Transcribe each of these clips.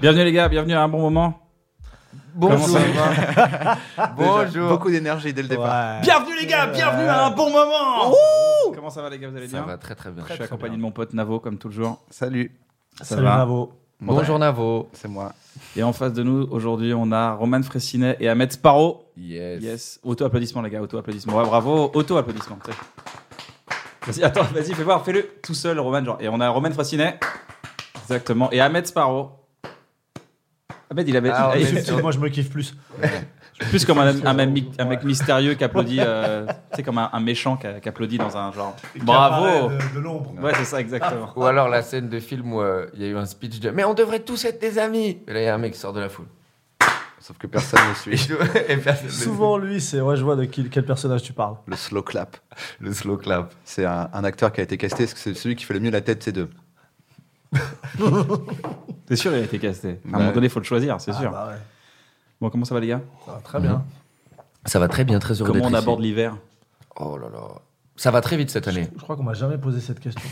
Bienvenue les gars, bienvenue à un bon moment. Bonjour. Comment Bonjour. Beaucoup d'énergie dès le départ. Bienvenue les gars, bienvenue à un bon moment. Euh, Comment ça va les gars, vous allez Ça bien va très très bien. Je suis accompagné de mon pote Navo comme tout le jour. Salut. Ça Salut va Navo. Bonjour, Bonjour Navo. C'est moi. Et en face de nous aujourd'hui, on a Roman Fressinet et Ahmed Sparrow. Yes. Yes. Auto applaudissements les gars, auto applaudissements. bravo, auto applaudissements. Vas-y, attends, vas-y, fais voir, fais-le tout seul Roman genre. Et on a Roman Fressinet. Exactement. Et Ahmed Sparrow. Ahmed, il avait Ah, il- Ahmed, il- tu- Moi, je me kiffe plus. Plus comme un, un mec, mi- un mec mystérieux qui applaudit, euh, tu sais, comme un, un méchant qui, qui applaudit dans un genre. Bravo Qui apparaît De, de l'ombre. Ouais, c'est ça, exactement. Ah. Ou alors la scène de film où euh, il y a eu un speech de Mais on devrait tous être des amis Et là, il y a un mec qui sort de la foule. Sauf que personne ne Et suit. tout- et personne ne- Souvent, lui, c'est. Ouais, je vois de qui- quel personnage tu parles. Le slow clap. Le slow clap. C'est un, un acteur qui a été casté. parce que C'est celui qui fait le mieux la tête de ces deux. Ah. C'est sûr, il a été casté. À un Ouais. moment donné, il faut le choisir, c'est Ah, sûr. Mhm. bah ouais. Bon, comment ça va, les gars Ça va très bien. Ça va très bien, très heureux Comment d'être on ici. aborde l'hiver Oh là là. Ça va très vite cette année. Je crois qu'on m'a jamais posé cette question.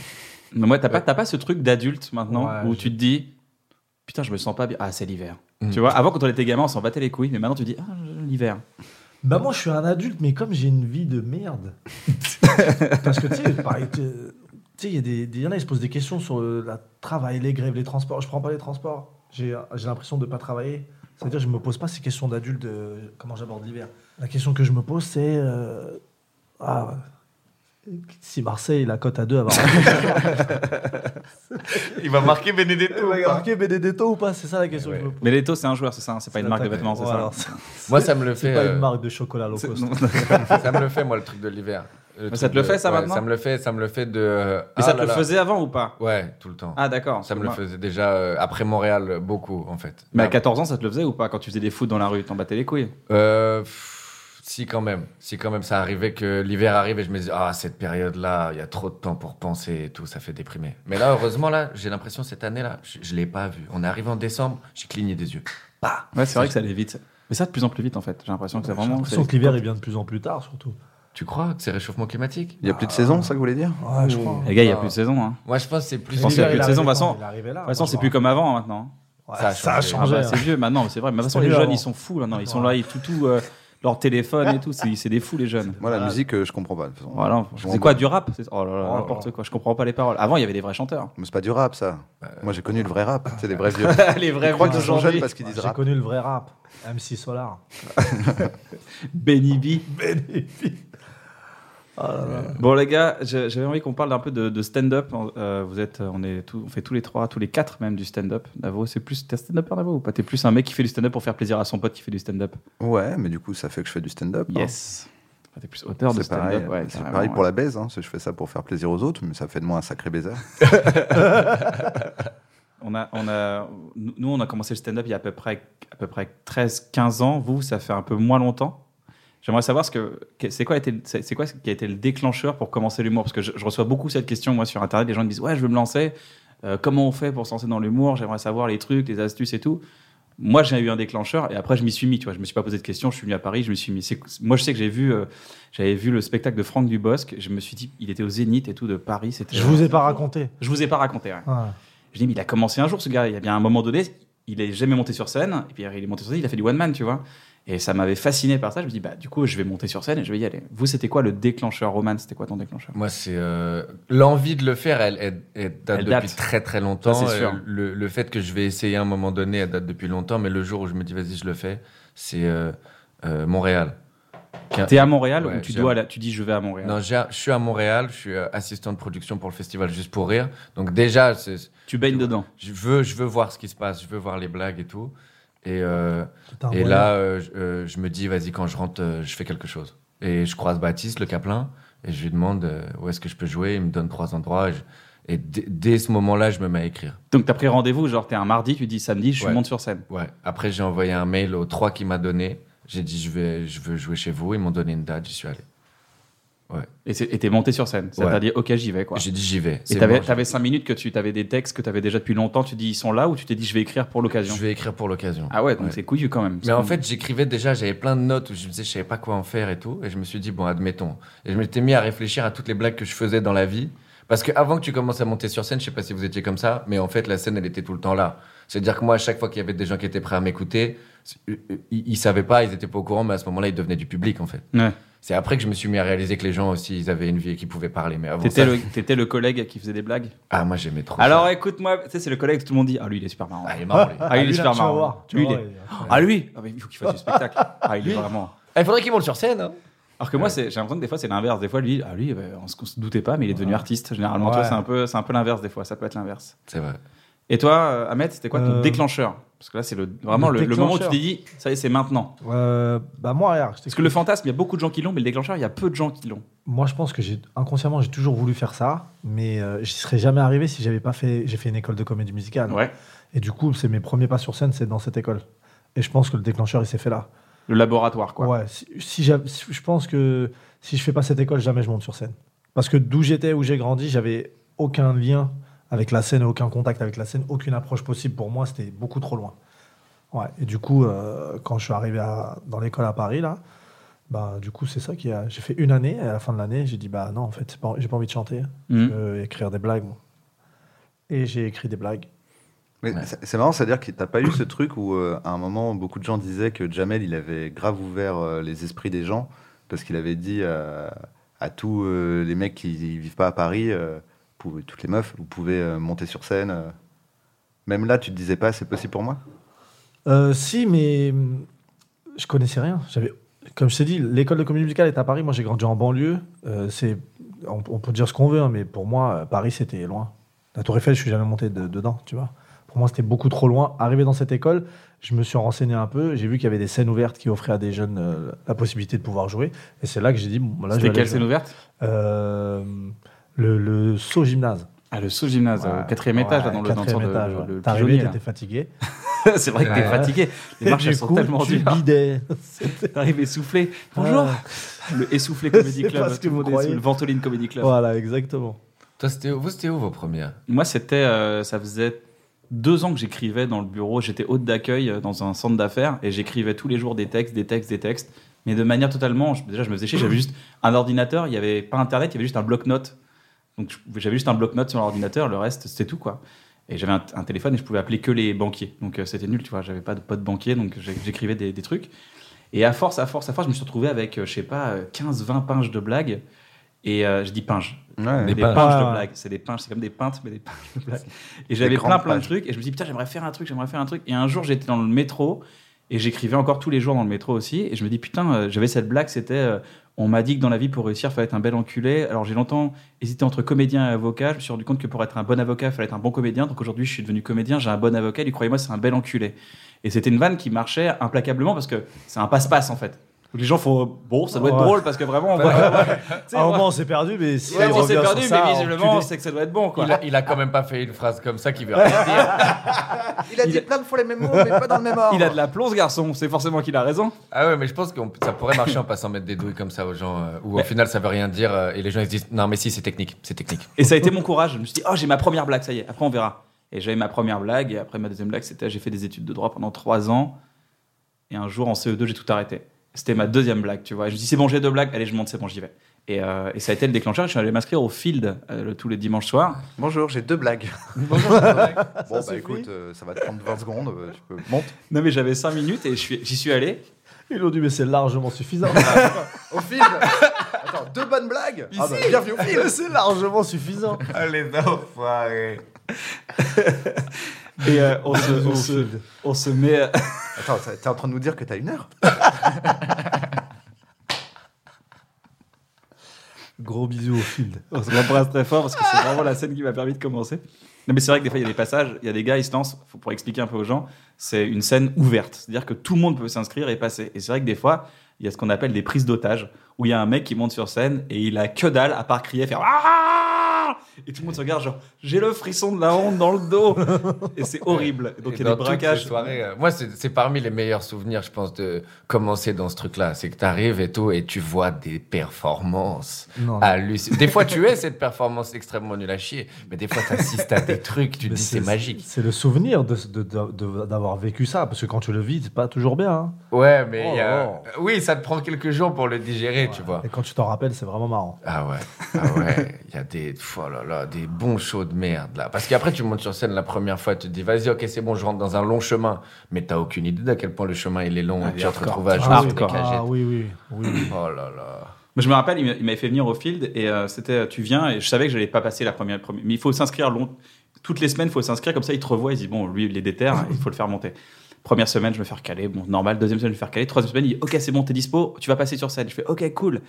Mais moi, t'as pas, t'as pas ce truc d'adulte maintenant Ouais, où je- tu te dis Putain, je me sens pas bien. Ah, c'est l'hiver. Mm. Tu vois, avant, quand on était gamin, on s'en battait les couilles, mais maintenant, tu dis Ah, l'hiver. Bah, moi, je suis un adulte, mais comme j'ai une vie de merde. Parce que, tu sais, pareil, tu tu sais, il y, a des- des- il y en a, ils se posent des questions sur le la travail, les grèves, les transports. Je prends pas les transports. J'ai j'ai l'impression de pas travailler. C'est-à-dire, je me pose pas ces questions d'adulte de comment j'aborde l'hiver. La question que je me pose, c'est. euh, ah, si Marseille, la cote à deux avant. Il va marquer Benedetto. Il va marquer Benedetto ou pas C'est ça la question Ouais. que je me pose. Benedetto, c'est un joueur, c'est ça, hein, c'est pas une marque de Attaque. vêtements, c'est Ouais, ça hein. alors, Moi, ça me le C'est fait. pas euh, une marque de chocolat low cost. Non. ça me le fait, moi, le truc de l'hiver. Mais truc ça te le de- fait, ça, ouais, maintenant Ça me le fait, ça me le fait de. euh, Mais ah ça te là le là. faisait avant ou pas Ouais, tout le temps. Ah, d'accord. Ça me le Moi- faisait déjà euh, après Montréal euh, beaucoup en fait. Mais à Après- 14 ans, ça te le faisait ou pas Quand tu faisais des foot dans la rue, t'en battais les couilles. Euh, pff, si quand même, si quand même, ça arrivait que l'hiver arrive et je me disais ah cette période là, il y a trop de temps pour penser et tout, ça fait déprimer. Mais là heureusement là, j'ai l'impression cette année là, je, je l'ai pas vu. On est arrivé en décembre, j'ai cligné des yeux. Bah. Ouais, c'est vrai que ça allait vite. Mais ça, de plus en plus vite, en fait. J'ai l'impression que c'est J'ai vraiment. l'impression que l'hiver il vient de plus en plus tard surtout. Tu crois que c'est réchauffement climatique Il y a plus de saison, ça que vous voulez dire Ouais, je crois. Les gars, il n'y a plus de saison. Hein. Moi je pense que c'est plus. Je pense qu'il y a L'hiver, plus de il saison, de arrivait toute façon. quand Il arrivait là. De toute façon, moi, je c'est me plus rappelle. comme avant hein, maintenant. Ouais, Ça a ça a changé. Ah changé. bah, hein. c'est vieux hein. maintenant, mais c'est vrai. Mais de toute façon, C'est les mieux jeunes, avant. ils sont fous maintenant. Ils sont là, ils tout, tout. euh, leur téléphone et tout. C'est c'est des fous, les jeunes. Moi, la Voilà. musique, euh, je comprends pas. de toute façon. Voilà. Je C'est m'en quoi bats. du rap C'est- Oh là là, Oh là n'importe là. quoi. Je comprends pas les paroles. Avant, il y avait des vrais chanteurs. Mais c'est pas du rap, ça. Moi, j'ai connu le vrai rap. C'est des vrais vieux. les Bah, vrais Je crois qu'ils sont jeunes d'aujourd'hui. parce qu'ils disent J'ai rap. connu le vrai rap. MC Solar. Benny B. Euh, Oh là là. Bon les gars, j'ai- j'avais envie qu'on parle un peu de, de stand-up. Euh, vous êtes, on est, tout- on fait tous les trois, tous les quatre même du stand-up. Navo, c'est plus t'es un stand-upper Navo ou pas T'es plus un mec qui fait du stand-up pour faire plaisir à son pote qui fait du stand-up. Ouais, mais du coup, ça fait que je fais du stand-up. hein. Yes. Enfin, T'es plus auteur de C'est pareil, stand-up. ouais, c'est carrément, pareil ouais. pour la baise. hein. Je fais ça pour faire plaisir aux autres, mais ça fait de moi un sacré baiser. On a, on a, nous, nous, on a commencé le stand-up il y a à peu près, à peu près 13, 15 ans. Vous, ça fait un peu moins longtemps. J'aimerais savoir ce que, que- c'est quoi, a été le- c'est c'est quoi qui a été le déclencheur pour commencer l'humour Parce que je, je reçois beaucoup cette question, moi, sur Internet. Les gens me disent, ouais, je veux me lancer. Euh, comment on fait pour se lancer dans l'humour J'aimerais savoir les trucs, les astuces et tout. Moi, j'ai eu un déclencheur et après, je m'y suis mis. Tu vois, je me suis pas posé de questions. Je suis venu à Paris, je me suis mis. C'est- Moi, je sais que j'ai vu, euh, j'avais vu le spectacle de Franck Dubosc. Je me suis dit, il était au Zénith et tout de Paris. C'était. Je vous ai pas raconté. je vous ai pas raconté. ouais. Ouais. Je dis, mais il a commencé un jour, ce gars. Il y a bien un moment donné, il est jamais monté sur scène. Et puis, il est monté sur scène, il a fait du one-man, tu vois. Et ça m'avait fasciné par ça. Je me dis, bah, du coup, je vais monter sur scène et je vais y aller. Vous, c'était quoi le déclencheur, Roman C'était quoi ton déclencheur Moi, c'est euh, l'envie de le faire. Elle, elle- elle date Elle depuis date. très très longtemps. Ça, c'est sûr. Euh, Le, le fait que je vais essayer à un moment donné, elle date depuis longtemps. Mais le jour où je me dis vas-y, je le fais, c'est euh, euh, Montréal. T'es à Montréal Ouais, ou tu j'ai- dois, la- tu dis je vais à Montréal. Non, j'ai- je suis à Montréal, je suis euh, assistant de production pour le festival Juste pour Rire. Donc déjà, c'est- Tu baignes dedans. je veux, je veux voir ce qui se passe, je veux voir les blagues et tout. Et, euh, Ah, T'as un et moyen. là, euh, je, euh, je me dis, vas-y, quand je rentre, euh, je fais quelque chose. Et je croise Baptiste, le Caplin, et je lui demande euh, où est-ce que je peux jouer. Il me donne trois endroits. Et, je- et dès- dès ce moment-là, je me mets à écrire. Donc t'as pris rendez-vous, genre t'es un mardi, tu dis samedi, je Ouais. monte sur scène. Ouais. Après, j'ai envoyé un mail aux trois qui m'a donné. J'ai dit, je, vais, je veux jouer chez vous. Ils m'ont donné une date, j'y suis allé. Et c'est- et t'es monté sur scène. Ça Ouais. t'a dit ok j'y vais quoi. J'ai dit, j'y vais. Et C'est t'avais bon, avais cinq minutes que tu avais des textes que t'avais déjà depuis longtemps. Tu dis ils sont là ou tu t'es dit je vais écrire pour l'occasion. je vais écrire pour l'occasion. Ah ouais donc Ouais. c'est couillu quand même. Mais en fait, j'écrivais déjà, j'avais plein de notes où je me disais, je savais pas quoi en faire et tout. Et je me suis dit, bon, admettons. Et je m'étais mis à réfléchir à toutes les blagues que je faisais dans la vie. Parce que avant que tu commences à monter sur scène, je sais pas si vous étiez comme ça, mais en fait, la scène, elle était tout le temps là. C'est-à-dire que moi, à chaque fois qu'il y avait des gens qui étaient prêts à m'écouter, c'est- euh, euh, ils, ils savaient pas, ils étaient pas au courant, mais à ce moment-là, ils devenaient du public, en fait. Ouais. C'est après que je me suis mis à réaliser que les gens aussi, ils avaient une vie et qu'ils pouvaient parler. Mais avant t'étais ça, le t'étais le collègue qui faisait des blagues. ah, moi, j'aimais trop. Alors ça. écoute-moi, tu sais c'est le collègue que tout le monde dit ah lui il est super marrant. Ah, il est marrant, lui. Ah, il est lui, là, super tu vas marrant. voir, tu Lui, vas il voir, est- il est- Ah lui Ah, mais Il faut qu'il fasse du spectacle. Ah, il est vraiment. Ah, il faudrait qu'ils montent sur scène. hein. Alors que moi, c'est- j'ai l'impression que des fois, c'est l'inverse. Des fois, lui, ah, lui eh ben, on se, on se doutait pas, mais il est devenu artiste. Généralement, toi, Ouais. c'est un peu, c'est un peu l'inverse des fois. Ça peut être l'inverse. C'est vrai. Et toi, euh, Ahmed, c'était quoi ton Euh, déclencheur Parce que là, c'est le, vraiment le le, le moment où tu déclencheur. t'es dit, ça y est, c'est maintenant. Euh, bah moi, regarde, je Parce que t'explique. le fantasme, il y a beaucoup de gens qui l'ont, mais le déclencheur, il y a peu de gens qui l'ont. Moi, je pense que j'ai inconsciemment, j'ai toujours voulu faire ça, mais euh, j'y serais jamais arrivé si j'avais pas fait. J'ai fait une école de comédie musicale. Ouais. Et du coup, c'est mes premiers pas sur scène, c'est dans cette école. Et je pense que le déclencheur, il s'est fait là. Le laboratoire, quoi. Ouais. Si, si j'a- si- je pense que si je fais pas cette école, jamais je monte sur scène. Parce que d'où j'étais, où j'ai grandi, j'avais aucun lien avec la scène, aucun contact avec la scène, aucune approche possible pour moi. C'était beaucoup trop loin. Ouais. Et du coup, euh, quand je suis arrivé à- dans l'école à Paris là, bah du coup c'est ça qui a. J'ai fait une année. Et à la fin de l'année, j'ai dit bah non en fait, c'est pas- j'ai pas envie de chanter. Mhm. Euh, Je veux écrire des blagues. moi. Et j'ai écrit des blagues. Mais Ouais. c'est- c'est marrant, c'est-à-dire que t'as pas eu ce truc où, euh, à un moment, beaucoup de gens disaient que Jamel, il avait grave ouvert euh, les esprits des gens, parce qu'il avait dit euh, à tous euh, les mecs qui y vivent pas à Paris, euh, vous pouvez- toutes les meufs, vous pouvez euh, monter sur scène. euh. Même là, tu te disais pas, c'est possible pour moi Euh, si, mais hum, je connaissais rien. J'avais, comme je t'ai dit, l'école de comédie musicale est à Paris. Moi, j'ai grandi en banlieue. Euh, c'est, on, on peut dire ce qu'on veut, hein, mais pour moi, euh, Paris, c'était loin. La Tour Eiffel, je suis jamais monté de- dedans, tu vois. Pour moi, c'était beaucoup trop loin. Arrivé dans cette école, je me suis renseigné un peu. J'ai vu qu'il y avait des scènes ouvertes qui offraient à des jeunes euh, la possibilité de pouvoir jouer. Et c'est là que j'ai dit, bon, là, je C'était vais aller quelle jouer. scène ouverte Euh, le, le saut gymnase. Ah, le sous gymnase, Ouais, au quatrième étage, là, dans le dans le euh, quatrième sort de- étage, ouais. le- le T'arrivais, pigeonnier, là. t'étais fatigué. C'est vrai que t'es Ouais. fatigué. Les marches, Du elles sont coup, tellement tu dures. bidais. Ah, T'arrives essoufflé. Bonjour. Le essoufflé Comedy C'est pas Club. ce que tout le vous monde est croyez. sous- Le Ventoline Comedy Club. Voilà, exactement. Toi, c'était où, vous, c'était où vos premières Moi, c'était, euh, ça faisait deux ans que j'écrivais dans le bureau. J'étais hôte d'accueil euh, dans un centre d'affaires et j'écrivais tous les jours des textes, des textes, des textes. Mais de manière totalement, je- déjà, je me faisais chier. J'avais juste un ordinateur. Il n'y avait pas Internet. Il y avait juste un bloc-notes. Donc, je- j'avais juste un bloc-notes sur l'ordinateur. Le reste, c'était tout, quoi. Et j'avais un, un téléphone et je pouvais appeler que les banquiers. Donc, euh, c'était nul, tu vois. J'avais pas de pote banquier, donc j'ai- j'écrivais des, des trucs. Et à force, à force, à force, je me suis retrouvé avec, euh, je sais pas, euh, 15-20 pinges de blagues. Et euh, je dis pinges. ouais. Des, Des pinches, pinches. de blagues. C'est des pinches, c'est comme des pintes, mais des pinches de blagues. Et Des j'avais grandes plein, plein de pages. trucs. Et je me dis, putain, j'aimerais faire un truc, j'aimerais faire un truc. Et un jour, j'étais dans le métro. Et j'écrivais encore tous les jours dans le métro aussi. Et je me dis, putain, euh, j'avais cette blague, c'était. euh, on m'a dit que dans la vie, pour réussir, fallait être un bel enculé. Alors j'ai longtemps hésité entre comédien et avocat. Je me suis rendu compte que pour être un bon avocat, il fallait être un bon comédien. Donc aujourd'hui, je suis devenu comédien, j'ai un bon avocat. Et croyez-moi, c'est un bel enculé. Et c'était une vanne qui marchait implacablement parce que c'est un passe-passe en fait. Donc les gens font, bon, ça doit être Ouais. drôle parce que vraiment, on voit. Tu sais, À un moi- moment, Ah, on s'est perdu, mais si Ouais, on revient s'est sur perdu, ça, mais on- visiblement, tu dis- c'est que ça doit être bon, quoi. il a, il a quand même pas fait une phrase comme ça qui veut rien dire. Il a dit dit plein de fois les mêmes mots, mais pas dans le même ordre. Il a de la plonge, garçon. C'est forcément qu'il a raison. Ah ouais, mais je pense que ça pourrait marcher en passant mettre des douilles comme ça aux gens, euh, où au final ça veut rien dire, euh, et les gens ils se disent non mais si c'est technique, c'est technique. Et ça a été mon courage. Je me suis dit, oh, j'ai ma première blague, ça y est. Après, on verra. Et j'avais ma première blague. Et après, ma deuxième blague, c'était j'ai fait des études de droit pendant trois ans. Et un jour, en CE2, j'ai tout arrêté. C'était ma deuxième blague, tu vois. Et je me suis dit, c'est bon, j'ai deux blagues. Allez, je monte, c'est bon, j'y vais. Et, euh, et ça a été le déclencheur. Je suis allé m'inscrire au Field euh, le- tous les dimanches soirs. Bonjour, j'ai deux blagues. bon, bah suffit. écoute, euh, ça va te prendre 20 secondes, euh, tu peux... Monte. Non, mais j'avais cinq minutes et je suis- j'y suis allé. Ils l'ont dit, mais c'est largement suffisant. Au fil Attends, deux bonnes blagues Ah bah, bienvenue au fil c'est largement suffisant. Et euh, on, se, on, se, on se met. Attends, ça- t'es en train de nous dire que t'as une heure Gros bisous au field. On se l'embrasse très fort parce que c'est vraiment la scène qui m'a permis de commencer. Non, mais c'est vrai que des fois, il y a des passages, il y a des gars, ils se lancent, faut- pour expliquer un peu aux gens, c'est une scène ouverte. C'est-à-dire que tout le monde peut s'inscrire et passer. Et c'est vrai que des fois, il y a ce qu'on appelle des prises d'otages, où il y a un mec qui monte sur scène et il a que dalle à part crier, faire Ah Et tout le monde se regarde, genre, j'ai le frisson de la honte dans le dos Et c'est horrible. Et Donc Et il y dans a des toutes braquages. ces soirées, euh, moi, c'est c'est parmi les meilleurs souvenirs, je pense, de commencer dans ce truc-là. C'est que tu arrives et tout, et tu vois des performances. Non, hallucinantes. Des fois, tu es cette performance extrêmement nulle à chier, mais des fois, tu assistes à des trucs, tu te mais dis c'est magique. C'est le souvenir de- de- de- de- d'avoir vécu ça, parce que quand tu le vis, c'est pas toujours bien. hein. Ouais, mais Oh il y a- là. oui, ça te prend quelques jours pour le digérer, tu vois. Et quand tu t'en rappelles, c'est vraiment marrant. Ah ouais, ah ouais, il y a des, oh là là, des bons shows de merde là. Parce qu'après, tu montes sur scène la première fois, tu te dis, vas-y, ok, c'est bon, je rentre dans un long chemin. Mais t'as aucune idée d'à quel point le chemin il est long Ah, et tu vas te retrouves à jouer sur des oui, ah, cagettes. oui, oui, oui. Oh là là. Mais je me rappelle, il m'a- il m'avait fait venir au field et euh, c'était euh, tu viens et je savais que j'allais pas passer la première, première- mais il faut s'inscrire long toutes les semaines, il faut s'inscrire comme ça il te revoit, il dit bon lui il est déterre, il faut le faire monter. Première semaine, je me fais recaler, bon normal, deuxième semaine je me fais recaler, troisième semaine il dit OK, c'est bon, t'es dispo, tu vas passer sur scène. Je fais OK, cool.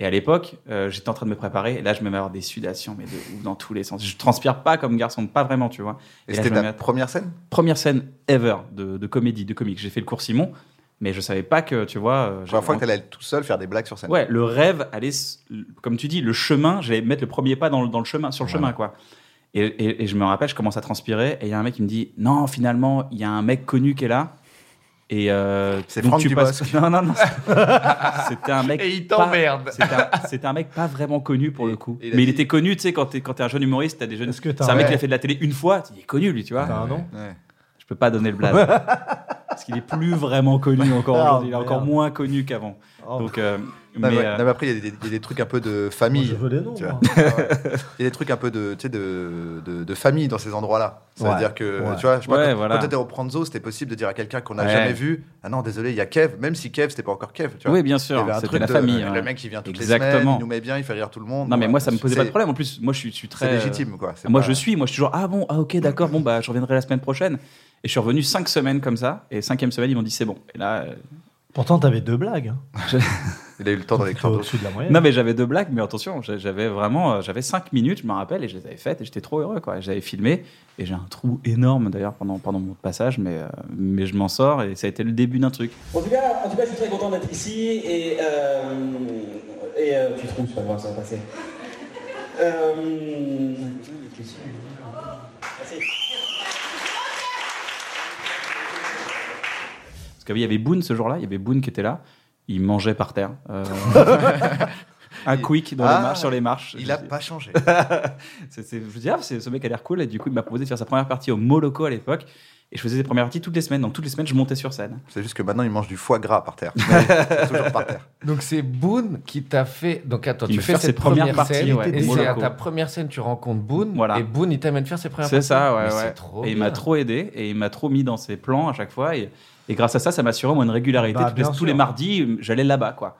Et à l'époque, euh, j'étais en train de me préparer et là je me mets à avoir des sudations mais de ouf dans tous les sens. Je transpire pas comme garçon, pas vraiment, tu vois. Et Et là, c'était je me ta mets à- première scène Première scène ever de, de comédie, de comique. J'ai fait le cours Simon, mais je savais pas que tu vois, euh, Première fois j'avais- que t'allais tout seul faire des blagues sur scène. Ouais, le rêve, aller, s- comme tu dis, le chemin, j'allais mettre le premier pas dans le, dans le chemin, sur le Ouais. chemin, quoi. Et, et- et je me rappelle, je commence à transpirer, et il y a un mec qui me dit Non, finalement, il y a un mec connu qui est là. Et euh, C'est donc Franck tu passes- Non, non, non. C'était un mec. Et il pas- t'emmerde. C'était un, c'était un mec pas vraiment connu pour le coup. Et il a Mais il dit- était connu, tu sais, quand t'es quand t'es un jeune humoriste, t'as des jeunes. Est-ce que C'est t'as un mec ouais. qui a fait de la télé une fois, il est connu, lui, tu vois. T'as un nom Ouais. Je peux pas donner le blaze. Parce qu'il est plus vraiment connu encore Ah, aujourd'hui. Il est encore merde. moins connu qu'avant. Oh, Donc, euh, Non, mais, mais, euh, non, mais après, il y, a des- il y a des trucs un peu de moi, famille. je veux les noms. tu vois. moi. Il y a des trucs un peu de, tu sais, de, de, de famille dans ces endroits-là. C'est-à-dire que, Ouais. tu vois, je sais pas, Ouais, quand, voilà. quand t'étais au Pranzo, c'était possible de dire à quelqu'un qu'on n'a Ouais. jamais vu Ah non, désolé, il y a Kev, même si Kev, c'était pas encore Kev. Tu vois. Oui, bien Il y sûr, avait un c'était truc la de- famille. Le ouais. mec, il vient toutes les semaines, Exactement. il nous met bien, il fait rire tout le monde. Non, mais Ouais. moi, ça me posait pas de C'est- problème. En plus, moi, je suis, je suis très. C'est euh, légitime, quoi. C'est Moi, pas- je suis. Moi, je suis toujours. Ah bon, ah ok, d'accord. Bon, bah, je reviendrai la semaine prochaine. Et je suis revenu cinq semaines comme ça. Et cinquième semaine, ils m'ont dit c'est bon. Et là. euh, Pourtant, t'avais deux blagues. hein. Il a eu le temps dans les T'es d'autres. au-dessus de la moyenne. Non, mais j'avais deux blagues, mais attention, j'a- j'avais vraiment. euh, J'avais cinq minutes, je me rappelle, et je les avais faites. Et j'étais trop heureux, quoi. J'avais filmé. Et j'ai un trou énorme, d'ailleurs, pendant, pendant mon passage. Mais, euh, mais je m'en sors. Et ça a été le début d'un truc. En tout, cas, en tout cas, je suis très content d'être ici et. Euh, et euh, tu trouves, c'est pas grave, ça va passer. Euh, Merci. Parce qu'il y avait Boone ce jour-là, il y avait Boone qui était là, il mangeait par terre. Euh, un Il- quick dans Ah, les marches, sur les marches. Il a Je- pas changé. c'est- c'est- je me dis, ah, c'est- ce mec a l'air cool, et du coup, il m'a proposé de faire sa première partie au Moloco à l'époque. Et je faisais des premières parties toutes les semaines, donc toutes les semaines, je montais sur scène. C'est juste que maintenant, il mange du foie gras par terre. C'est toujours par terre. Donc c'est Boone qui t'a fait. Donc attends, Qui tu me fais fait cette ses premières première parties, scène. ouais, et au c'est à Monaco. ta première scène, tu rencontres Boone. Voilà. Et Boone, il t'amène faire ses premières C'est parties. ça, ouais, Mais ouais. C'est trop. Et il m'a bien. trop aidé, et il m'a trop mis dans ses plans à chaque fois. Et, et grâce à ça, ça m'a assuré moi, une régularité. Bah, Tous les- bien tous sûr. les mardis, j'allais là-bas, quoi.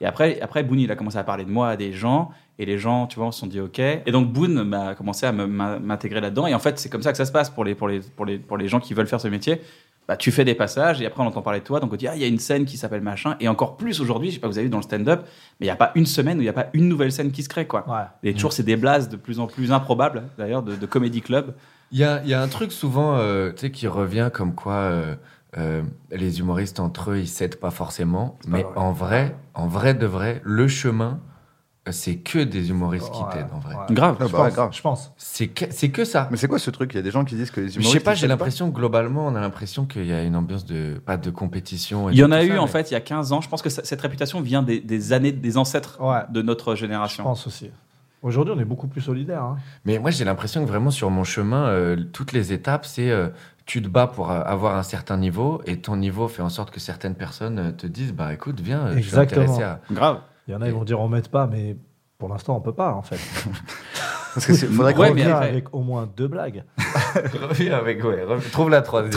Et après, après Boone, il a commencé à parler de moi à des gens, et les gens, tu vois, se sont dit OK. Et donc Boone m'a commencé à me- m'a- m'intégrer là-dedans. Et en fait, c'est comme ça que ça se passe pour les, pour les, pour les, pour les gens qui veulent faire ce métier. Bah, tu fais des passages et après on entend parler de toi, donc on dit ah il y a une scène qui s'appelle machin et encore plus aujourd'hui, je sais pas vous avez vu dans le stand-up, mais il y a pas une semaine où il y a pas une nouvelle scène qui se crée quoi. Ouais. Et toujours c'est des blases de plus en plus improbables d'ailleurs de, de comedy club. Il y a, il y a un truc souvent euh, tu sais, qui revient comme quoi euh, euh, les humoristes entre eux, ils s'aident pas forcément. Mais en vrai, en vrai de vrai, le chemin, euh, c'est que des humoristes qui Ouais, t'aident en vrai. ouais. Grave. Ah Je bah, pense, grave. Je pense. C'est que, c'est que ça. Mais c'est quoi ce truc Il y a des gens qui disent que les Je humoristes. sais pas, ils j'ai savent l'impression que globalement, on a l'impression qu'il y a une ambiance de pas de compétition. et Il y de en a tout eu ça, en mais- fait il y a 15 ans. Je pense que ça- cette réputation vient des, des années, des ancêtres Ouais. de notre Je génération. pense aussi. Aujourd'hui, on est beaucoup plus solidaires. hein. Mais moi, j'ai l'impression que vraiment sur mon chemin, euh, toutes les étapes, c'est euh, tu te bats pour euh, avoir un certain niveau et ton niveau fait en sorte que certaines personnes euh, te disent bah écoute, viens, euh, je suis Exactement. intéressé à. Grave. Il y en a, ils vont dire on met pas, mais pour l'instant, on peut pas, en fait. pas. Parce que c'est- faudrait qu'on Ouais, on mais revient après- avec au moins deux blagues. Reviens avec, ouais, rev- trouve la troisième.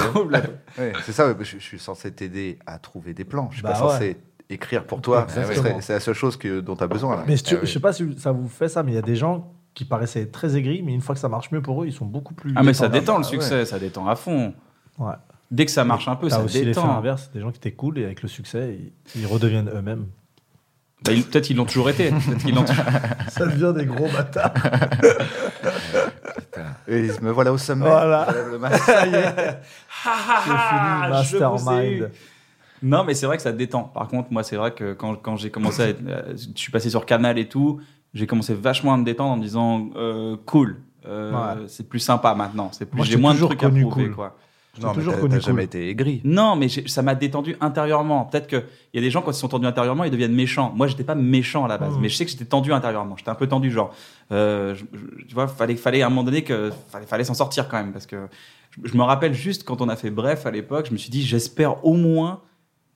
Ouais, c'est ça, ouais, je, je suis censé t'aider à trouver des plans. Je suis Bah pas ouais. censé écrire pour toi. Ce Exactement. serait- C'est la seule chose que, dont tu as besoin. Là. Mais si tu- Ah oui. je sais pas si ça vous fait ça, mais il y a des gens qui paraissaient très aigris, mais une fois que ça marche mieux pour eux, ils sont beaucoup plus. Ah mais ça détend détendants. le succès, ça détend à fond. Ouais. Dès que ça marche un peu, T'as ça aussi l'effet détend. inverse, des gens qui t'écoulent et avec le succès, ils, ils redeviennent eux-mêmes. Bah, ils- Peut-être ils l'ont toujours été. Peut-être qu'ils l'ont toujours- Ça devient des gros bâtards. Et me voilà au sommet. Voilà. Je lève le masque. Ah, C'est fini, mastermind. Non, mais c'est vrai que ça détend. Par contre, moi, c'est vrai que quand, quand j'ai commencé à être- euh, je suis passé sur Canal et tout, j'ai commencé vachement à me détendre en me disant euh, cool. euh, C'est plus sympa maintenant. C'est plus Moi, j'ai j'ai moins de toujours trucs à connu prouver. cool. Quoi. Je t'ai Non, mais toujours t'as- connu t'as cool. jamais été aigri. Non, mais j'ai- ça m'a détendu intérieurement. Peut-être que il y a des gens quand ils sont tendus intérieurement, ils deviennent méchants. Moi, j'étais pas méchant à la base, Mhm. mais je sais que j'étais tendu intérieurement. J'étais un peu tendu, genre, euh, je- je- tu vois, fallait, fallait à un moment donné que fallait, fallait s'en sortir quand même, parce que je, je me rappelle juste quand on a fait Bref à l'époque, je me suis dit, j'espère au moins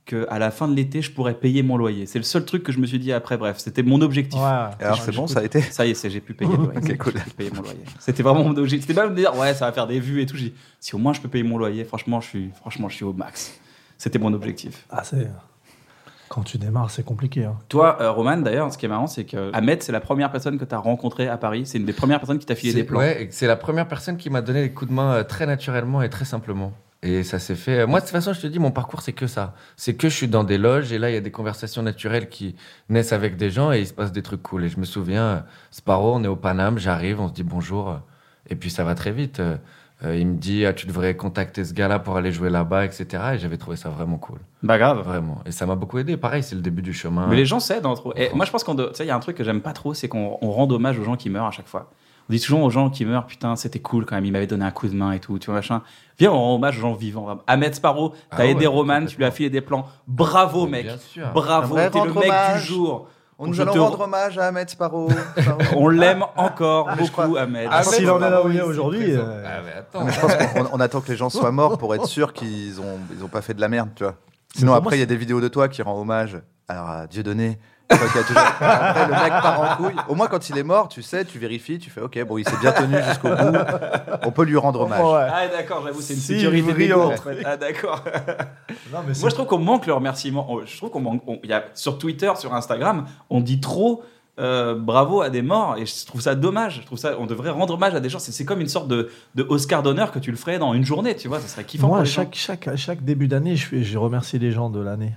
que à la fin de l'été, je pourrais payer mon loyer. C'est le seul truc que je me suis dit après Bref. C'était mon objectif. Ouais. Et Alors c'est bon, ça a été. Ça y est, c'est- j'ai pu payer. le loyer. Ok, cool. J'ai pu payer mon loyer. C'était vraiment mon objectif. C'était même de dire ouais, ça va faire des vues et tout. J'ai dit, si au moins je peux payer mon loyer, franchement, je suis, franchement, je suis au max. C'était mon objectif. Ah, c'est. Quand tu démarres, c'est compliqué. hein. Toi, euh, Roman, d'ailleurs, ce qui est marrant, c'est que Ahmed, c'est la première personne que tu as rencontrée à Paris. C'est une des premières personnes qui t'a filé C'est- des plans. ouais, et c'est la première personne qui m'a donné les coups de main euh, très naturellement et très simplement. Et ça s'est fait. euh, Moi, de toute façon, je te dis, mon parcours, c'est que ça. C'est que je suis dans des loges et là, il y a des conversations naturelles qui naissent avec des gens et il se passe des trucs cool. Et je me souviens, euh, Sparrow, on est au Paname, j'arrive, on se dit bonjour. euh, Et puis ça va très vite. Euh, euh, il me dit, ah, tu devrais contacter ce gars-là pour aller jouer là-bas, etc. Et j'avais trouvé ça vraiment cool. Bah grave. Vraiment. Et ça m'a beaucoup aidé. Pareil, c'est le début du chemin. Mais les gens cèdent entre Et moi, je pense qu'on. doit- Tu sais, il y a un truc que j'aime pas trop, c'est qu'on on rend hommage aux gens qui meurent à chaque fois. On dit toujours aux gens qui meurent, putain, c'était cool quand même, il m'avait donné un coup de main et tout, tu vois, machin. Viens, on rend hommage aux gens vivants. Ahmed Sparrow, t'as Ah ouais, aidé Roman, tu lui as complètement. filé des plans. Bravo, mec. Bien sûr. Bravo, J'aimerais t'es le rendre mec hommage. du jour. On nous Je allons te- rendre hommage à Ahmed Sparrow. On l'aime encore mais beaucoup, je crois- Ahmed. Ah, Ah, mais S'il en est là où il est Ici aujourd'hui. présent. euh, Ah, mais attends. Non, mais je pense qu'on on attend que les gens soient morts pour être sûr qu'ils ont, ils ont pas fait de la merde, tu vois. Sinon, pour moi, après, il y a des vidéos de toi qui rend hommage. Alors, à Dieudonné. tu vois qu'il y a toujours- Après, le mec part en couille. Au moins, quand il est mort, tu sais, tu vérifies, tu fais OK, bon, il s'est bien tenu jusqu'au bout. On peut lui rendre hommage. ouais. Ah, d'accord, j'avoue, c'est une Si, sécurité des brillant. deux, en fait. Ah, d'accord. Non, mais c'est- Moi, je trouve qu'on manque le remerciement. On- Je trouve qu'on manque. on- il y a, sur Twitter, sur Instagram, on dit trop euh, bravo à des morts et je trouve ça dommage. Je trouve ça, on devrait rendre hommage à des gens. C'est, c'est comme une sorte de, de Oscar d'honneur que tu le ferais dans une journée, tu vois. Ça serait kiffant. Moi, pour à les chaque, chaque, à chaque début d'année, je, fais- je remercie les gens de l'année.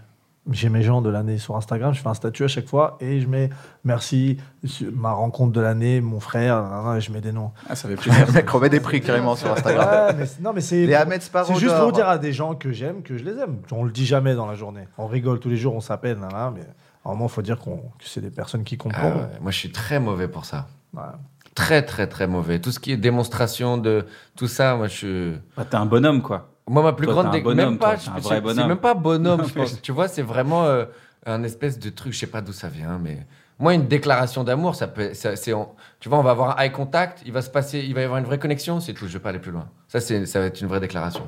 J'ai mes gens de l'année sur Instagram, je fais un statut à chaque fois et je mets merci, su- ma rencontre de l'année, mon frère, nanana, et je mets des noms. gens. Ah, ça fait plaisir. Le mec remet des prix carrément sur Instagram. Ouais, mais c'est- non, mais c'est Les Ahmed Sparrow. c'est juste pour d'or. dire à des gens que j'aime que je les aime. On le dit jamais dans la journée. On rigole tous les jours, on s'appelle, nanana, mais à un moment, il faut dire qu'on, que c'est des personnes qui comptent Ah pour ouais, moi, je suis très mauvais pour ça. nous. Ouais. Très, très, très mauvais. Tout ce qui est démonstration de tout ça, moi, je suis. Bah, t'es un bonhomme, quoi. Ah, Moi, ma plus Toi, grande. t'es un dé- bonhomme, même pas, toi, je- t'es un c'est- vrai C'est bonhomme. même pas bonhomme, je mais- pense. Tu vois, c'est vraiment euh, un espèce de truc, je sais pas d'où ça vient, mais. Moi, une déclaration d'amour, ça peut. ça- c'est, on- tu vois, on va avoir un eye contact, il va se passer, il va y avoir une vraie connexion, c'est tout. Je vais pas aller plus loin. Ça, c'est, ça va être une vraie déclaration.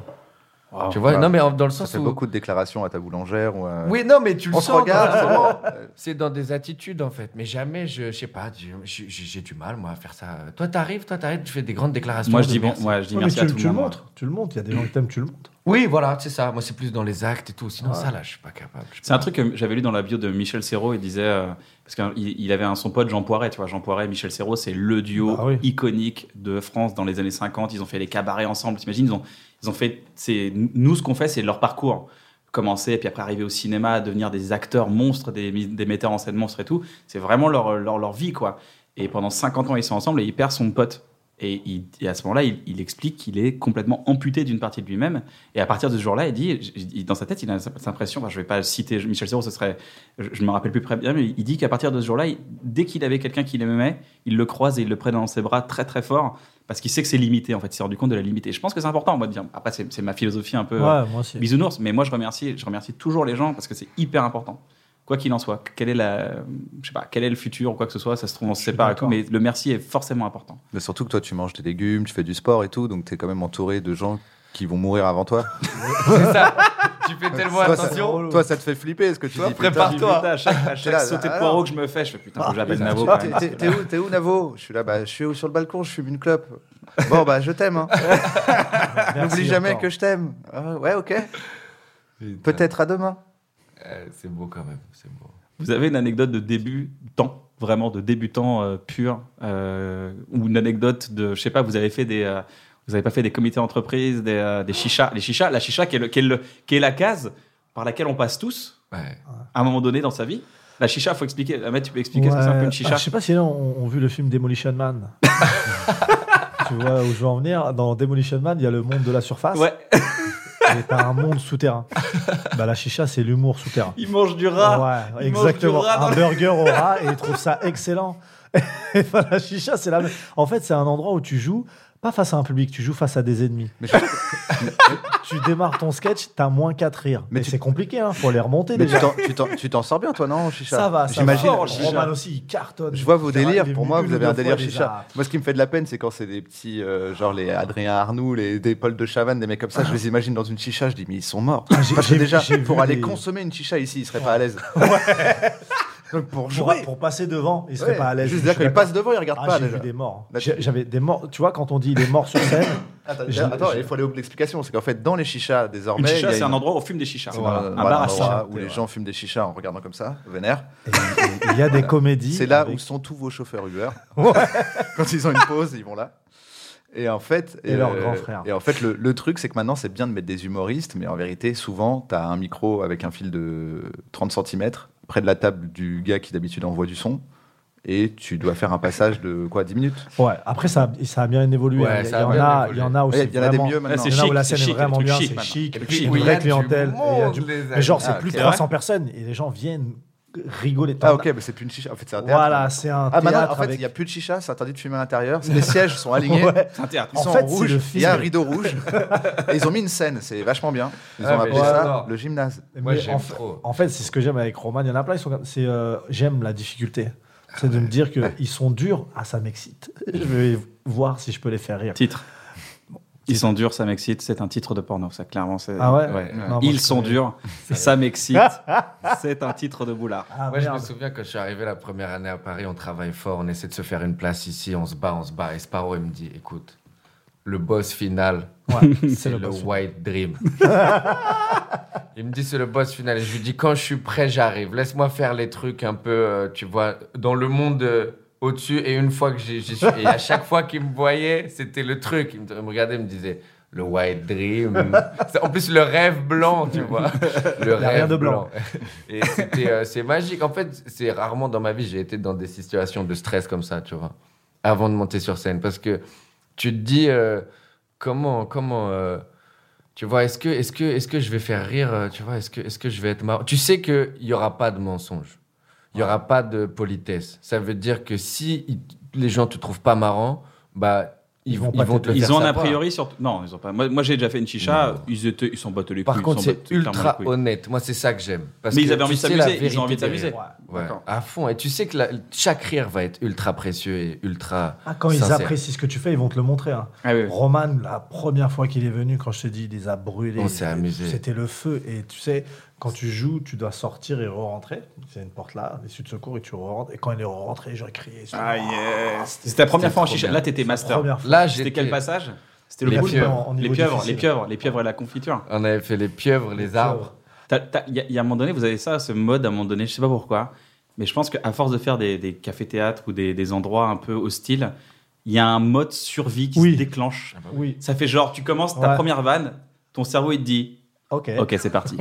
Oh, tu vois, Wow. non, mais en- dans le Ça sens fait où. beaucoup de déclarations à ta boulangère. Ou à- Oui, non, mais tu le on sens. se dans le regarde. sens- vraiment. C'est dans des attitudes en fait, mais jamais je, je sais pas, du- j'ai j'ai du mal moi à faire ça. Toi t'arrives, toi t'arrives, tu fais des grandes déclarations. Moi, je de dis bon, merci. ouais, je dis Ouais, mais merci tu, à tout tu le le monde. moi. montres, tu le montres. Il y a des gens qui t'aiment, tu le montres. Oui, voilà, c'est ça. Moi c'est plus dans les actes et tout. Sinon Ouais. ça là, je suis pas capable. Je suis C'est un pas- truc que j'avais lu dans la bio de Michel Serrault. Il disait euh, parce qu'il il avait un, son pote Jean Poiret, tu vois. Jean Poiret, et Michel Serrault, c'est le duo Bah oui. iconique de France dans les années 50. Ils ont fait les cabarets ensemble. T'imagines Ils ont ils ont fait. C'est nous ce qu'on fait, c'est leur parcours. Commencer et puis après arriver au cinéma, devenir des acteurs monstres, des, mi- des metteurs en scène monstres et tout. C'est vraiment leur, leur leur vie quoi. Et pendant 50 ans, ils sont ensemble et il perd son pote. Et, il- et à ce moment-là, il, il explique qu'il est complètement amputé d'une partie de lui-même. Et à partir de ce jour-là, il dit, j- il- dans sa tête, il a cette impression, enfin, je ne vais pas citer Michel Serrault, ce serait, je je me rappelle plus très bien, mais il dit qu'à partir de ce jour-là, il- dès qu'il avait quelqu'un qu'il aimait, il le croise et il le prenait dans ses bras très très fort, parce qu'il sait que c'est limité, en fait, il s'est rendu compte de la limite. Et je pense que c'est important, moi, de dire, après, c'est c'est ma philosophie un peu euh, moi aussi. bisounours, mais moi, je remercie, je remercie toujours les gens, parce que c'est hyper important. Quoi qu'il en soit, quel est, la, je sais pas, quel est le futur ou quoi que ce soit, ça se trouve, on se suis sépare et tout, d'accord. mais le merci est forcément important. Mais surtout que toi, tu manges des légumes, tu fais du sport et tout, donc tu es quand même entouré de gens qui vont mourir avant toi. C'est ça. tu fais tellement Toi, ça- attention. Toi, ça te fait flipper, est-ce que tu Toi, dis prépare-toi. putain, Toi. Putain, à chaque, à chaque là, sautée de alors. Ah, poireau que je me fais, je fais putain, faut que j'appelle putain, Navo quand t'es- même. T'es t'es où, t'es où Navo Je suis là, bah, je suis où sur le balcon, je fume une clope. Bon, bah, je t'aime. hein. N'oublie jamais que je t'aime. Ah, ouais, ok. Peut-être à demain. Euh, c'est beau quand même. C'est beau. Vous avez une anecdote de débutant, vraiment de débutant euh, pur, euh, ou une anecdote de, je sais pas, vous avez fait des, euh, vous avez pas fait des comités d'entreprise, des, euh, des chichas, les chichas, la chicha qui est, le- qui est le- qui est la case par laquelle on passe tous Ouais. à un moment donné dans sa vie. La chicha, faut expliquer. euh, Ahmed, tu peux expliquer ce que c'est un peu une Ouais. Ah, chicha je sais pas si là on, on a vu le film Demolition Man. tu vois où je veux en venir Dans Demolition Man, il y a le monde de la surface. Ouais, Et t'as un monde souterrain. bah, la chicha, c'est l'humour souterrain. il mange du rat. ouais, il mange exactement. du rat dans Un le- burger au rat et il trouve ça excellent. Et bah, la chicha, c'est la même. En fait, c'est un endroit où tu joues. Pas face à un public, tu joues face à des ennemis. Mais je- Tu démarres ton sketch, t'as moins 4 rires. Mais Mais tu- c'est compliqué, hein, faut les remonter Mais déjà. tu t'en- tu t'en- tu t'en sors bien, toi, non, Chicha Ça va, Oh, ça J'imagine. va. Fort, Chicha. Roman aussi, il cartonne. Je vois vos etc. Il délires. est Pour venu moi, une vous ou avez un deux fois délire déjà. chicha. Moi, ce qui me fait de la peine, c'est quand c'est des petits, euh, genre les Adrien Arnoux, les des Paul de Chavannes, des mecs comme ça. Je les imagine dans une chicha. Je dis, mais ils sont morts. Ah, j'ai- Parce que j'ai- déjà, j'ai vu pour aller des- consommer une chicha ici, ils seraient pas à l'aise. Donc pour Pour, jouer, pour passer devant, il serait ouais, pas à l'aise. Juste Je dire suis qu'ils d'accord. passent devant, ils regardent Ah, pas j'ai vu déjà. Bah, des morts. Là, J'ai- J'avais des morts. Tu vois, quand on dit il est mort sur scène, Attends, j'ai- attends, j'ai- il faut aller au bout de l'explication. C'est qu'en fait, dans les chichas Une désormais, il chicha, y a c'est une- un endroit où on fume des chichas. c'est Voilà, Un voilà, bar à un endroit chicha. où les gens fument des chichas en regardant comme ça, vénère. et- et- il y a des comédies. C'est là avec- où sont tous vos chauffeurs Uber. Ouais. Quand ils ont une pause, ils vont là. Et en fait, euh, Et leur grand frère. Et en fait, le, le truc, c'est que maintenant, c'est bien de mettre des humoristes, mais en vérité, souvent, t'as un micro avec un fil de 30 cm près de la table du gars qui d'habitude envoie du son, et tu dois faire un passage de quoi, 10 minutes Ouais, après, ça, a- ça a bien évolué. Ouais, il, y ça a en bien a, évolué. il y en a aussi. Ouais, Il y en a des Oh, vraiment- mieux Là, Il maintenant. c'est y en a chic, où la c'est scène est chic, vraiment les bien, trucs c'est chics, chic, maintenant. c'est Et une puis, vraie clientèle. et il y a du- Mais genre, c'est Ah, plus de c'est 300 personnes et les gens viennent rigoler. Ah, ok, mais c'est plus une chicha. En fait, c'est un théâtre. Voilà, c'est un Ah, maintenant, en théâtre fait, il avec- n'y a plus de chicha, c'est interdit de fumer à l'intérieur. Les sièges sont alignés. Ouais. C'est un théâtre. Ils En sont fait, en c'est rouge, le il y a un film. rideau rouge. et ils ont mis une scène, c'est vachement bien. Ils Ah, ont mais appelé ça j'adore. le gymnase. Moi, Mais j'aime en fait- trop. En fait, c'est ce que j'aime avec Roman. Il y en a plein, ils sont comme- C'est, euh, j'aime la difficulté. C'est de me dire qu'ils sont durs. Ah, ça m'excite. Je vais voir si je peux les faire rire. Titre. Ils sont durs, ça m'excite. C'est un titre de porno, ça, clairement. c'est- Ah ouais Ouais. Non, moi, je Ils sont connais. durs, ça m'excite. C'est un titre de boulard. Ah, Moi, je me merde. souviens quand je suis arrivé la première année à Paris, on travaille fort, on essaie de se faire une place ici, on se bat, on se bat. Et Sparrow, il me dit écoute, le boss final, Ouais, c'est le, boss. White Dream. il me dit c'est le boss final. Et je lui dis quand je suis prêt, j'arrive. Laisse-moi faire les trucs un peu, euh, tu vois, dans le monde euh, au-dessus. Et une fois que j'y j'y suis, et à chaque fois qu'il me voyait, c'était le truc. Il me, il me regardait, il me disait. Le white dream. C'est- en plus, le rêve blanc, tu vois. Le Il y a rêve rien de blanc. blanc. Et c'était, euh, c'est magique. En fait, c'est rarement dans ma vie j'ai été dans des situations de stress comme ça, tu vois, avant de monter sur scène, parce que tu te dis euh, comment, comment, euh, tu vois, est-ce que, est-ce que, est-ce que je vais faire rire, euh, tu vois, est-ce que, est-ce que je vais être marrant. Tu sais que il y aura pas de mensonge, il y aura pas de politesse. Ça veut dire que si ils- les gens te trouvent pas marrant, bah ils, Ils ils vont vont, pas te le Ils faire ont un a savoir. priori sur. Non, ils ont pas. Moi, moi, j'ai déjà fait une chicha. Non. Ils étaient, ils s'en battent les couilles. Par ils contre, s'en c'est battent clairement les ultra couilles. honnête. Moi, c'est ça que j'aime. Parce Mais ils que avaient tu envie de sais la s'amuser. Ils ont envie de vérité s'amuser. derrière. Ouais, D'accord. à fond. Et tu sais que la- chaque rire va être ultra précieux et ultra. Ah, quand ils sincère. apprécient ce que tu fais, ils vont te le montrer. hein. Ah oui, oui. Roman, la première fois qu'il est venu, quand je te dis, il les a brûlés. On s'est amusé. C'était le feu. Et tu sais, quand tu joues, tu dois sortir et re-rentrer. C'est une porte là, l'issue de secours, et tu re-rentres. Et quand il est re-rentré, j'ai crié. sur- Ah yes. C'était ta première C'était fois en trop chicha. bien. Là, t'étais la master. première fois. Là, C'était j'étais- quel passage C'était le Les boule. pieuvres. En Les niveau pieuvres, difficile. les pieuvres, les pieuvres et la confiture. On avait fait les pieuvres, les arbres. Il y, a- y a un moment donné, vous avez ça, ce mode, à un moment donné, je sais pas pourquoi, mais je pense qu'à force de faire des, des cafés-théâtres ou des, des endroits un peu hostiles, il y a un mode survie qui Oui. se déclenche. Oui, Ça fait genre, tu commences ta Ouais. première vanne, ton cerveau, il te dit ok. Ok, c'est parti.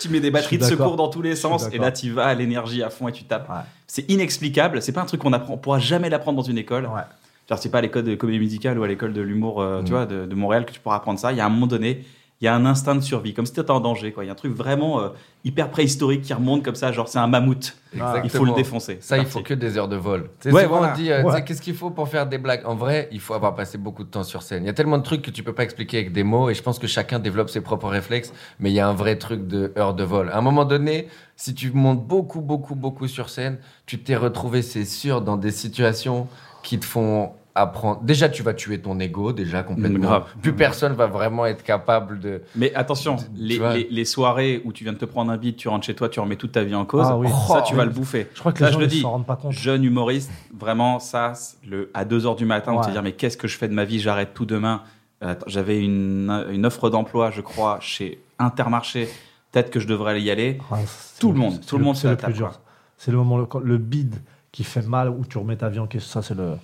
tu mets des batteries de Je suis d'accord. secours dans tous les Je suis sens et d'accord. là, tu vas à l'énergie à fond et tu tapes. Ouais. C'est inexplicable, c'est pas un truc qu'on apprend, on pourra jamais l'apprendre dans une école. Ouais. Genre, c'est pas à l'école de comédie musicale ou à l'école de l'humour, euh, tu Mm. vois, de, de Montréal que tu pourras apprendre ça. Il y a un moment donné, il y a un instinct de survie, comme si t'étais en danger, quoi. Il y a un truc vraiment euh, hyper préhistorique qui remonte comme ça, genre c'est un mammouth. Ah, Il faut le défoncer. Ça, il Parti. faut que des heures de vol. Tu sais, Ouais, souvent, voilà. on dit, euh, tu sais, Ouais. qu'est-ce qu'il faut pour faire des blagues En vrai, il faut avoir passé beaucoup de temps sur scène. Il y a tellement de trucs que tu peux pas expliquer avec des mots, et je pense que chacun développe ses propres réflexes, mais il y a un vrai truc de heures de vol. À un moment donné, si tu montes beaucoup, beaucoup, beaucoup sur scène, tu t'es retrouvé, c'est sûr, dans des situations qui te font apprendre. Déjà, tu vas tuer ton ego, déjà, complètement. Mm, grave. Plus personne va vraiment être capable de... Mais attention, Tu les, vois. les- les soirées où tu viens de te prendre un beat, tu rentres chez toi, tu remets toute ta vie en cause, Ah oui. ça, tu Oh, vas oui. le bouffer. Je crois que Ça, les gens je le ne dis. s'en rendent pas compte. Jeune humoriste, vraiment, ça, c'est le, à 2h du matin, on te Ouais. dire Mais qu'est-ce que je fais de ma vie J'arrête tout demain. Euh, attends, J'avais une, une offre d'emploi, je crois, chez Intermarché. Peut-être que je devrais y aller. Ah, c'est- Tout le monde, c'est tout le monde c'est le se la plus tape, dur. C'est le moment, le, quand- le bide qui fait mal où tu remets ta vie en question. Ça, c'est le.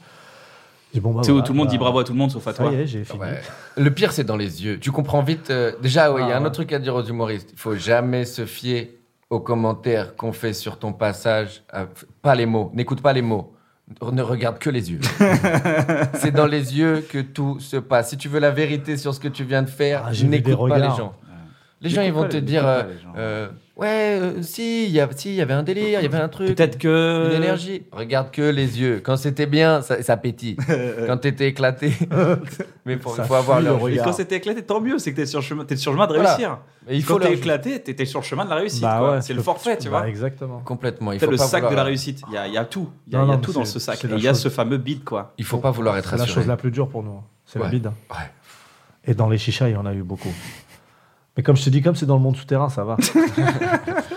Et bon, bah, Tu sais où voilà, tout le monde bah, dit bravo à tout le monde sauf à Ça toi. y est, j'ai fini. Ouais. Le pire, c'est dans les yeux. Tu comprends vite. euh, déjà, ouais, il y a Ah, un ouais. autre truc à dire aux humoristes. Il faut jamais se fier aux commentaires qu'on fait sur ton passage. à- Pas les mots, n'écoute pas les mots. Ne regarde que les yeux. c'est dans les yeux que tout se passe. Si tu veux la vérité sur ce que tu viens de faire, Ah, j'ai vu n'écoute des pas les regards. gens. Les N'écoute gens, ils pas vont les- te n'écoute dire pas euh, les gens. euh, Ouais, euh, si, il y, a- si, il y avait un délire, il y avait un truc. Peut-être que. Une énergie. Regarde que les yeux. Quand c'était bien, ça, ça pétille. Quand t'étais éclaté. Mais pour, Ça il faut avoir fuit le leur Et regard. quand c'était éclaté, tant mieux, c'est que t'es sur, le chemin- t'es sur le chemin de Voilà. réussir. Et il Quand faut t'es leur éclaté, t'es t'es sur le chemin de la réussite. Bah quoi. ouais, c'est faut le forfait, tu vois. Bah, exactement. Complètement. Il T'as faut le pas sac de la vouloir- réussite. Il y a, il y a tout. Il y a, Non, il y a non, tout mais dans c'est- ce sac. c'est Et la Il y a chose. ce fameux bide, quoi. Il faut pas vouloir être C'est la rassuré. chose la plus dure pour nous. hein. C'est Ouais. le bide. Ouais. Et dans les chichas, il y en a eu beaucoup. Mais comme je te dis, comme c'est dans le monde souterrain, ça va.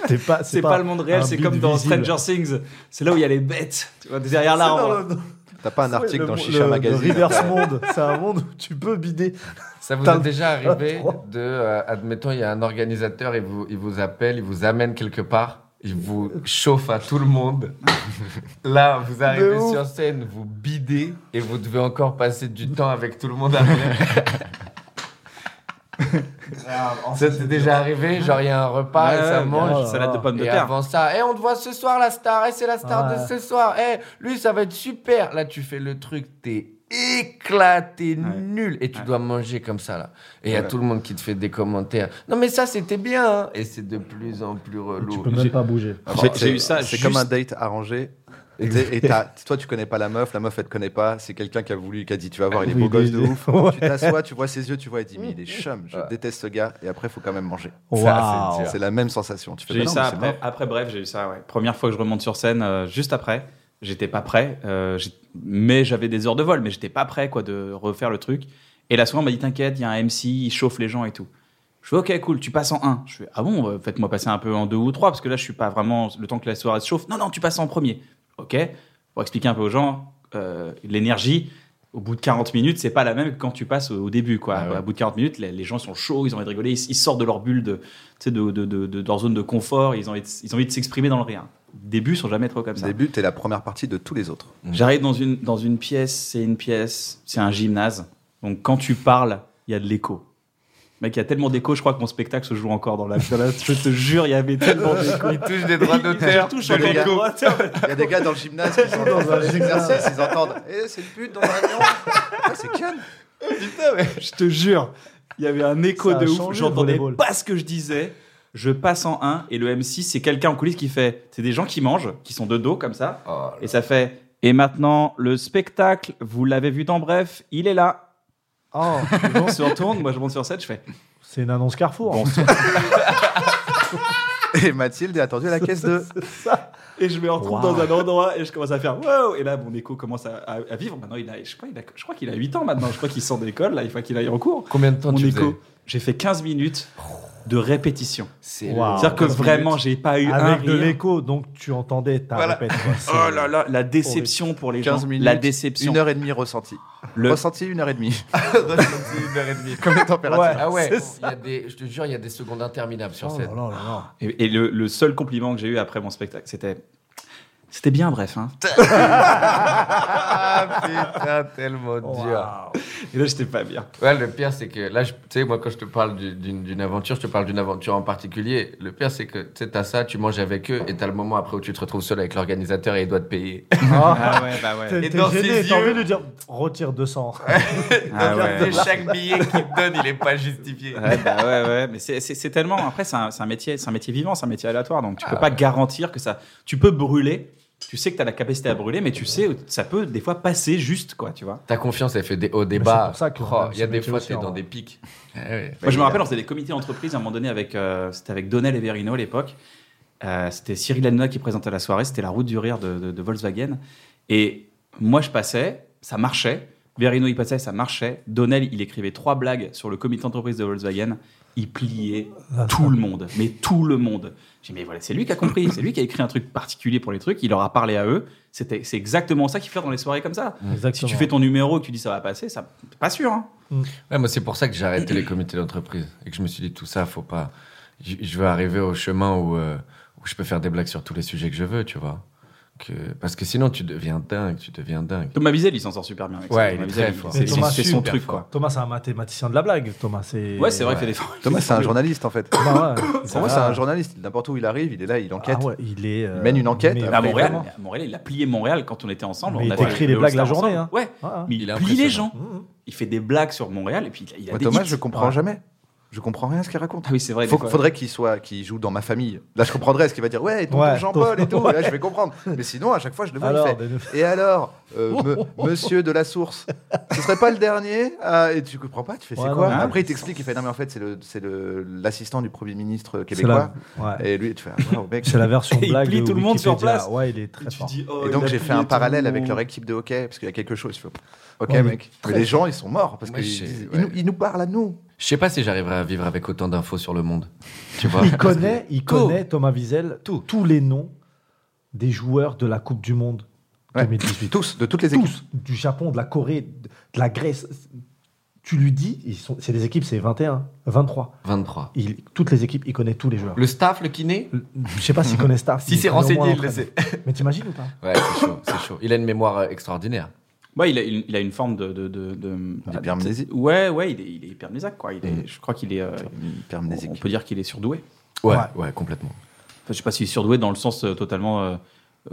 T'es pas, C'est pas, le monde réel, un c'est bide comme dans visible. Stranger Things. C'est là où il y a les bêtes. Tu vois, derrière C'est dans l'arbre. le- T'as pas un article le- dans le- Chicha le Magazine Reverse Monde, c'est un monde où tu peux bider. Ça vous Putain, est déjà arrivé trois. de, euh, admettons, il y a un organisateur, il vous, il vous appelle, il vous amène quelque part, il vous chauffe à tout le monde. Là, vous De arrivez ouf. sur scène, vous bidez et vous devez encore passer du temps avec tout le monde après. Ça t'est déjà arrivé, genre il y a un repas Ouais, et ça ouais, mange. bien, salade de pommes de Et terre. avant ça, et on te voit ce soir la star, et c'est la star Ouais. de ce soir, et lui ça va être super. Là tu fais le truc, t'es éclaté, nul, et tu dois manger comme ça là. Et il y a Ouais. tout le monde qui te fait des commentaires. Non mais ça c'était bien, hein. et c'est de plus en plus Tu relou. peux même pas bouger. J'ai- C'est- j'ai eu ça C'est juste- comme un date arrangé. Et, t'es- et t'as- toi, tu connais pas la meuf, la meuf, elle te connaît pas. C'est quelqu'un qui a voulu, qui a dit Tu vas voir, il est Oui, beau gosse de des- ouf. Ouais. Tu t'assois, tu vois ses yeux, tu vois, elle dit Mais il est chum, je Ouais. déteste ce gars. Et après, il faut quand même manger. Waouh. C'est la même sensation. Tu fais J'ai bah eu non, ça mais c'est après, mort. après bref, j'ai eu ça. Ouais. Première fois que je remonte sur scène, euh, juste après, j'étais pas prêt, euh, j'ai- mais j'avais des heures de vol, mais j'étais pas prêt quoi de refaire le truc. Et la soirée on m'a dit t'inquiète, il y a un MC, il chauffe les gens et tout. Je fais ok cool, tu passes en 1. Je fais ah bon, euh, faites-moi passer un peu en 2 ou 3 parce que là je suis pas vraiment le temps que la soirée se chauffe. Non non, tu passes en premier. Ok, pour expliquer un peu aux gens, euh, l'énergie. Au bout de 40 minutes, c'est pas la même que quand tu passes au au début. Quoi. Ah ouais. Au bout de 40 minutes, les, les gens sont chauds, ils ont envie de rigoler, ils, ils sortent de leur bulle de, tu sais, de, de, de, de- de leur zone de confort, ils ont envie de, ils ont envie de s'exprimer dans le rien. Débuts sont jamais trop comme Au ça. début, t'es la première partie de tous les autres. J'arrive dans une, dans une pièce, c'est une pièce, c'est un gymnase. Donc quand tu parles, il y a de l'écho. Mec, il y a tellement d'écho, je crois que mon spectacle se joue encore dans la. dans la- je te jure, il y avait tellement d'écho. Il touche des droits d'auteur. Tout de l'écho. l'écho. Il y a des gars dans le gymnase qui sont dans les exercices, ils entendent Eh, c'est une pute dans l'avion Ah, C'est Ken Je te jure, il y avait un écho Ça a de ouf. changé, le J'entendais volleyball. pas ce que je disais. Je passe en 1 et le M6, c'est quelqu'un en coulisses qui fait. C'est des gens qui mangent, qui sont de dos comme ça. Oh, Et ça fait. Et maintenant, le spectacle, vous l'avez vu dans Bref, il est là. Oh, On se retourne, moi je monte sur 7, je fais. c'est une annonce Carrefour. Et Mathilde est attendue à la caisse de. C'est ça. Et je me retrouve Wow. dans un endroit et je commence à faire wow Et là, mon écho commence à, à- à vivre. Maintenant, il a, je sais pas, il a- je crois qu'il a 8 ans maintenant. Je crois qu'il sort de l'école, là, il faut qu'il aille en cours. Combien de temps Mon tu écho, faisais j'ai fait 15 minutes de répétition. C'est Waouh. C'est-à-dire que 15 vraiment, Ah. minutes. j'ai pas eu un Avec de rire. l'écho, donc tu entendais ta Voilà. répète. quoi. C'est- Oh là là, la déception pour les 15 gens. minutes, la déception. Une heure et demie ressenti. Le- Ressenti, une heure et demie. Ressenti une heure et demie. Comme les températures. Ah ouais, C'est ça. il y a des, je te jure, il y a des secondes interminables sur Oh là scène. là là là. Et, et le, le seul compliment que j'ai eu après mon spectacle, c'était. C'était bien, bref. Hein. Ah putain, tellement Oh dur. Waouh. Et là, j'étais pas bien. Ouais, le pire, c'est que là, je- tu sais, moi, quand je te parle du- d'une d'une aventure, je te parle d'une aventure en particulier. Le pire, c'est que tu sais, t'as ça, tu manges avec eux, et t'as le moment après où tu te retrouves seul avec l'organisateur et il doit te payer. Ah ouais, bah ouais. T'es Et t'es dans gêné, ses t'as yeux- envie de lui dire retire 200. Ah ouais. Chaque billet qu'il te donne, il est pas justifié. Ouais, bah ouais, ouais, mais c'est- c'est c'est tellement. Après, c'est un, c'est un métier, c'est un métier vivant, c'est un métier aléatoire, donc tu peux pas garantir que ça. Tu peux brûler. Tu sais que tu as la capacité à brûler, mais tu sais, ça peut des fois passer juste, quoi, tu vois. Ta confiance, elle fait des hauts, des Mais bas. c'est pour ça que- Oh, Il y a c'est des métier fois, aussi, t'es en dans vrai. des pics. Eh ouais. Moi, je me rappelle, on faisait des comités d'entreprise à un moment donné avec, euh, c'était avec Donnel et Verino à l'époque. Euh, c'était Cyril Hanouna qui présentait la soirée, c'était la route du rire de, de- de Volkswagen. Et moi, je passais, ça marchait. Verino, il passait, ça marchait. Donnel, il écrivait trois blagues sur le comité d'entreprise de Volkswagen. Il pliait tout le monde, mais tout le monde. J'ai dit, mais voilà, c'est lui qui a compris, c'est lui qui a écrit un truc particulier pour les trucs, il leur a parlé à eux. C'était, c'est exactement ça qu'il faut faire dans les soirées comme ça. Si Exactement. tu fais ton numéro et que tu dis ça va passer, ça, pas sûr. hein. Ouais, moi, c'est pour ça que j'ai arrêté les comités d'entreprise et que je me suis dit tout ça, faut pas. Je je veux arriver au chemin où, euh, où je peux faire des blagues sur tous les sujets que je veux, tu vois. Que- que... Parce que sinon, tu deviens dingue, tu deviens dingue. Thomas Wiesel, il s'en sort super bien avec Ouais, ça. il Thomas est Wiesel, très fort. C'est Mais Thomas, c'est son super truc, fort. quoi. Thomas, c'est un mathématicien de la blague. Thomas, c'est. Ouais, c'est vrai Ouais. qu'il y a des fois- Thomas, c'est un journaliste en fait. Pour Bah ouais. moi, c'est Ah. un journaliste. N'importe où il arrive, il est là, il enquête. Ah ouais, il est. euh, mène une enquête. mais Mais à Mais Montréal, vraiment. à Montréal, il a plié Montréal quand on était ensemble. Mais on il a fait t'écrit le les blagues la All-Star journée, ensemble. Ouais, Ouais, hein. mais il, Il est plie les gens. impressionnant. Mhm. Il fait des blagues sur Montréal et puis il a, il a Moi, des Thomas, hits. je comprends Ouais. jamais. Je comprends rien à ce qu'il raconte. Ah oui, c'est vrai. des Faut- fois. faudrait qu'il soit, qu'il joue dans ma famille. Là, je comprendrais ce qu'il va dire. Ouais, ton Ouais, Jean-Paul et tout. ton- Là, je vais comprendre. Mais sinon, à chaque fois, je le vois. il Alors, fait, des- Et alors, euh, me- monsieur de la source, ce serait pas le dernier à- Et tu comprends pas Tu fais c'est Ouais, quoi non, mais- Après, il t'explique. Il fait non, mais en fait, c'est le, c'est le- l'assistant du premier ministre c'est la, québécois. ouais. Et lui, tu fais ah, waouh, mec. C'est la version Et il blague. plie de tout le monde sur Wikipédia. place. Ouais, il est très Et tu fort. dis, oh, Et il donc a j'ai plié fait un tout parallèle le avec monde. leur équipe de hockey parce qu'il y a quelque chose. Je fais, ok Ouais, mais mec, mais les gens ils sont morts parce Moi, je sais, qu'ils ils ouais. nous, ils nous parlent à nous. Je sais pas si j'arriverai à vivre avec autant d'infos sur le monde. Tu vois Il connaît, il Tout. connaît Thomas Wiesel tous les noms des joueurs de la Coupe du Monde Ouais. 2018. Tous, de toutes les équipes. Tous, du Japon, de la Corée, de de la Grèce. Tu lui dis, ils sont, c'est des équipes, c'est 21, 23. 23. Il, toutes les équipes, il connaît tous les joueurs. Le staff, le kiné Le- Je sais pas s'il connaît Star. Si c'est renseigné, il le sait. Mais t'imagines ou pas Ouais, c'est chaud, c'est chaud. Il a une mémoire euh, extraordinaire. Ouais, il a une, il a une forme de. de, de, de- Il est hypermnésique. Ouais, ouais, il est, il est hypermnésiaque, quoi. Il est, Mm. Je crois qu'il est. euh, Hypermnésique. on peut dire qu'il est surdoué. Ouais, Ouais. ouais, complètement. Enfin, je sais pas s'il est surdoué dans le sens euh, totalement euh,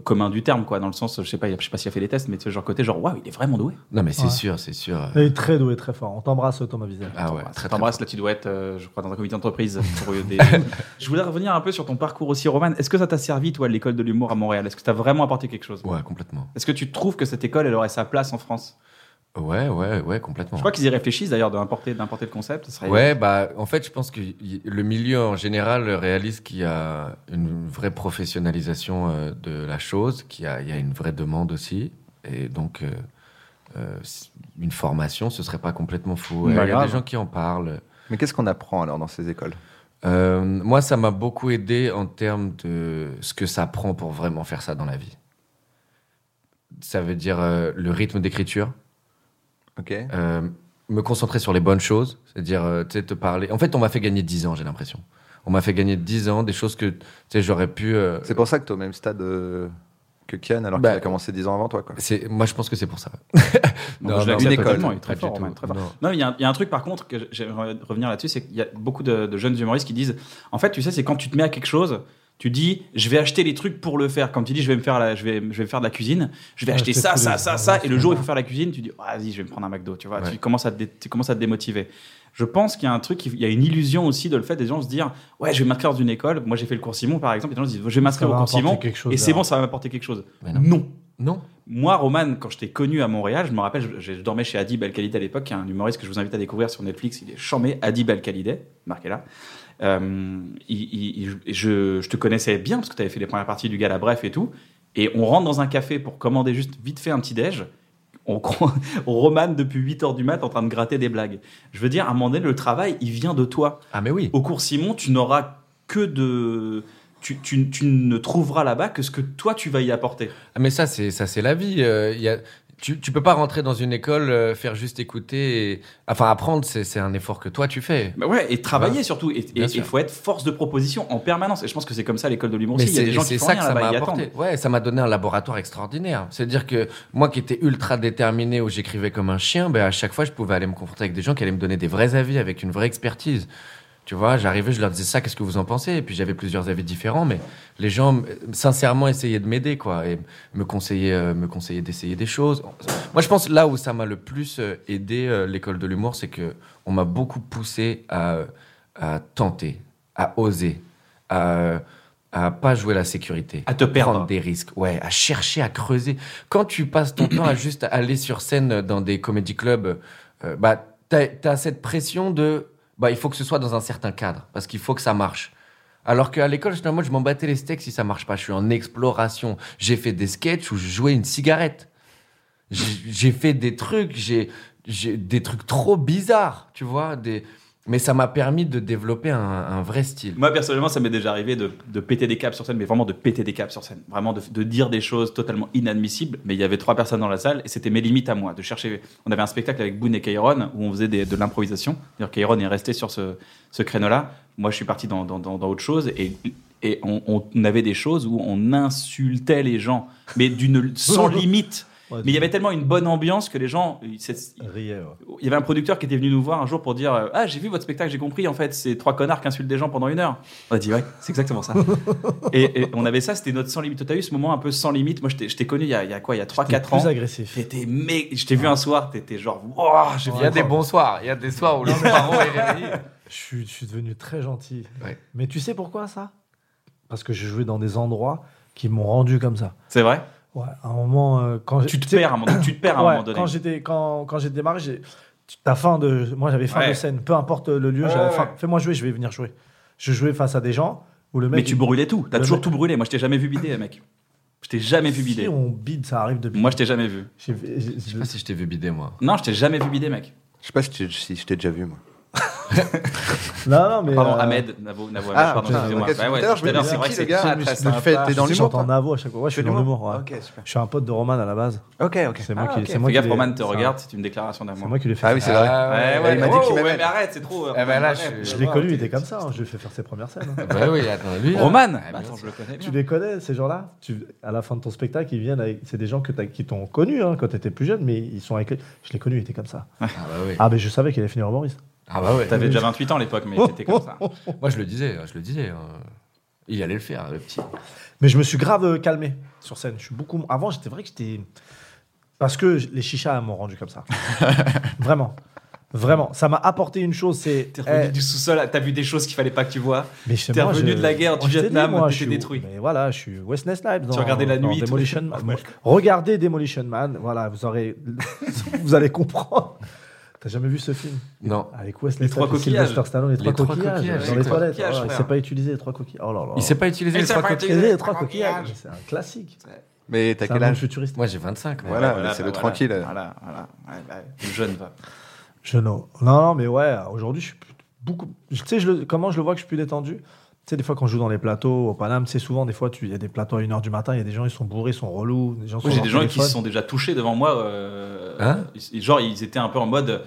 commun du terme, quoi. Dans le sens, je sais pas, il a- je sais pas s'il a fait des tests, mais tu sais, genre côté, genre, waouh, il est vraiment doué. Non, mais c'est Ouais. Euh, sûr, c'est sûr. Il est très doué, très fort. On t'embrasse, Thomas Wiesel. Ah ouais, Voilà, très, très t'embrasses, fort. là, tu dois être, euh, je crois, dans un comité d'entreprise. pour des- je voulais revenir un peu sur ton parcours aussi, Roman. Est-ce que ça t'a servi, toi, l'école de l'humour à Montréal Est-ce que t'as vraiment apporté quelque chose Ouais, complètement. Est-ce que tu trouves que cette école, elle aurait sa place en France Ouais, ouais, ouais, complètement. Je crois qu'ils y réfléchissent d'ailleurs d'importer, d'importer le concept. Ce serait- Ouais, bah, en fait, je pense que y- le milieu en général réalise qu'il y a une vraie professionnalisation euh, de la chose, qu'il y a, il y a une vraie demande aussi. Et donc, euh, euh, s- une formation, ce serait pas complètement fou. Bah, Euh, Il y a grave. des gens qui en parlent. Mais qu'est-ce qu'on apprend alors dans ces écoles Euh, moi, ça m'a beaucoup aidé en termes de ce que ça prend pour vraiment faire ça dans la vie. Ça veut dire euh, le rythme d'écriture, Ok. euh, me concentrer sur les bonnes choses, c'est-à-dire euh, tu sais, te parler. En fait, on m'a fait gagner 10 ans, j'ai l'impression. On m'a fait gagner 10 ans, des choses que tu sais, j'aurais pu. euh, C'est pour ça que t'es au même stade euh, que Kian alors Bah, qu'il a commencé 10 ans avant toi quoi. c'est- moi, je pense que c'est pour ça. Donc, Non, je non, l'accepte une école. totalement, il est très Pas du fort, tout, Roman, très fort. non. Non, mais il y, a un- il y a un truc par contre que j'aimerais revenir là-dessus, c'est qu'il y a beaucoup de, de jeunes humoristes qui disent, en fait, tu sais, c'est quand tu te mets à quelque chose, tu dis, je vais acheter les trucs pour le faire. Comme tu dis, je vais me faire, la, je vais, je vais me faire de la cuisine, je vais Ouais, acheter je te ça, fous ça, les- ça, ouais, ça, je et le te jour où il vois. faut faire la cuisine, tu dis, ah, vas-y, je vais me prendre un McDo, tu vois. Ouais. Tu commences à te, dé- tu commences à te démotiver. Je pense qu'il y a un truc, il y a une illusion aussi de le fait des gens se dire, ouais, je vais m'inscrire dans une école. Moi, j'ai fait le cours Simon, par exemple, et les gens se disent, je vais Ça m'inscrire au va cours apporter Simon, quelque chose, et c'est là. bon, ça va m'apporter quelque chose. Mais non. Non. Non. Moi, Roman, quand je t'ai connu à Montréal, je me rappelle, je, je dormais chez Adib al Khalid à l'époque, qui est un humoriste que je vous invite à découvrir sur Netflix. Il est chambé, Adib al Khalid, marquez là. Euh, je, je te connaissais bien parce que tu avais fait les premières parties du gala Bref et tout. Et on rentre dans un café pour commander juste vite fait un petit déj. On croit Roman depuis 8 heures du mat en train de gratter des blagues. Je veux dire, à un moment donné, le travail, il vient de toi. Ah, mais oui. Au cours Simon, tu n'auras que de. Tu, tu- tu ne trouveras là-bas que ce que toi, tu vas y apporter. Ah, mais ça, c'est ça, c'est la vie. Euh, il y a- tu, tu peux pas rentrer dans une école, euh, faire juste écouter. et- Enfin, apprendre, c'est c'est un effort que toi tu fais. Bah ouais, et travailler Ouais. surtout. Et Bien il sûr. faut être force de proposition en permanence. Et je pense que c'est comme ça l'école de l'humour aussi. Il y a c'est- des gens c'est qui font ça rien que ça m'a là-bas, ils apporté. attendent. Ouais, ça m'a donné un laboratoire extraordinaire. C'est-à-dire que moi qui étais ultra déterminé où j'écrivais comme un chien, ben à chaque fois je pouvais aller me confronter avec des gens qui allaient me donner des vrais avis avec une vraie expertise. Tu vois, j'arrivais, je leur disais ça, qu'est-ce que vous en pensez Et puis j'avais plusieurs avis différents, mais les gens, euh, sincèrement, essayaient de m'aider, quoi, et me conseillaient, euh, me conseillaient d'essayer des choses. Moi, je pense là où ça m'a le plus euh, aidé euh, l'école de l'humour, c'est que on m'a beaucoup poussé à, à tenter, à oser, à, à pas jouer la sécurité, À te perdre. prendre des risques, ouais, à chercher, à creuser. Quand tu passes ton temps à juste aller sur scène dans des comedy clubs, euh, bah t'as as cette pression de bah il faut que ce soit dans un certain cadre parce qu'il faut que ça marche. Alors qu'à l'école, j'étais en mode, je m'en battais les steaks si ça marche pas. Je suis en exploration. J'ai fait des sketchs où je jouais une cigarette. J'ai j'ai fait des trucs, j'ai j'ai des trucs trop bizarres, tu vois. Des... Mais ça m'a permis de développer un, un vrai style. Moi, personnellement, ça m'est déjà arrivé de, de péter des câbles sur scène, mais vraiment de péter des câbles sur scène. Vraiment de, de dire des choses totalement inadmissibles. Mais il y avait trois personnes dans la salle et c'était mes limites à moi. De chercher. On avait un spectacle avec Boone et Kairon où on faisait des- de l'improvisation. D'ailleurs, Kairon est resté sur ce, ce créneau-là. Moi, je suis parti dans, dans, dans- dans autre chose et. Et on, on avait des choses où on insultait les gens, mais d'une sans limite. Mais il y avait tellement une bonne ambiance que les gens, c'est- Riait, ouais. il y avait un producteur qui était venu nous voir un jour pour dire euh, Ah, j'ai vu votre spectacle, j'ai compris, en fait, c'est trois connards qui insultent des gens pendant une heure. On a dit Ouais, c'est exactement ça. et, et on avait ça, c'était notre sans limite. T'as eu ce moment un peu sans limite Moi, je t'ai- je t'ai connu il y a, il y a quoi Il y a T'es 3-4 plus ans. agressif. T'étais mec. Je t'ai vu un soir, t'étais genre Wouah, j'ai Il vu y a des bons soirs, il y a des soirs où le paro est réveillé. Je suis, je suis devenu très gentil. Ouais. Mais tu sais pourquoi ça Parce que j'ai joué dans des endroits qui m'ont rendu comme ça. C'est vrai Ouais, à un moment, euh, quand j'ai- Tu te sais- perds à un moment, tu te perds à un Ouais, moment donné. Quand j'étais quand, quand j'ai démarré, j'ai tu- t'as faim de moi j'avais faim Ouais. de scène, peu importe le lieu, Ouais, ouais. j'avais faim. Fais-moi jouer, je vais venir jouer. Je jouais face à des gens où le mec Mais tu brûlais tout. T'as Le toujours mec- tout brûlé. Moi, je t'ai jamais vu bider, mec. Je t'ai jamais vu Si bider. on bide, ça arrive depuis. Moi, je t'ai jamais vu. J'ai- j'ai- Je sais pas Ah, si je t'ai vu bider, moi. Non, je t'ai jamais vu bider, mec. Je sais pas si, tu- si je t'ai déjà vu, moi. Non, non, mais Pardon, euh, Ahmed, Navo, Navo, Ah, pardon, putain, excusez-moi. Bah ok, tout Ouais, ouais, à l'heure, je tout me à l'heure, disais, c'est vrai qui, que le c'est- gars c'est- Ah, c'est- très le sympa. fait- T'es dans je l'humour, chante en toi avo à chaque fois. Ouais, je suis dans l'humour. ouais. Ok, super. Je suis un pote de Roman à la base. Ok, ok. C'est moi Ah, qui ok. c'est moi Fais qui gaffe, l'ai- Roman te c'est un- regarde, c'est une déclaration d'amour. C'est moi qui l'ai fait. Ah oui, c'est vrai. Ouais, ouais, il m'a dit oh, qu'il ouais, m'aimait. mais arrête, c'est trop. euh, Eh ben là, Arrête. je- Je l'ai connu, il était comme ça. hein, Je lui ai fait faire ses premières scènes. hein. Bah oui, attends, lui. là. Roman Ah, bien Eh ben, Attends, je le connais Tu bien. les connais, ces gens-là tu, À la fin de ton spectacle, ils viennent avec. C'est des gens que t'as- qui t'ont connu hein, quand t'étais plus jeune, mais ils sont avec. Je l'ai connu, il était comme ça. Ah bah oui. Ah, mais je savais qu'il allait finir humoriste. Ah bah oui. T'avais déjà 28 ans à l'époque, mais t'étais comme ça. Moi, je le disais, je le disais. hein. Il allait le faire, le petit. Mais je me suis grave euh, calmé sur scène. Je suis beaucoup. mo- Avant, j'étais vrai que j'étais. Parce que j- les chichas m'ont rendu comme ça. Vraiment. Vraiment. Ça m'a apporté une chose, c'est. T'es revenu Eh, du sous-sol, t'as vu des choses qu'il fallait pas que tu vois. mais chez t'es moi, revenu je- de la guerre du moi, je t'ai dit, Vietnam, moi, t'es je suis- détruit. Mais voilà, je suis Wesley Snipes. Dans, regardais la dans nuit, tout- Demolition Man. Regardez Demolition Man. Voilà, vous aurez. vous allez comprendre. T'as jamais vu ce film Non. Avec Wesley Les trois Snipes et coquillages. Sylvester Stallone, les trois trois coquillages, coquillages, dans les les trois toilettes. coquillages, Oh, il frère. s'est pas utilisé les trois coquillages. Oh là là. Il s'est pas utilisé Et les ça trois va côtés. utiliser Les les trois trois coquillages. coquillages. C'est un classique. Mais t'as C'est un quel monde âge futuriste. Moi, j'ai 25. moi. Ouais, Voilà, c'est bah, voilà. le tranquille. Voilà, voilà. Ouais, bah, le jeune va. Je non. Non, non, mais ouais, aujourd'hui, je suis plus- beaucoup. je- Tu sais, je le- comment je le vois que je suis plus détendu Tu sais, des fois, quand je joue dans les plateaux, au Paname, c'est souvent, des fois, tu- il y a des plateaux à 1h du matin, il y a des gens, ils sont bourrés, ils sont relous. Des gens sont Moi, j'ai sur des leur gens qui se téléphone. sont déjà touchés devant moi. euh, Hein ils- genre, ils étaient un peu en mode.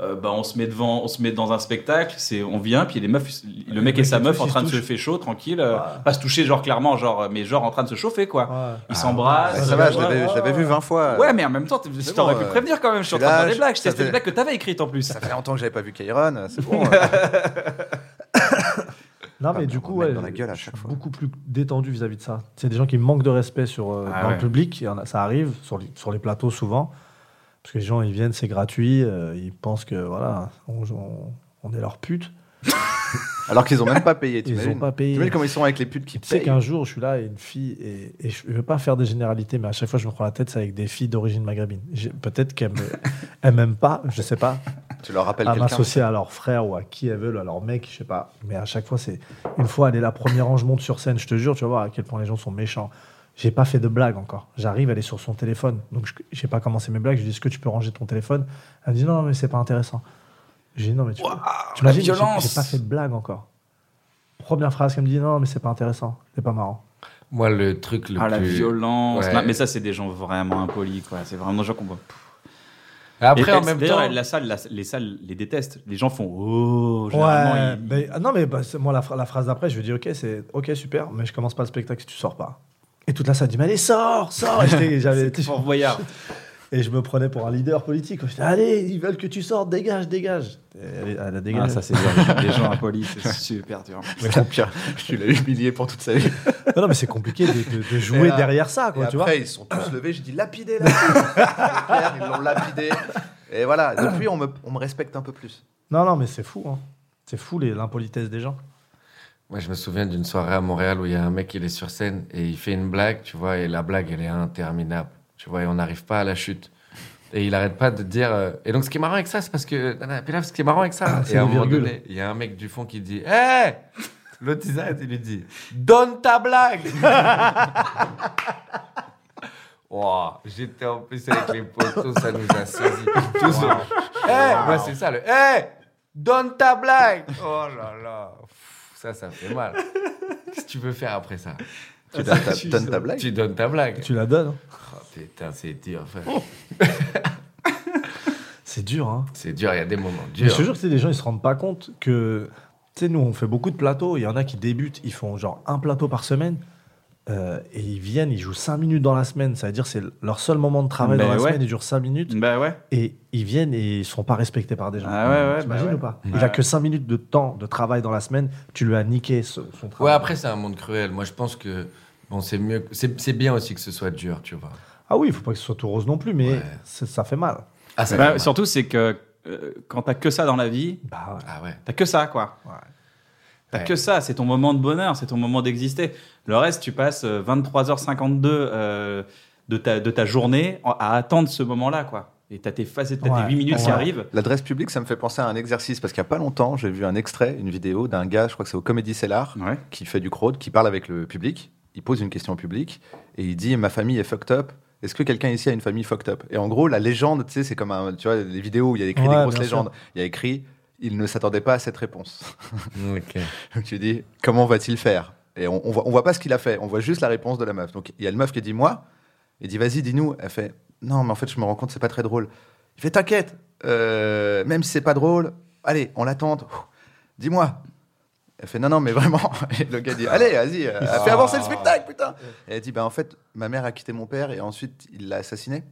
euh, bah, on se met devant, on se met dans un spectacle, c'est on vient puis les meufs, le mec et mec sa et meuf tout, en ils train de se se touchent. faire chaud tranquille, euh, Ouais. pas se toucher genre clairement genre mais genre en train de se chauffer quoi. Ah, Ouais. Ils s'embrassent. Ouais, Ah, ça va, ils- je l'avais je l'avais vu 20 fois. Ouais, mais en même temps, t- c'est t'aurais bon, pu euh, prévenir quand même. Je suis en là, train de faire des je- blagues. ça C'était des fait- blagues que t'avais écrites en plus. Ça fait longtemps que j'avais pas vu Kairon, c'est bon. Non, Ah, mais Ah, du on coup, met ouais, dans la gueule à je suis chaque fois. beaucoup plus détendu vis-à-vis de ça. C'est des gens qui manquent de respect sur, euh, Ah dans ouais. le public. Il y en a- ça arrive sur les, sur les plateaux souvent. Parce que les gens, ils viennent, c'est gratuit. euh, ils pensent que, voilà, on, on- on est leur pute. Alors qu'ils ont même pas payé, Ils ont t'imagines pas payé. T'imagines comment ils sont avec les putes qui Tu sais payent qu'un jour, je suis là et une fille, et, et je ne veux pas faire des généralités, mais à chaque fois, je me prends la tête, c'est avec des filles d'origine maghrébine. J'ai- Peut-être qu'elles me- elles m'aiment pas, je sais pas, Tu leur rappelles à quelqu'un m'associer à leur frère ou à qui elles veulent, à leur mec, je sais pas. Mais à chaque fois, c'est. Une fois, elle est la première rang, je monte sur scène, je te jure, tu vas voir à quel point les gens sont méchants. J'ai pas fait de blague encore. J'arrive, elle est sur son téléphone. Donc, je- j'ai pas commencé mes blagues. Je lui dis, est-ce que tu peux ranger ton téléphone Elle me dit, non, non, mais c'est pas intéressant. J'ai dit, non, mais tu. Tu la imagines, j'ai- violence. J'ai pas fait de blague encore. Première phrase qu'elle me dit, non, mais c'est pas intéressant, c'est pas marrant. Moi, le truc le Ah, la plus. violence. Ouais. Non, mais ça, c'est des gens vraiment impolis, quoi. C'est vraiment des gens qu'on voit. Après, Et- en et- même d'ailleurs, temps. la salle, la- les salles les détestent. Les gens font oh. Généralement, ouais, ils- mais- ah, non, mais bah, c'est- moi, la, phra- la phrase d'après, je lui dis, ok, c'est ok, super, mais je commence pas le spectacle si tu sors pas. Et toute la salle dit, mais allez, sors, sors. Et, j'étais- j'avais- C'est fort voyard. et je me prenais pour un leader politique. Je dis, allez, ils veulent que tu sortes, dégage, dégage. Et elle, elle a Ah, dégagé. ça, c'est dur. Les gens impolis, c'est super dur. Tu l'as humilié pour toute sa vie. non, non, mais c'est compliqué de, de- de jouer là- derrière ça, Et quoi, tu vois. après, ils sont tous levés, je dis lapidé, là. Ils l'ont lapidé. Et voilà, depuis, on me, on me respecte un peu plus. Non, non, mais c'est fou, hein. C'est fou les- l'impolitesse des gens. Moi, je me souviens d'une soirée à Montréal où il y a un mec, il est sur scène et il fait une blague, tu vois, et la blague, elle est interminable. Tu vois, et on n'arrive pas à la chute. Et il n'arrête pas de dire. euh, Et donc, ce qui est marrant avec ça, c'est parce que. nanana, Pilaf, ce qui est marrant avec ça, c'est et à un les moment virgules. donné, il y a un mec du fond qui dit Hé L'autre, il s'arrête, il lui dit Donne ta blague Wow, j'étais en plus avec les potos, ça nous a saisi. Tous, Hé Moi, c'est ça, le Hé Donne ta blague Oh là là Pff, Ça, ça fait mal. Qu'est-ce que tu veux faire après ça Ah, Tu donnes ta, donnes ta blague Tu donnes ta blague. Tu Oh. la donnes. hein. Oh, putain, c'est dur, frère. C'est dur, hein. C'est dur, il y a des moments Mais durs. je te jure que tu sais, les gens, ils se rendent pas compte que. Tu sais, nous, on fait beaucoup de plateaux. Il y en a qui débutent, ils font genre un plateau par semaine. euh, et ils viennent, ils jouent 5 minutes dans la semaine. Ça veut dire c'est leur seul moment de travail Mais dans la ouais. semaine. Ils durent 5 minutes. Bah ouais. Et ils viennent et ils sont pas respectés par des gens. Ah ouais, ouais, T'imagines bah ouais. ou pas Ouais. Il a que 5 minutes de temps de travail dans la semaine. Tu lui as niqué ce- son Ouais, travail. après, c'est un monde cruel. Moi, je pense que bon, c'est mieux, c'est c'est bien aussi que ce soit dur, tu vois. Ah oui, il faut pas que ce soit tout rose non plus, mais Ouais. c'est- ça fait mal. Ah, ça Bah, fait mal. surtout, c'est que euh, quand t'as que ça dans la vie, Bah ouais. Ah ouais. t'as que ça, quoi. Ouais. T'as Ouais. que ça, c'est ton moment de bonheur, c'est ton moment d'exister. Le reste, tu passes euh, 23h52 euh, de, ta, de ta journée en- à attendre ce moment-là, quoi. Et t'as tes phases, t'as Ouais. tes 8 minutes qui Ouais. arrivent. L'adresse publique, ça me fait penser à un exercice parce qu'il n'y a pas longtemps, j'ai vu un extrait, une vidéo d'un gars, je crois que c'est au Comédie Cellar, Ouais. qui fait du crowd, qui parle avec le public. Il pose une question au public et il dit Ma famille est fucked up. Est-ce que quelqu'un ici a une famille fucked up Et en gros, la légende, tu sais, c'est comme un, tu vois, les vidéos où il y a écrit Ouais, des grosses bien sûr. légendes. Il y a écrit Il ne s'attendait pas à cette réponse. Ok. Donc tu dis Comment va-t-il faire Et on, on voit, on voit pas ce qu'il a fait, on voit juste la réponse de la meuf. Donc il y a le meuf qui dit Moi, il dit Vas-y, dis-nous. Elle fait Non, mais en fait, je me rends compte, c'est pas très drôle. Il fait T'inquiète, euh, même si c'est pas drôle, allez, on l'attend. Dis-moi. Elle fait non, non, mais vraiment. Et le gars dit Allez, vas-y, euh, fais avancer le spectacle, putain. Et elle dit Bah, en fait, ma mère a quitté mon père et ensuite il l'a assassiné.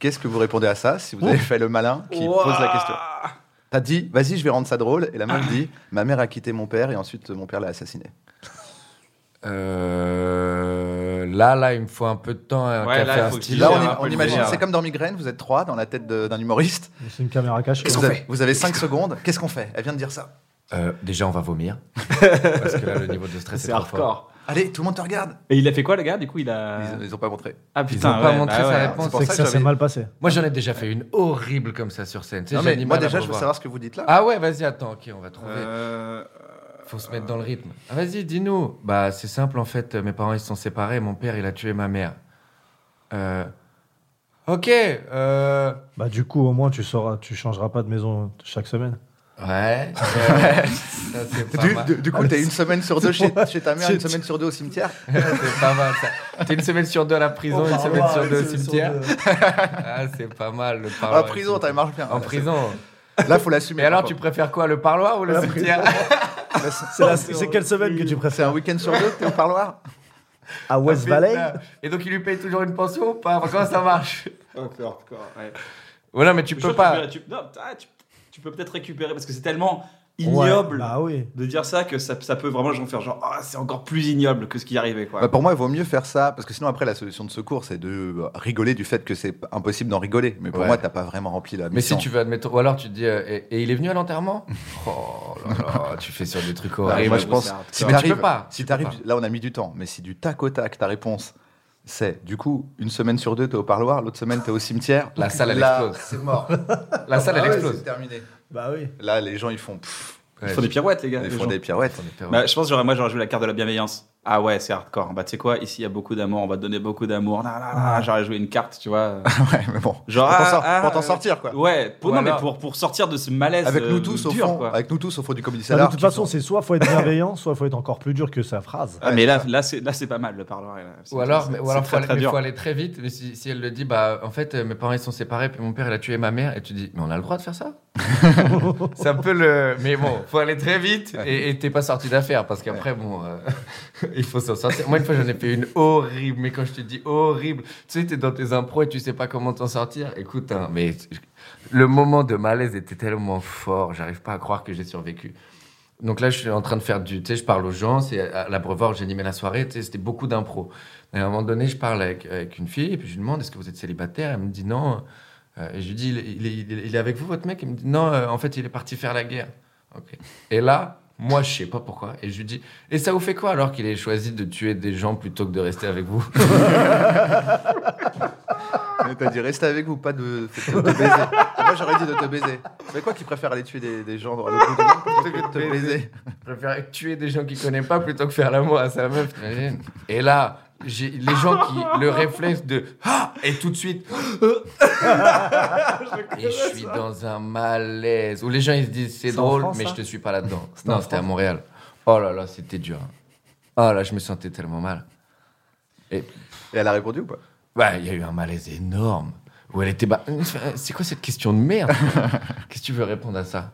Qu'est-ce que vous répondez à ça si vous avez fait le malin qui pose la question T'as dit Vas-y, je vais rendre ça drôle. Et la meuf dit Ma mère a quitté mon père et ensuite mon père l'a assassiné. Euh, là, là, il me faut un peu de temps hein, à un Ouais, café, là, il un faut que tu stylo. Là, un on, peu on le imagine, pouvoir. c'est comme dans Migraine, vous êtes trois dans la tête de- d'un humoriste. C'est une caméra cachée. vous, avez, vous avez 5 secondes, qu'est-ce qu'on fait Elle vient de dire ça. Euh, déjà, on va vomir. Parce que là, le niveau de stress est, C'est trop fort. hardcore. Allez, tout le monde te regarde. Et il a fait quoi, le gars Du coup, il a. Euh, Ils, ils ont pas montré. Ah putain, ont pas ouais, montré bah sa ouais. réponse. C'est C'est pour pour ça ça que que ça s'est j'avais- mal passé. Moi, j'en ai déjà fait une horrible comme ça sur scène. Tu sais, Non, j'ai mais du moi mal à déjà, je veux revoir. savoir ce que vous dites là. Ah ouais, vas-y, attends, ok, on va trouver. Euh, Faut se mettre dans le rythme. Ah, vas-y, dis-nous. Bah, c'est simple, en fait. Mes parents, ils se sont séparés. Mon père, il a tué ma mère. Euh... Ok. Euh... Bah du coup, au moins, tu sauras, tu changeras pas de maison chaque semaine. Ouais. euh, ça, c'est pas du, mal. du- du coup, t'es une semaine sur deux chez, chez ta mère, C'est- une semaine sur deux au cimetière. c'est pas mal, ça. T'es une semaine sur deux à la prison, une semaine sur deux au cimetière. Ah, c'est pas mal, le En parloir. prison, t'as marche bien. En prison. Là, faut l'assumer. Mais alors, par tu préfères quoi, le parloir ou le cimetière contre. C'est la- c'est quelle semaine que tu Ah, C'est préfères un week-end sur deux, t'es au parloir À West Valley Et donc, il lui paye toujours une pension ou pas Enfin, Comment ça marche ouais. Voilà, mais Je tu peux trouve pas. que Tu, non, ah, tu- tu peux peut-être récupérer parce que c'est tellement ignoble Ouais, Bah oui. de dire ça que ça, ça peut vraiment genre, faire genre Ah, c'est encore plus ignoble que ce qui arrivait quoi. Bah, Pour moi, il vaut mieux faire ça, parce que sinon, après, la solution de secours, c'est de rigoler du fait que c'est impossible d'en rigoler. Mais pour Ouais. moi, t'as pas vraiment rempli la Mais mission. si tu veux admettre, ou alors tu te dis, euh, et, et il est venu à l'enterrement Oh là là, tu fais sur des trucs Bah, horribles. moi, je pense, c'est si Mais tu t'arrives, peux pas, si tu peux t'arrives- là on a mis du temps, mais si du tac au tac ta réponse, c'est du coup une semaine sur deux t'es au parloir, l'autre semaine t'es au cimetière, La salle, elle là, explose. c'est mort, La salle, Ah elle ouais, explose. c'est terminé. Bah oui. Là les gens ils font, pff, Ils font des pirouettes les gars. ils les font gens. des pirouettes. Bah, je pense que j'aurais- moi j'aurais joué la carte de la bienveillance. Ah ouais c'est hardcore. Bah tu sais quoi ici il y a beaucoup d'amour on va te donner beaucoup d'amour. Là, là, là, J'aurais joué une carte tu vois. ouais, mais bon, Genre, pour t'en ah, sor- ah, pour t'en euh, sortir quoi. ouais pour, non, Voilà. mais pour, pour sortir de ce malaise Avec nous euh, tous au dur, fond, quoi. avec nous tous au fond du comédie Bah, salarié. de toute façon, c'est soit faut être bienveillant, soit faut être encore plus dur que sa phrase. Ah, mais là là c'est là c'est pas mal le parloir. là. C'est- Ou alors, c'est- mais, ou c'est alors très, faut, très aller, mais dur. faut aller très vite. Mais si, si elle le dit, bah en fait, euh, mes parents ils sont séparés, puis mon père il a tué ma mère, et tu dis, mais on a le droit de faire ça C'est un peu le. Mais bon, faut aller très vite, et et t'es pas sorti d'affaire, parce qu'après, bon, euh, il faut s'en sortir. Moi, une fois, j'en ai fait une horrible, mais quand je te dis horrible, tu sais, t'es dans tes impros et tu sais pas comment t'en sortir. Écoute, hein, mais le moment de malaise était tellement fort, j'arrive pas à croire que j'ai survécu. Donc là, je suis en train de faire du. Tu sais, je parle aux gens, c'est à l'abreuvoir, j'animais la soirée, tu sais, c'était beaucoup d'impro. Et à un moment donné, je parle avec, avec une fille, et puis je lui demande est-ce que vous êtes célibataire Elle me dit non. Euh, et je lui dis il, est- il est- il est- il est avec vous, votre mec Elle me dit non, euh, en fait, il est parti faire la guerre. Ok. Et là, moi, je sais pas pourquoi. Et je lui dis et ça vous fait quoi alors qu'il ait choisi de tuer des gens plutôt que de rester avec vous Mais T'as dit restez avec vous, pas de, de te baiser. Moi j'aurais dit de te baiser. Mais quoi qu'ils préfèrent aller tuer des, des gens dans le bout du monde plutôt que de te baiser Je préfère tuer des gens qui connaissent pas plutôt que faire l'amour à sa meuf, t'imagines Et là, j'ai les gens qui le réflexe de ah et tout de suite et je suis dans un malaise où les gens ils se disent c'est C'est en drôle France, mais ça je te suis pas là-dedans. C'était en Non, c'était à France. Montréal. Oh là là, c'était dur. hein. Oh là, je me sentais tellement mal. Et Et elle a répondu ou pas ouais, il y a eu un malaise énorme où elle était bah c'est quoi cette question de merde Qu'est-ce que tu veux répondre à ça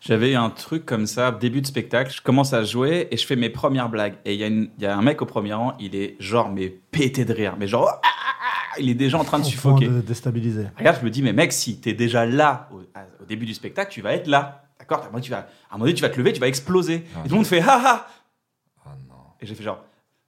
J'avais un truc comme ça, début de spectacle, je commence à jouer et je fais mes premières blagues. Et il y, a une- il y a un mec au premier rang, il est genre, mais pété de rire, mais genre, ah, ah, ah, il est déjà en train de suffoquer. de déstabiliser. Regarde, je me dis, mais mec, si t'es déjà là au, à- au début du spectacle, tu vas être là. D'accord À un moment, tu vas, à un moment donné, tu vas te lever, tu vas exploser. Ah, et tout le monde fait, ah ah Oh non. Et j'ai fait genre,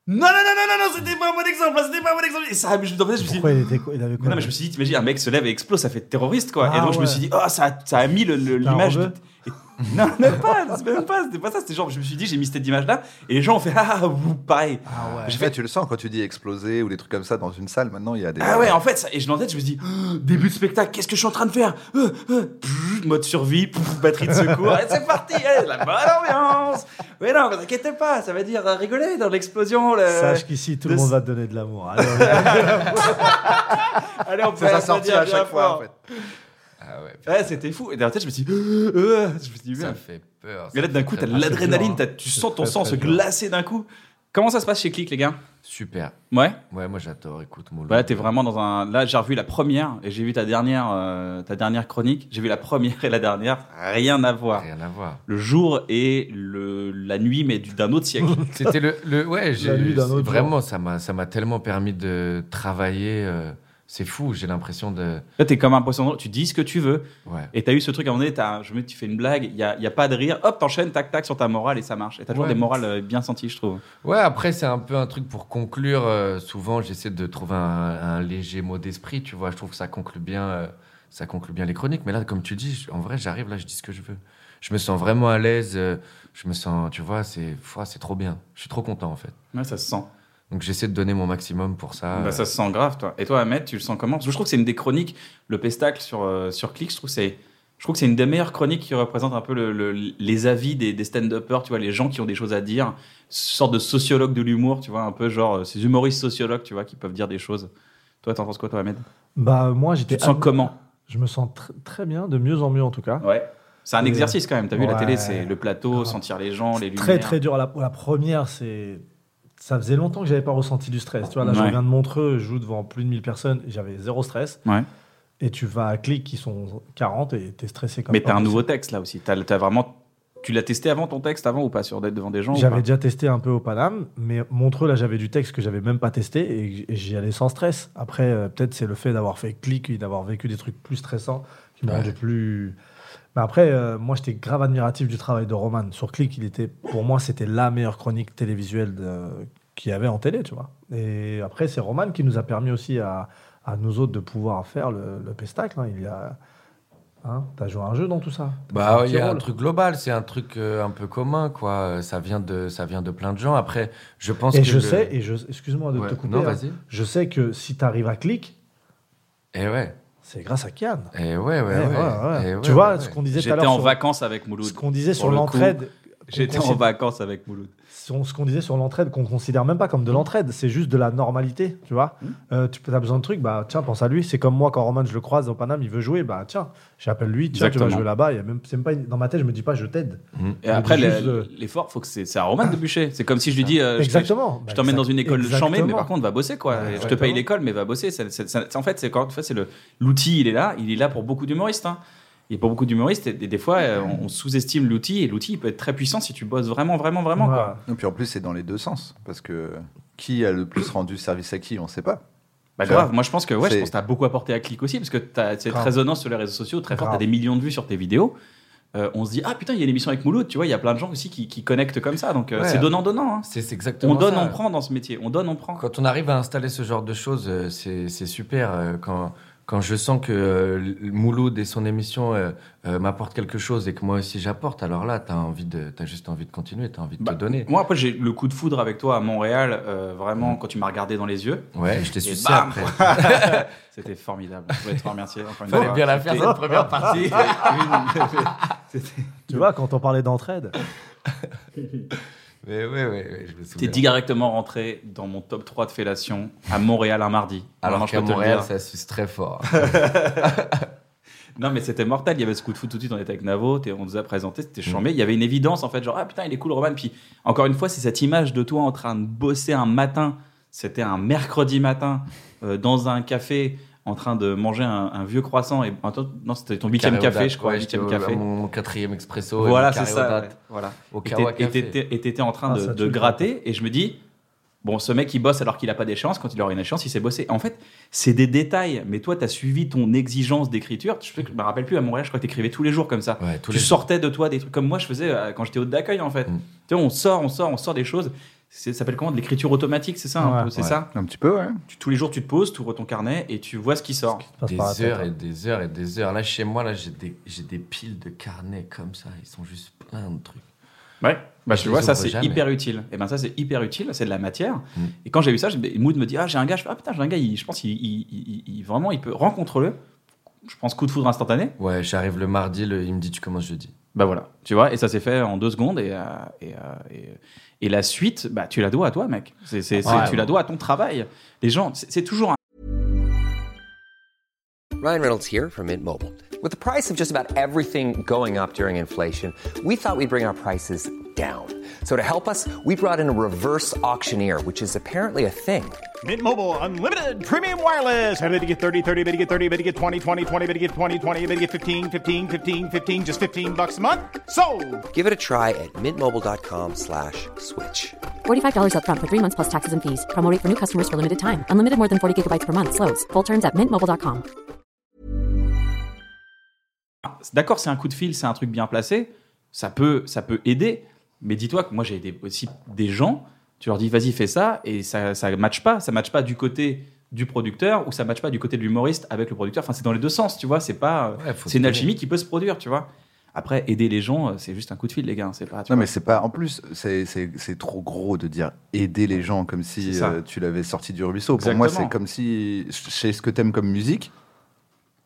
non, non, non, non, non, non, c'était pas un bon exemple, là, c'était pas un bon exemple. Et ça, je, dans ma tête, je me suis dit, Pourquoi il, était quoi- il avait mais quoi non, mais je me suis dit, t'imagines, un mec se lève et explose, ça fait terroriste, quoi. Ah, et donc, je me ouais. suis dit, oh, ça, a- ça a mis le- le- T'as un l'image. de- rebeu et- Non, même pas, c'est même pas, c'était pas ça, c'était genre, je me suis dit, j'ai mis cette image-là, et les gens ont fait, ah, vous, pareil. Ah ouais. J'ai Ouais, fait, tu le sens quand tu dis exploser ou des trucs comme ça dans une salle. Maintenant, il y a des. ah ouais, en fait, ça- et je l'ai en tête, je me dis, Oh, début de spectacle, qu'est-ce que je suis en train de faire Euh, euh, pff, Mode survie, pff, batterie de secours, et c'est parti, eh, la bonne ambiance. Mais non, vous inquiétez pas, ça va dire euh, rigoler dans l'explosion. le- Sache qu'ici, tout le de- monde va te donner de l'amour. Allez, allez. Allez, on peut C'est sa la sortie dire à bien chaque fois, en fort. fait. Ah ouais. putain, Ouais, c'était fou. Et dans la tête, je me suis dit, Euh, euh, je me suis dit, ça merde. fait peur. Ah, Mais là, ça d'un fait coup, très t'as de mal. l'adrénaline, dur, t'as- hein. tu C'est sens ton très, sang se très dur. glacer d'un coup. Comment ça se passe chez Click, les gars Super. Ouais. Ouais, moi j'adore, écoute, mon Voilà, Bah, t'es vraiment dans un. Là, j'ai revu la première et j'ai vu ta dernière, euh, ta dernière chronique. J'ai vu la première et la dernière, rien à voir. Rien à voir. Le jour et le la nuit, mais du- d'un autre siècle. C'était le, le- ouais, j'ai- nuit d'un autre vraiment, ça m'a, ça m'a tellement permis de travailler. euh, c'est fou, j'ai l'impression de, Là, t'es comme un poisson. dans l'eau, Tu dis ce que tu veux ouais. et t'as eu ce truc à un moment donné. t'as- Je me, tu fais une blague, il y a, y a pas de rire. Hop, t'enchaînes, tac, tac, sur ta morale et ça marche. Et t'as toujours Ouais. des morales euh, bien senties, je trouve. Ouais, après, c'est un peu un truc pour conclure. euh, souvent, j'essaie de trouver un, un léger mot d'esprit, tu vois. Je trouve que ça conclut bien, euh, ça conclut bien les chroniques. Mais là, comme tu dis, je- en vrai, j'arrive là, je dis ce que je veux. Je me sens vraiment à l'aise. euh, je me sens, tu vois, c'est, ouah, c'est trop bien. Je suis trop content en fait. Ouais, ça se sent. Donc, j'essaie de donner mon maximum pour ça. Bah, ça se sent grave, toi. Et toi, Ahmed, tu le sens comment Parce que je trouve que c'est une des chroniques, le pestacle sur, euh, sur Click, je trouve que c'est. Je trouve que c'est une des meilleures chroniques qui représente un peu le- le- les avis des, des stand-uppers, tu vois, les gens qui ont des choses à dire, sorte de sociologue de l'humour, tu vois, un peu genre euh, ces humoristes sociologues, tu vois, qui peuvent dire des choses. Toi, t'en penses quoi, toi, Ahmed Bah, moi, Tu j'étais. te sens ad- comment Je me sens tr- très bien, de mieux en mieux en tout cas. Ouais. C'est un Euh, exercice quand même. T'as vu la ouais. télé, c'est le plateau, Ah. sentir les gens, les lumières. Très très dur. La, la première, c'est. Ça faisait longtemps que j'avais pas ressenti du stress. Tu vois, là, je Ouais. viens de Montreux, je joue devant plus de 1000 personnes, et j'avais zéro stress. Ouais. Et tu vas à Click qui sont 40 et t'es stressé comme Mais pas t'as un possible. nouveau texte là aussi. T'as as vraiment. Tu l'as testé avant ton texte, avant ou pas, sur d'être devant des gens ou J'avais pas déjà testé un peu au Paname, mais Montreux, là, j'avais du texte que j'avais même pas testé et j- et j'y allais sans stress. Après, euh, peut-être c'est le fait d'avoir fait clic et d'avoir vécu des trucs plus stressants qui m'ont Ouais. rendu plus. Mais après, euh, moi, j'étais grave admiratif du travail de Roman. Sur Click, il était, pour moi, c'était la meilleure chronique télévisuelle de- qu'il y avait en télé, tu vois. Et après, c'est Roman qui nous a permis aussi à, à nous autres de pouvoir faire le, le pestacle. hein. Il y a. Hein, T'as joué à un jeu dans tout ça T'as fait Bah, il y petit a un rôle. truc global, c'est un truc euh, un peu commun, quoi. Euh, Ça vient de, ça vient de plein de gens. Après, je pense Et que je le- sais, et je, excuse-moi de Ouais, te couper. Non, hein. vas-y. Je sais que si tu arrives à clic, Et ouais, c'est grâce à Kian. et ouais, ouais, Ouais, ouais. ouais, ouais. Eh ouais, tu vois ouais, ce ouais. qu'on disait tout à J'étais l'heure en sur, vacances avec Mouloud. ce qu'on disait pour sur le coup. l'entraide. qu'on J'étais en considère- vacances avec Mouloud. sur ce qu'on disait sur l'entraide qu'on considère même pas comme de l'entraide, c'est juste de la normalité, tu vois. Hmm. Euh, tu as besoin de trucs, bah tiens, pense à lui. C'est comme moi quand Roman je le croise au Paname, il veut jouer, bah tiens, j'appelle lui, tiens, tu Exactement. Euh, vas jouer là-bas. Il y a même, c'est même pas une- dans ma tête, je me dis pas je t'aide. Et après, Juste, le- euh, l'effort, faut que c'est c'est un roman de bûcher. C'est comme si je lui dis, euh, je te- Exactement. je t'emmène dans une école de chambre chambé, mais par contre, va bosser quoi. Bah, Ouais, je te exactement. paye l'école, mais va bosser. C'est- c'est- c'est- en fait, c'est quand en fait, c'est le l'outil, il est là, il est là pour beaucoup d'humoristes. hein. Il est pour beaucoup d'humoristes et, et des fois, euh, on, on sous-estime l'outil et l'outil il peut être très puissant si tu bosses vraiment, vraiment, vraiment quoi. Et puis en plus, c'est dans les deux sens. Parce que qui a le plus rendu service à qui, on sait pas. Bah Ouais. grave, moi je pense que ouais, je C'est- pense que t'as beaucoup apporté à Click aussi, parce que t'as cette Grave. résonance sur les réseaux sociaux très forte, t'as Grave. des millions de vues sur tes vidéos. Euh, on se dit ah putain il y a une émission avec Mouloud, tu vois, il y a plein de gens aussi qui, qui connectent comme ça, donc euh, Ouais. c'est donnant donnant. hein. C'est c'est exactement On donne, ça. on prend dans ce métier. On donne, on prend. Quand on arrive à installer ce genre de choses, euh, c'est c'est super. euh, Quand, quand je sens que euh, Mouloud et son émission euh, euh, m'apportent quelque chose et que moi aussi j'apporte, alors là, t'as envie de, t'as juste envie de continuer, t'as envie de Bah, te donner. Mm. Moi, après, j'ai le coup de foudre avec toi à Montréal, euh, vraiment, quand tu m'as regardé dans les yeux. Ouais, je t'ai Et sucé bam, après. quoi. C'était formidable. Je voulais te remercier encore une Fallait fois. bien la faire cette première partie. Tu vois, quand on parlait d'entraide, Mais ouais, ouais, ouais, je me T'es souviens. directement rentré dans mon top 3 de fellation à Montréal un mardi. Alors Vraiment, je qu'à peux te le Montréal, dire. ça suce très fort. Non, mais c'était mortel. Il y avait ce coup de foot tout de suite. On était avec Navo. t'es- On nous a présenté. C'était chambé. Il y avait une évidence, en fait. Genre, ah putain, il est cool, Roman. Puis, encore une fois, c'est cette image de toi en train de bosser un matin. C'était un mercredi matin euh, dans un café en train de manger un, un vieux croissant. Et attends, non, c'était ton huitième Carré aux café, dates. je crois. Ouais, Huitième j'étais au- café. à Mon, mon quatrième expresso. et Voilà, mon c'est carré aux ça. dates. ouais, Voilà. Au Et Kawa t'es- et Café. t'étais et t'étais en train Ah, de, ça, tu de le gratter et je me dis bon ce mec il bosse alors qu'il a pas d'échéance quand il aura une échéance il s'est bossé en fait c'est des détails mais toi tu as suivi ton exigence d'écriture je, sais que- je me rappelle plus à Montréal je crois que t'écrivais tous les jours comme ça Ouais, tous tu les- sortais de toi des trucs comme moi je faisais euh, quand j'étais hôte d'accueil en fait Mm. tu vois on sort on sort on sort des choses C'est- ça s'appelle comment de l'écriture automatique c'est ça un Ouais. peu, c'est Ouais. ça Un petit peu, ouais. Tu- tous les jours tu te poses tu ouvres ton carnet et tu vois ce qui sort passe par la Des tête, heures hein. et des heures et des heures. Là, chez moi, là, j'ai des, j'ai des piles de carnets comme ça. Ils sont juste plein de trucs. Ouais. Bah, Je tu les vois, ça ouvre c'est jamais. hyper utile. Et ben ça c'est hyper utile, c'est de la matière. Mm. Et quand j'ai vu ça, j'ai- Mood me dit ah j'ai un gars, je fais, ah putain j'ai un gars, il- je pense il, il- il- il- vraiment il peut rencontre-le. Je pense coup de foudre instantané. Ouais, j'arrive le mardi, le- il me dit tu commences jeudi. Bah voilà, tu vois, et ça s'est fait en deux secondes et euh, et, euh, et, et la suite, bah tu la dois à toi mec. C'est, c'est- c'est- Ouais, tu ouais. la dois à ton travail. Les gens, c'est, c'est toujours un Ryan Reynolds here from Mint Mobile. With the price of just about everything going up during inflation, we thought we'd bring our prices down. So to help us, we brought in a reverse auctioneer, which is apparently a thing. Mint Mobile unlimited premium wireless. Ready to get 30, 30, ready to get 30, ready to get 20, 20, 20, ready to get 20, 20, ready to get 15, 15, 15, 15 just 15 bucks a month. Sold. Give it a try at mintmobile.com slash switch. $45 upfront for three months plus taxes and fees. Promo rate for new customers for limited time. Unlimited more than 40 gigabytes per month. Slows. Full terms at mintmobile.com. D'accord, c'est un coup de fil, c'est un truc bien placé, ça peut, ça peut aider, mais dis-toi que moi j'ai des- aussi des gens, tu leur dis vas-y fais ça, et ça ne matche pas, ça matche pas du côté du producteur ou ça matche pas du côté de l'humoriste avec le producteur, enfin c'est dans les deux sens, tu vois, c'est pas, Ouais, faut c'est une se alchimie qui peut se produire, tu vois. Après, aider les gens, euh, c'est juste un coup de fil, les gars, c'est pas. tu vois. Non, mais c'est pas. En plus, c'est- c'est c'est trop gros de dire aider les gens comme C'est si ça. euh, tu l'avais sorti du ruisseau. Exactement. Pour moi, c'est comme si. Chez ce que t'aimes comme musique,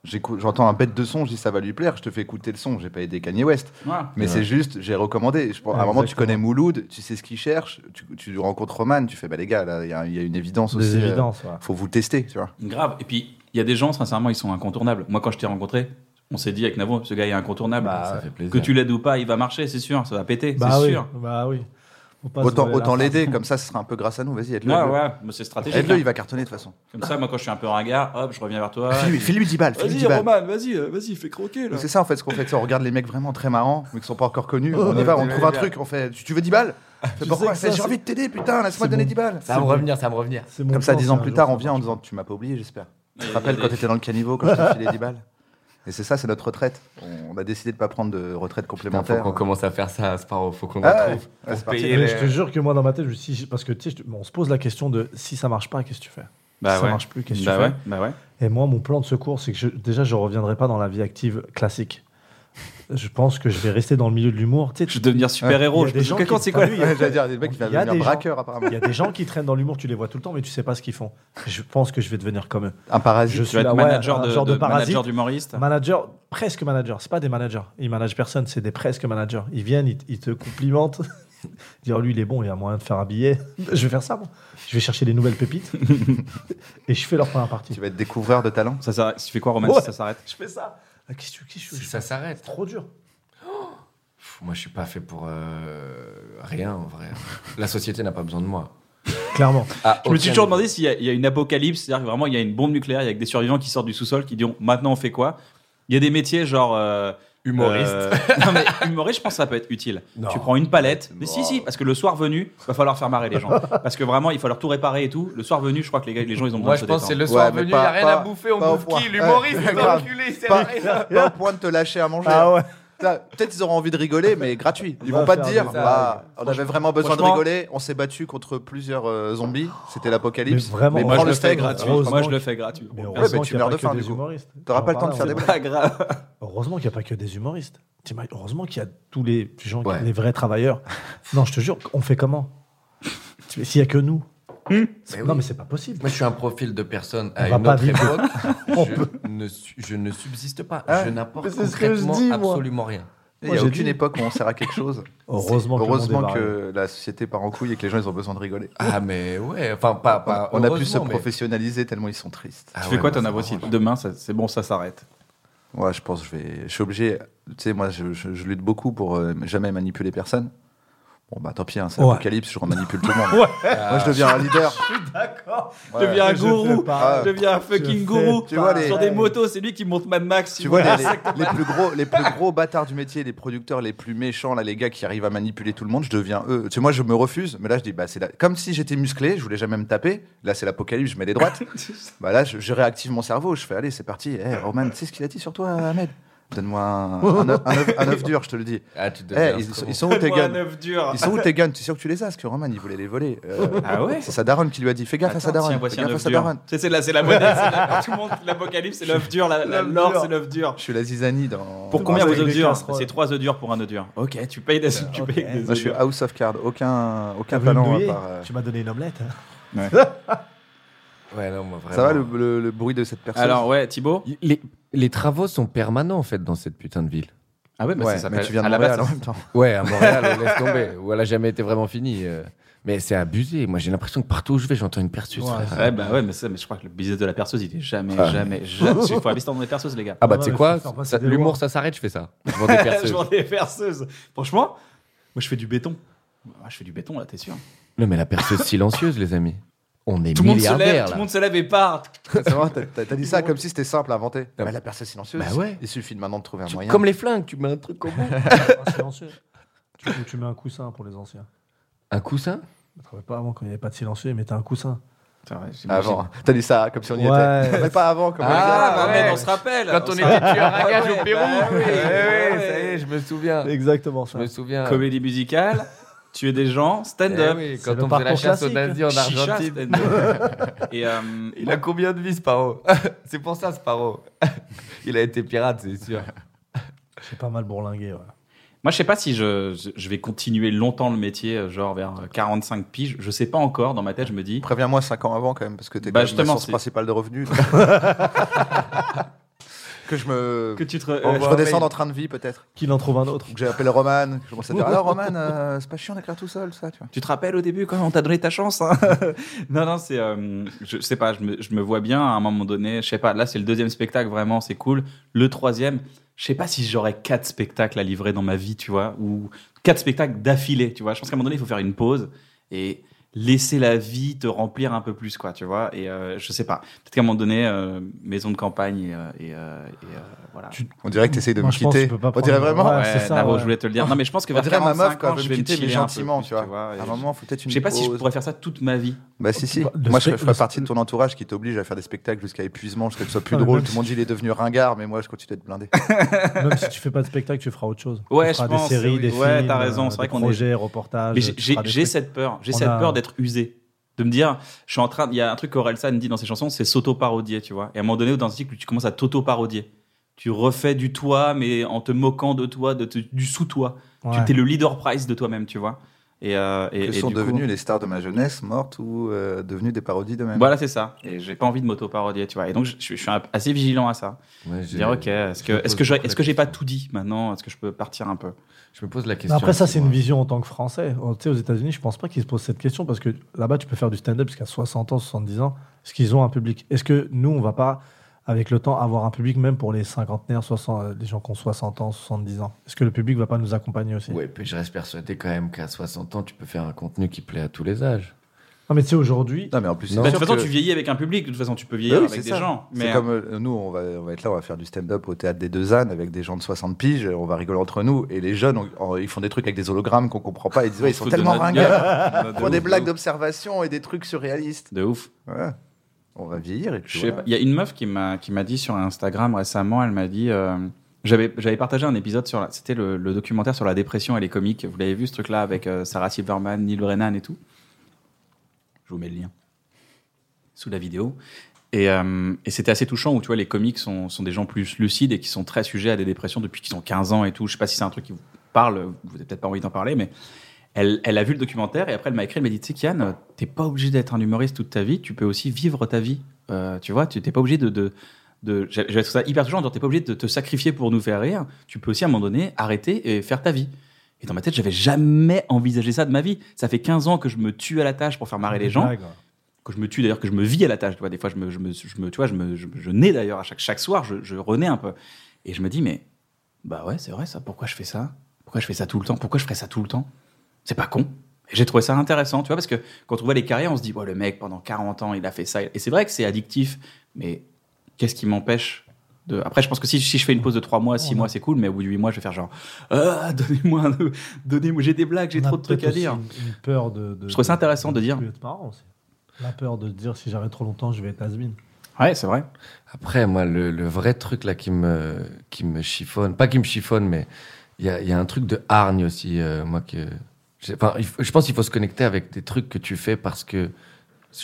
j'écoute- j'entends un bête de son, je dis ça va lui plaire, je te fais écouter le son. J'ai pas aidé Kanye West. Voilà. Mais c'est juste, j'ai recommandé. Je, pense- à un moment, tu connais Mouloud, tu sais ce qu'il cherche, tu, tu rencontres Roman, tu fais bah les gars, là, il y, a- il y a une évidence hein. Des aussi. euh, évidences, ouais. faut vous tester, tu vois. Grave. Et puis, il y a des gens, sincèrement, ils sont incontournables. Moi, quand je t'ai rencontré, on s'est dit avec Navo, ce gars est incontournable. Bah, ça fait plaisir. que tu l'aides ou pas, il va marcher, c'est sûr, ça va péter, Bah c'est oui, sûr. bah oui. Faut pas se Autant, voiler la autant face. l'aider, comme ça, ce sera un peu grâce à nous. Vas-y, aide-le. Ouais, aide-le. ouais, mais c'est stratégique. Aide-le, hein. il va cartonner de toute façon. Comme ça, moi, quand je suis un peu ringard, hop, je reviens vers toi. File-lui- File-lui 10 balles. file-lui 10 Vas-y, balles. Roman, vas-y, euh, vas-y, fais croquer là. Donc C'est ça en fait ce qu'on fait, c'est on regarde les mecs vraiment très marrants, mais qui sont pas encore connus. Oh, on y va, on trouve un truc, on fait tu, tu veux 10 balles Fais pourquoi Ah, que ça, J'ai envie de t'aider, putain, laisse-moi C'est donner bon. 10 balles. Ça va me revenir, ça va me revenir. C'est mon Comme ça, plan, 10 c'est ans un plus jour, tard, ça on vient en marche. disant tu m'as pas oublié, j'espère. Tu Il y te a rappelles des- quand t'étais dans le caniveau, quand je t'ai filé 10 balles Et c'est ça, c'est notre retraite. On- On a décidé de pas prendre de retraite Putain, faut complémentaire. qu'on commence à faire ça, Sparrow. Faut qu'on Ah en ouais, trouve. ouais, c'est Pour parti. payer Mais les- je te jure que moi, dans ma tête, je me suis dit, parce que tu sais, je- bon, on se pose la question de si ça marche pas, qu'est-ce que tu fais Si ça marche plus, qu'est-ce que bah tu ouais, fais Bah ouais. Et moi, mon plan de secours, c'est que je- déjà, je reviendrai pas dans la vie active classique. Je pense que je vais rester dans le milieu de l'humour. Tu sais, Je vais devenir super héros. Il y a Je des gens me qui- quand c'est quoi t'as vu, il y a- Ouais, J'allais dire, des mecs qui Il y a viennent devenir des gens- braqueurs apparemment. Il y a des gens qui traînent dans l'humour, tu les vois tout le temps, mais tu sais pas ce qu'ils font. Je pense que je vais devenir comme eux. Un Je parasite. suis Tu vas là, être ouais, manager un de, genre de de parasite. manager d'humoriste. Manager, presque manager. C'est pas des managers. Ils managent personne, c'est des presque managers. Ils viennent, ils, ils te complimentent. Dire oh, lui, il est bon, il y a moyen de faire un billet. je vais faire ça, moi. Je vais chercher des nouvelles pépites. et je fais leur première partie. Tu vas être découvreur de talent. Ça s'arrête. Tu fais quoi, Roman Ouais. si Ça s'arrête. Je fais ça. Ah, qu'est-ce que qu'est-ce que Si je ça s'arrête. C'est trop dur. Pff, Moi, je suis pas fait pour euh, rien en vrai. La société n'a pas besoin de moi. Clairement. Ah, Je me suis aucun- toujours demandé s'il y, a- il y a une apocalypse, c'est-à-dire que vraiment il y a une bombe nucléaire, il y a que des survivants qui sortent du sous-sol qui diront maintenant on fait quoi Il y a des métiers genre euh, Humoriste. euh, non mais humoriste, je pense que ça peut être utile. Non. Tu prends une palette, mais si si, parce que le soir venu, va falloir faire marrer les gens, parce que vraiment il va falloir tout réparer et tout. Le soir venu, je crois que les gars, les gens ils ont besoin Moi, de je se pense que c'est détendre. le soir Ouais, mais venu, pas- y a rien pas- à bouffer, on pas au bouffe point. qui L'humoriste, Ouais, c'est grave. enculé, c'est Pas- vrai. Pas au point de te lâcher à manger. Ah ouais. Putain, Peut-être ils auront envie de rigoler, mais gratuit. Ils On vont va pas te faire dire, des bah, on avait vraiment besoin de franchement- rigoler, on s'est battu contre plusieurs euh, zombies, c'était Mais l'apocalypse. vraiment, Mais moi, prends je le le fais steak gratuit. heureusement Moi, je qu'il- le fais gratuit. Mais Ouais, mais heureusement tu qu'il n'y a meurs pas de que faim, des du coup. humoristes. T'auras On pas le en temps de faire parlait, des on blagues. grave. Heureusement qu'il n'y a pas que des humoristes. T'imagines- Heureusement qu'il y a tous les gens, qui- Ouais. les vrais travailleurs. non, je te jure, on fait comment Tu- S'il n'y a que nous. C'est- Hmm? Mais non, oui. mais c'est pas possible. Moi, je suis un profil de personne à va une pas autre vivre. époque. On je, ne, su- je ne subsiste pas. Ah, je mais n'apporte c'est ce que je concrètement dis, moi. absolument rien. Il Moi, n'y a j'ai aucune dit- époque où on sert à quelque chose. Heureusement, que le monde est Heureusement barré. que la société part en couille et que les gens ils ont besoin de rigoler. Ah, mais ouais, enfin, pas. Ah, pas on a pu se heureusement, mais- professionnaliser tellement ils sont tristes. Ah tu ouais, fais quoi non, ton c'est abruti marrant. Demain, ça- c'est bon, ça s'arrête. Ouais, je pense que je vais. Je suis obligé. Tu sais, moi, je, je- je lutte beaucoup pour euh, jamais manipuler personne. Bon, bah tant pis, hein, c'est Ouais. l'apocalypse, je remanipule tout le monde. Moi, je deviens un leader. D'accord. Ouais. Deviens un Je fais gourou. pas- Ah, Deviens un fucking fais gourou. Tu vois, les- Sur des motos, c'est lui qui monte Mad Max. Tu vois, Ouais. les, les- les plus gros, les plus gros bâtards du métier, les producteurs les plus méchants, là, les gars qui arrivent à manipuler tout le monde, je deviens eux. Tu sais, moi, je me refuse, mais là, je dis, bah, c'est la- comme si j'étais musclé, je voulais jamais me taper. Là, c'est l'apocalypse, je mets les droites. bah, là, je, je réactive mon cerveau, je fais, allez, c'est parti. Eh, Roman, tu sais ce qu'il a dit sur toi, Ahmed Donne-moi un, un, œuf- un œuf- un œuf dur, je te le dis. Ah, tu Eh, deviens. ils, comment- ils sont où tes Moi, un guns œuf dur. Ils sont où tes guns Tu es sûr que tu les as Parce que Roman, il voulait les voler. Euh, Ah ouais C'est sa daronne qui lui a dit, fais gaffe à sa Attends, daronne. tiens, fais voici un gaffe à œuf sa dur. daronne. Tu sais, C'est la, c'est la monnaie, c'est la- tout le monde, l'apocalypse, c'est l'œuf dur, la- la- L'œuf l'or, dur. c'est l'œuf dur. Je suis la zizanie dans. Pour dans combien un vos avec œufs des durs casseroles. C'est 3 œufs durs pour un œuf dur. Ok, tu payes des, tu ok. payes des Moi, œufs je suis durs. out of card, aucun, aucun T'as vu le talent à douillet part, euh, Tu m'as donné une omelette. hein. Ouais, non, moi, vraiment. Ça va le, le- le bruit de cette personne Alors ouais, Thibaut Les, les travaux sont permanents, en fait, dans cette putain de ville. Ah ouais, bah, Ouais, ça mais s'appelle- tu viens de à la base, Montréal en même temps. Ouais, à Montréal, on laisse tomber. Ou elle a jamais été vraiment finie. euh. Mais c'est abusé. Moi, j'ai l'impression que partout où je vais, j'entends une perceuse. Ouais, frère. Ouais, bah ouais, mais, ça, mais je crois que le business de la perceuse, il est jamais, jamais, jamais. Il faut investir dans des perceuses, les gars. Ah bah, Ouais, tu sais mais quoi faut faire passer ça- des lois. L'humour, ça s'arrête, je fais ça. Je vends des je perceuses. vends des perceuses. Franchement, moi, je fais du béton. Moi, je fais du béton, là, t'es sûr Non, mais la perceuse silencieuse, les amis. On est Tout le monde se lève, milliardaires, tout le là. monde se lève et part. C'est vrai, t'as- T'as t'as dit ça comme si c'était simple à inventer. Ouais. Mais la personne silencieuse, Bah ouais. il suffit de maintenant de trouver un Tu- moyen. Comme les flingues, tu mets un truc au bout. Un silencieux. Tu, ou tu mets un coussin pour les anciens. Un coussin Je ne pas avant quand il n'y avait pas de silencieux, ils mettaient un coussin. Avant, hein. t'as dit ça comme si on y Ouais. était. Mais pas avant, comme Ah, bah, ouais. mais on se rappelle. Quand on se était rappelle. tueur à gage Ouais, au Pérou. bah oui, Ouais, ouais. ouais, ça y est, je me souviens. Exactement Je ça. me souviens. Comédie musicale, tuer des gens, stand-up. Eh oui, C'est quand le on faisait la parcours chasse aux classique. nazis en Chicha, Argentine. stand-up. Et euh, Il a combien de vies, Sparrow C'est pour ça, Sparrow. Il a été pirate, c'est sûr. J'ai pas mal bourlingué. ouais. moi, je sais pas si je, je- je vais continuer longtemps le métier, euh, genre vers euh, 45 piges. Je sais pas encore. Dans ma tête, je me dis, Préviens-moi 5 ans avant quand même, parce que t'es Bah, quand même ma justement, source c'est- principale de revenus. que je me. que tu te. Oh, euh, je redescende en train de vie peut-être. Qu'il en trouve un autre. Que j'appelle Roman. que Je commence à dire Alors Roman, euh, c'est pas chiant d'écrire tout seul, ça, tu vois. Tu te rappelles au début quand on t'a donné ta chance hein Non, non, c'est. euh, je sais pas, je me, je me vois bien à un moment donné. Je sais pas, là c'est le deuxième spectacle, vraiment, c'est cool. Le troisième, je sais pas si j'aurais quatre spectacles à livrer dans ma vie, tu vois, ou quatre spectacles d'affilée, tu vois. Je pense qu'à un moment donné, il faut faire une pause et laisser la vie te remplir un peu plus, quoi, tu vois. Et euh, je sais pas, peut-être qu'à un moment donné, euh, maison de campagne et, euh, et, euh, et, euh, voilà. Tu- On dirait que t'essayes de Moi, me je pense que quitter. tu peux pas On dirait prendre- vraiment. Ouais, c'est ça, Navo, ouais. je voulais te le dire. Non, mais je pense que On vers dirait ma meuf 45 quand ans, elle je veut vais me me quitter, mais chiller un peu gentiment, plus, tu vois. et À un je- moment, faut peut-être une Je sais pas si je pause. pourrais faire ça toute ma vie. Bah si si. Le moi je spec- ferais le- partie de ton entourage qui t'oblige à faire des spectacles jusqu'à épuisement, jusqu'à que ce soit plus Ah, mais drôle. même Tout le monde dit il est devenu ringard, mais moi je continue d'être blindé. Même si tu fais pas de spectacle, tu feras autre chose. Ouais, tu feras je des pense, séries, oui. des Ouais, films, t'as raison, euh, c'est vrai des qu'on est- projets, reportages. Mais j'ai- tu j'ai Ah, feras des j'ai trucs. cette peur, j'ai On cette a- peur d'être usé, de me dire, je suis en train, il y a un truc qu'Orelsan dit dans ses chansons, c'est s'auto-parodier, tu vois. Et à un moment donné, dans un cycle, tu commences à t'auto-parodier. Tu refais du toi, mais en te moquant de toi, de te- du sous-toi. Ouais. Tu es le leader prize de toi-même, tu vois. Et, euh, et, Que et sont du coup- devenus les stars de ma jeunesse, mortes ou euh, devenues des parodies de même Voilà, c'est ça. Et j'ai pas envie de m'auto-parodier, tu vois. Et donc, je, je suis un- assez vigilant à ça. Je dire, ok, est-ce que, est-ce que, je- est-ce que j'ai pas tout dit maintenant Est-ce que je peux partir un peu Je me pose la question. Après, ça, c'est une moi. vision en tant que Français. Oh, Tu sais, aux États-Unis, je pense pas qu'ils se posent cette question parce que là-bas, tu peux faire du stand-up jusqu'à 60 ans, 70 ans. Est-ce qu'ils ont un public Est-ce que nous, on va pas, avec le temps, avoir un public même pour les cinquantenaires, 60, euh, les gens qui ont 60 ans, 70 ans Est-ce que le public va pas nous accompagner aussi Ouais, puis je reste persuadé quand même qu'à 60 ans, tu peux faire un contenu qui plaît à tous les âges. Non, mais tu sais, aujourd'hui, Non mais en plus, c'est Non. Bah, De sûr toute façon, que- tu vieillis avec un public, de toute façon, tu peux Bah vieillir oui, avec c'est des ça. gens. Mais C'est comme euh, nous, on va, on va être là, on va faire du stand-up au théâtre des Deux Ânes avec des gens de 60 piges, on va rigoler entre nous. Et les jeunes, on- on- ils font des trucs avec des hologrammes qu'on comprend pas. Ils disent, ouais, ils sont tellement ringards. Ils font des blagues d'observation et des trucs surréalistes. de ouf. Ouais. On va vieillir et hein. Je puis sais pas. voilà. Il y a une meuf qui m'a qui m'a dit sur Instagram récemment, elle m'a dit euh, J'avais j'avais partagé un épisode sur la- c'était le, le documentaire sur la dépression et les comiques. Vous l'avez vu ce truc-là avec euh, Sarah Silverman, Neil Brennan et tout. Je vous mets le lien sous la vidéo. Et, euh, et c'était assez touchant où tu vois les comiques sont, sont des gens plus lucides et qui sont très sujets à des dépressions depuis qu'ils ont 15 ans et tout. Je sais pas si c'est un truc qui vous parle. Vous avez peut-être pas envie d'en parler, mais elle, elle a vu le documentaire et après elle m'a écrit, elle m'a dit, tu sais, Kian, euh, t'es pas obligé d'être un humoriste toute ta vie, tu peux aussi vivre ta vie. Euh, tu vois, tu t'es pas obligé de... de de, j'avais trouvé ça hyper touchant, genre t'es pas obligé de te sacrifier pour nous faire rire, tu peux aussi à un moment donné arrêter et faire ta vie. Et dans ma tête, j'avais jamais envisagé ça de ma vie. Ça fait 15 ans que je me tue à la tâche pour faire marrer les gens, que je me tue d'ailleurs, que je me vis à la tâche. Tu vois, des fois, je me, je me, je me- tu vois, je me, je, je nais d'ailleurs à chaque, chaque soir, je, je renais un peu. Et je me dis, mais bah ouais, c'est vrai ça. Pourquoi je fais ça Pourquoi je fais ça tout le temps Pourquoi je ferais ça tout le temps C'est pas con. Et J'ai trouvé ça intéressant, tu vois, parce que quand on voit les carrières, on se dit, ouais, le mec, pendant 40 ans, il a fait ça. Et c'est vrai que c'est addictif, mais qu'est-ce qui m'empêche de... Après, je pense que si, si je fais une pause de 3 mois, 6 mois, c'est cool, mais au bout de 8 mois, je vais faire genre, ah, donnez-moi, un... donnez-moi, j'ai des blagues, j'ai On a trop de trucs à peut-être dire. aussi Une une peur de, de- Je trouve ça intéressant de dire. plus être marrant aussi. La peur de dire si j'arrête trop longtemps, je vais être has-been. Ouais, c'est vrai. Après, moi, le, le vrai truc là qui me, qui me chiffonne, pas qui me chiffonne, mais il y a, il y a un truc de hargne aussi, euh, moi, que. je sais- Enfin, il faut- je pense qu'il faut se connecter avec des trucs que tu fais parce que,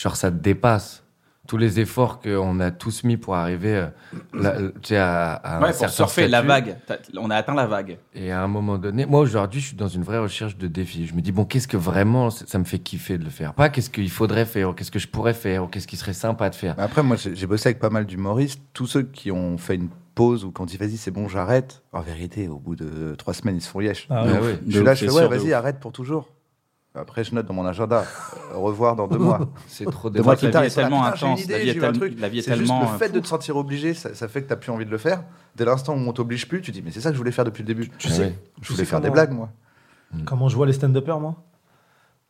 genre, ça te dépasse. Tous les efforts qu'on a tous mis pour arriver euh, là, euh, tu sais, à, à un Ouais, pour certain surfer la statut. vague. T'as- On a atteint la vague. Et à un moment donné, moi aujourd'hui, je suis dans une vraie recherche de défis. Je me dis, bon, qu'est-ce que vraiment ça ça me fait kiffer de le faire Pas qu'est-ce qu'il faudrait faire, ou qu'est-ce que je pourrais faire, ou qu'est-ce qui serait sympa de faire. Mais Après, moi, j'ai j'ai bossé avec pas mal d'humoristes. Tous ceux qui ont fait une pause ou qui ont dit vas-y, c'est bon, j'arrête. En vérité, au bout de trois semaines, ils se font yesh. Ah Ah ouais. ouais. De je suis là, ouf, c'est je fais ouais, sûr, de ouf. vas-y, arrête pour toujours. Après, je note dans mon agenda euh, revoir dans deux mois. C'est trop Deux des mois vrai que plus la tard, vie est ils sont là, tellement Putain, j'ai une intense, la idée, vie est j'ai eu un tellement- truc. la vie est C'est juste tellement, le euh, fait de te sentir obligé, ça, ça fait que t'as plus envie de le faire. Dès l'instant où on t'oblige plus, tu dis mais c'est ça que je voulais faire depuis le début. Ah Tu sais, Je tu voulais sais faire des comment- blagues, moi. Comment je vois les stand-uppers, moi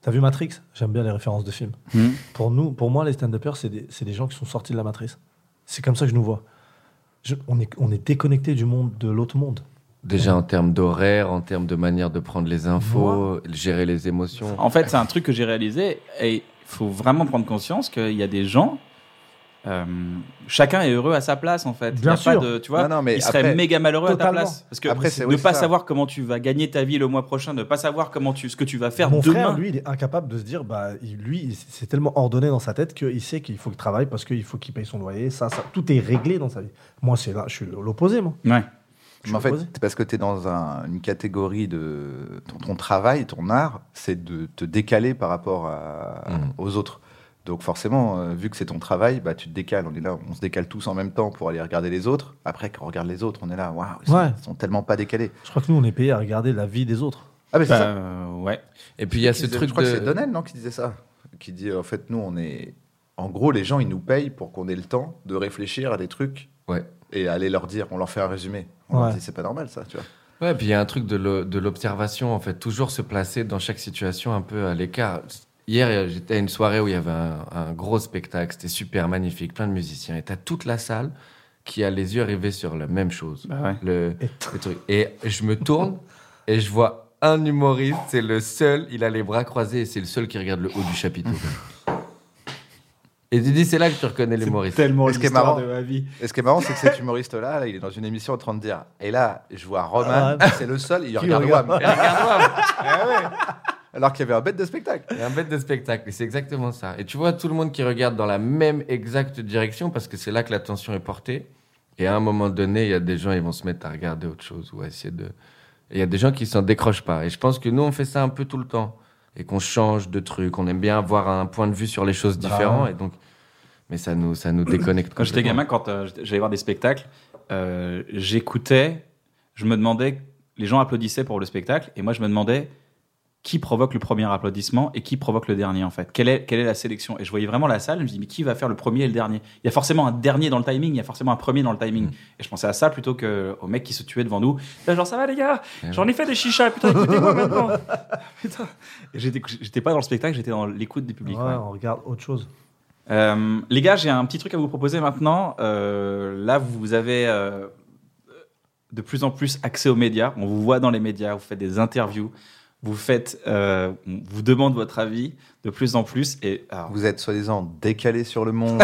T'as vu Matrix J'aime bien les références de films. Mhm. Pour, nous, pour moi, les stand-uppers, c'est des, c'est des gens qui sont sortis de la matrice. C'est comme ça que je nous vois. Je- on, est, on est déconnecté du monde, de l'autre monde. Déjà en termes d'horaire, en termes de manière de prendre les infos, gérer les émotions. En fait, c'est un truc que j'ai réalisé et il faut vraiment prendre conscience qu'il y a des gens. euh, chacun est heureux à sa place en fait. Il y Bien a pas sûr. de, tu vois, Non, non, mais il serait après- méga malheureux à ta Totalement. place parce que Après, c'est- ne oui, pas ça. savoir comment tu vas gagner ta vie le mois prochain, ne pas savoir comment tu ce que tu vas faire Mon demain. frère, lui, il est incapable de se dire, bah, il- lui, il- c'est tellement ordonné dans sa tête qu'il sait qu'il faut qu'il travaille parce qu'il faut qu'il paye son loyer. Ça, ça, tout est réglé dans sa vie. Moi, c'est là, je suis l'opposé, moi. Ouais. Je Mais en suis fait, opposé. c'est parce que tu es dans un- une catégorie de. Ton, ton travail, ton art, c'est de te décaler par rapport à- Mhm. aux autres. Donc forcément, euh, vu que c'est ton travail, bah, tu te décales. On est là, on se décale tous en même temps pour aller regarder les autres. Après, quand on regarde les autres, on est là, waouh, ils, sont- Ouais. ils sont tellement pas décalés. Je crois que nous, on est payé à regarder la vie des autres. Ah, mais c'est Bah, ça. euh, ouais. Et puis il y a Qui ce disait- truc je crois que c'est de. Donnel, non, qui disait ça Qui dit, en fait, nous, on est. En gros, les gens, ils nous payent pour qu'on ait le temps de réfléchir à des trucs Ouais. et aller leur dire, on leur fait un résumé. On Ouais. leur dit, c'est pas normal, ça, tu vois. Ouais, puis il y a un truc de l'o- de l'observation, en fait, toujours se placer dans chaque situation un peu à l'écart. Hier, j'étais à une soirée où il y avait un, un gros spectacle, c'était super magnifique, plein de musiciens, et t'as toute la salle qui a les yeux rivés sur la même chose. Bah ouais. le, le truc. Et je me tourne et je vois un humoriste, c'est le seul, il a les bras croisés et c'est le seul qui regarde le haut du chapiteau. Et tu dis, c'est là que tu reconnais l'humoriste. Tellement Et ce qui est l'histoire marrant- de ma vie. Et ce qui est marrant, c'est que cet humoriste-là, là, il est dans une émission en train de dire Et là, je vois Roman, Ah, c'est le seul, il Qui regarde regarde Wham. Ah Et regarde-moi, Ah Alors qu'il y avait un bête de spectacle. Il y a un bête de spectacle, et c'est exactement ça. Et tu vois tout le monde qui regarde dans la même exacte direction parce que c'est là que l'attention est portée. Et à un moment donné, il y a des gens, ils vont se mettre à regarder autre chose ou à essayer de. Et Il y a des gens qui s'en décrochent pas. Et je pense que nous, on fait ça un peu tout le temps. Et qu'on change de truc. On aime bien avoir un point de vue sur les choses différents. Et donc. Mais ça nous, ça nous déconnecte. Bah. Quand j'étais complètement. gamin, quand euh, j'étais- j'allais voir des spectacles, euh, j'écoutais, je me demandais, les gens applaudissaient pour le spectacle, et moi je me demandais qui provoque le premier applaudissement et qui provoque le dernier en fait. Quelle est, quelle est la sélection Et je voyais vraiment la salle, je me dis mais qui va faire le premier et le dernier Il y a forcément un dernier dans le timing, il y a forcément un premier dans le timing. Et je pensais à ça plutôt que au mec qui se tuait devant nous. Là, genre ça va les gars, j'en ai fait des chichas, putain écoutez-moi maintenant. putain. Et J'étais j'étais pas dans le spectacle, j'étais dans l'écoute du Ouais, public. ouais. on regarde autre chose. Euh, les gars, j'ai un petit truc à vous proposer maintenant. Euh, là, vous avez euh, de plus en plus accès aux médias. On vous voit dans les médias, vous faites des interviews, vous faites, euh, on vous demande votre avis. de plus en plus. Et alors, Vous êtes soi-disant décalé sur le monde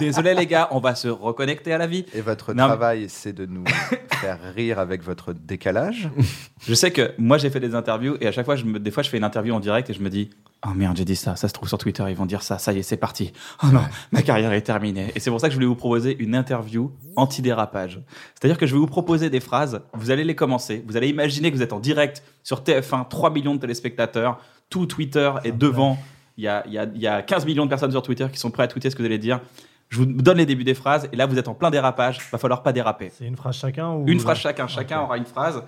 désolé les gars, on va se reconnecter à la vie. et votre Non, mais- travail, c'est de nous faire rire avec votre décalage. Je sais que moi j'ai fait des interviews et à chaque fois, je me, des fois je fais une interview en direct et je me dis Oh merde, j'ai dit ça, ça se trouve sur Twitter, ils vont dire ça, ça y est, c'est parti. Oh non, ma carrière est terminée. Et c'est pour ça que je voulais vous proposer une interview anti-dérapage. C'est-à-dire que je vais vous proposer des phrases, vous allez les commencer, vous allez imaginer que vous êtes en direct sur TF1, 3 millions de téléspectateurs, tout Twitter est devant, il y a, il y, a, il y a 15 millions de personnes sur Twitter qui sont prêtes à tweeter ce que vous allez dire. Je vous donne les débuts des phrases et là vous êtes en plein dérapage, va falloir pas déraper. C'est une phrase chacun ou Une phrase chacun, chacun Ok. aura une phrase.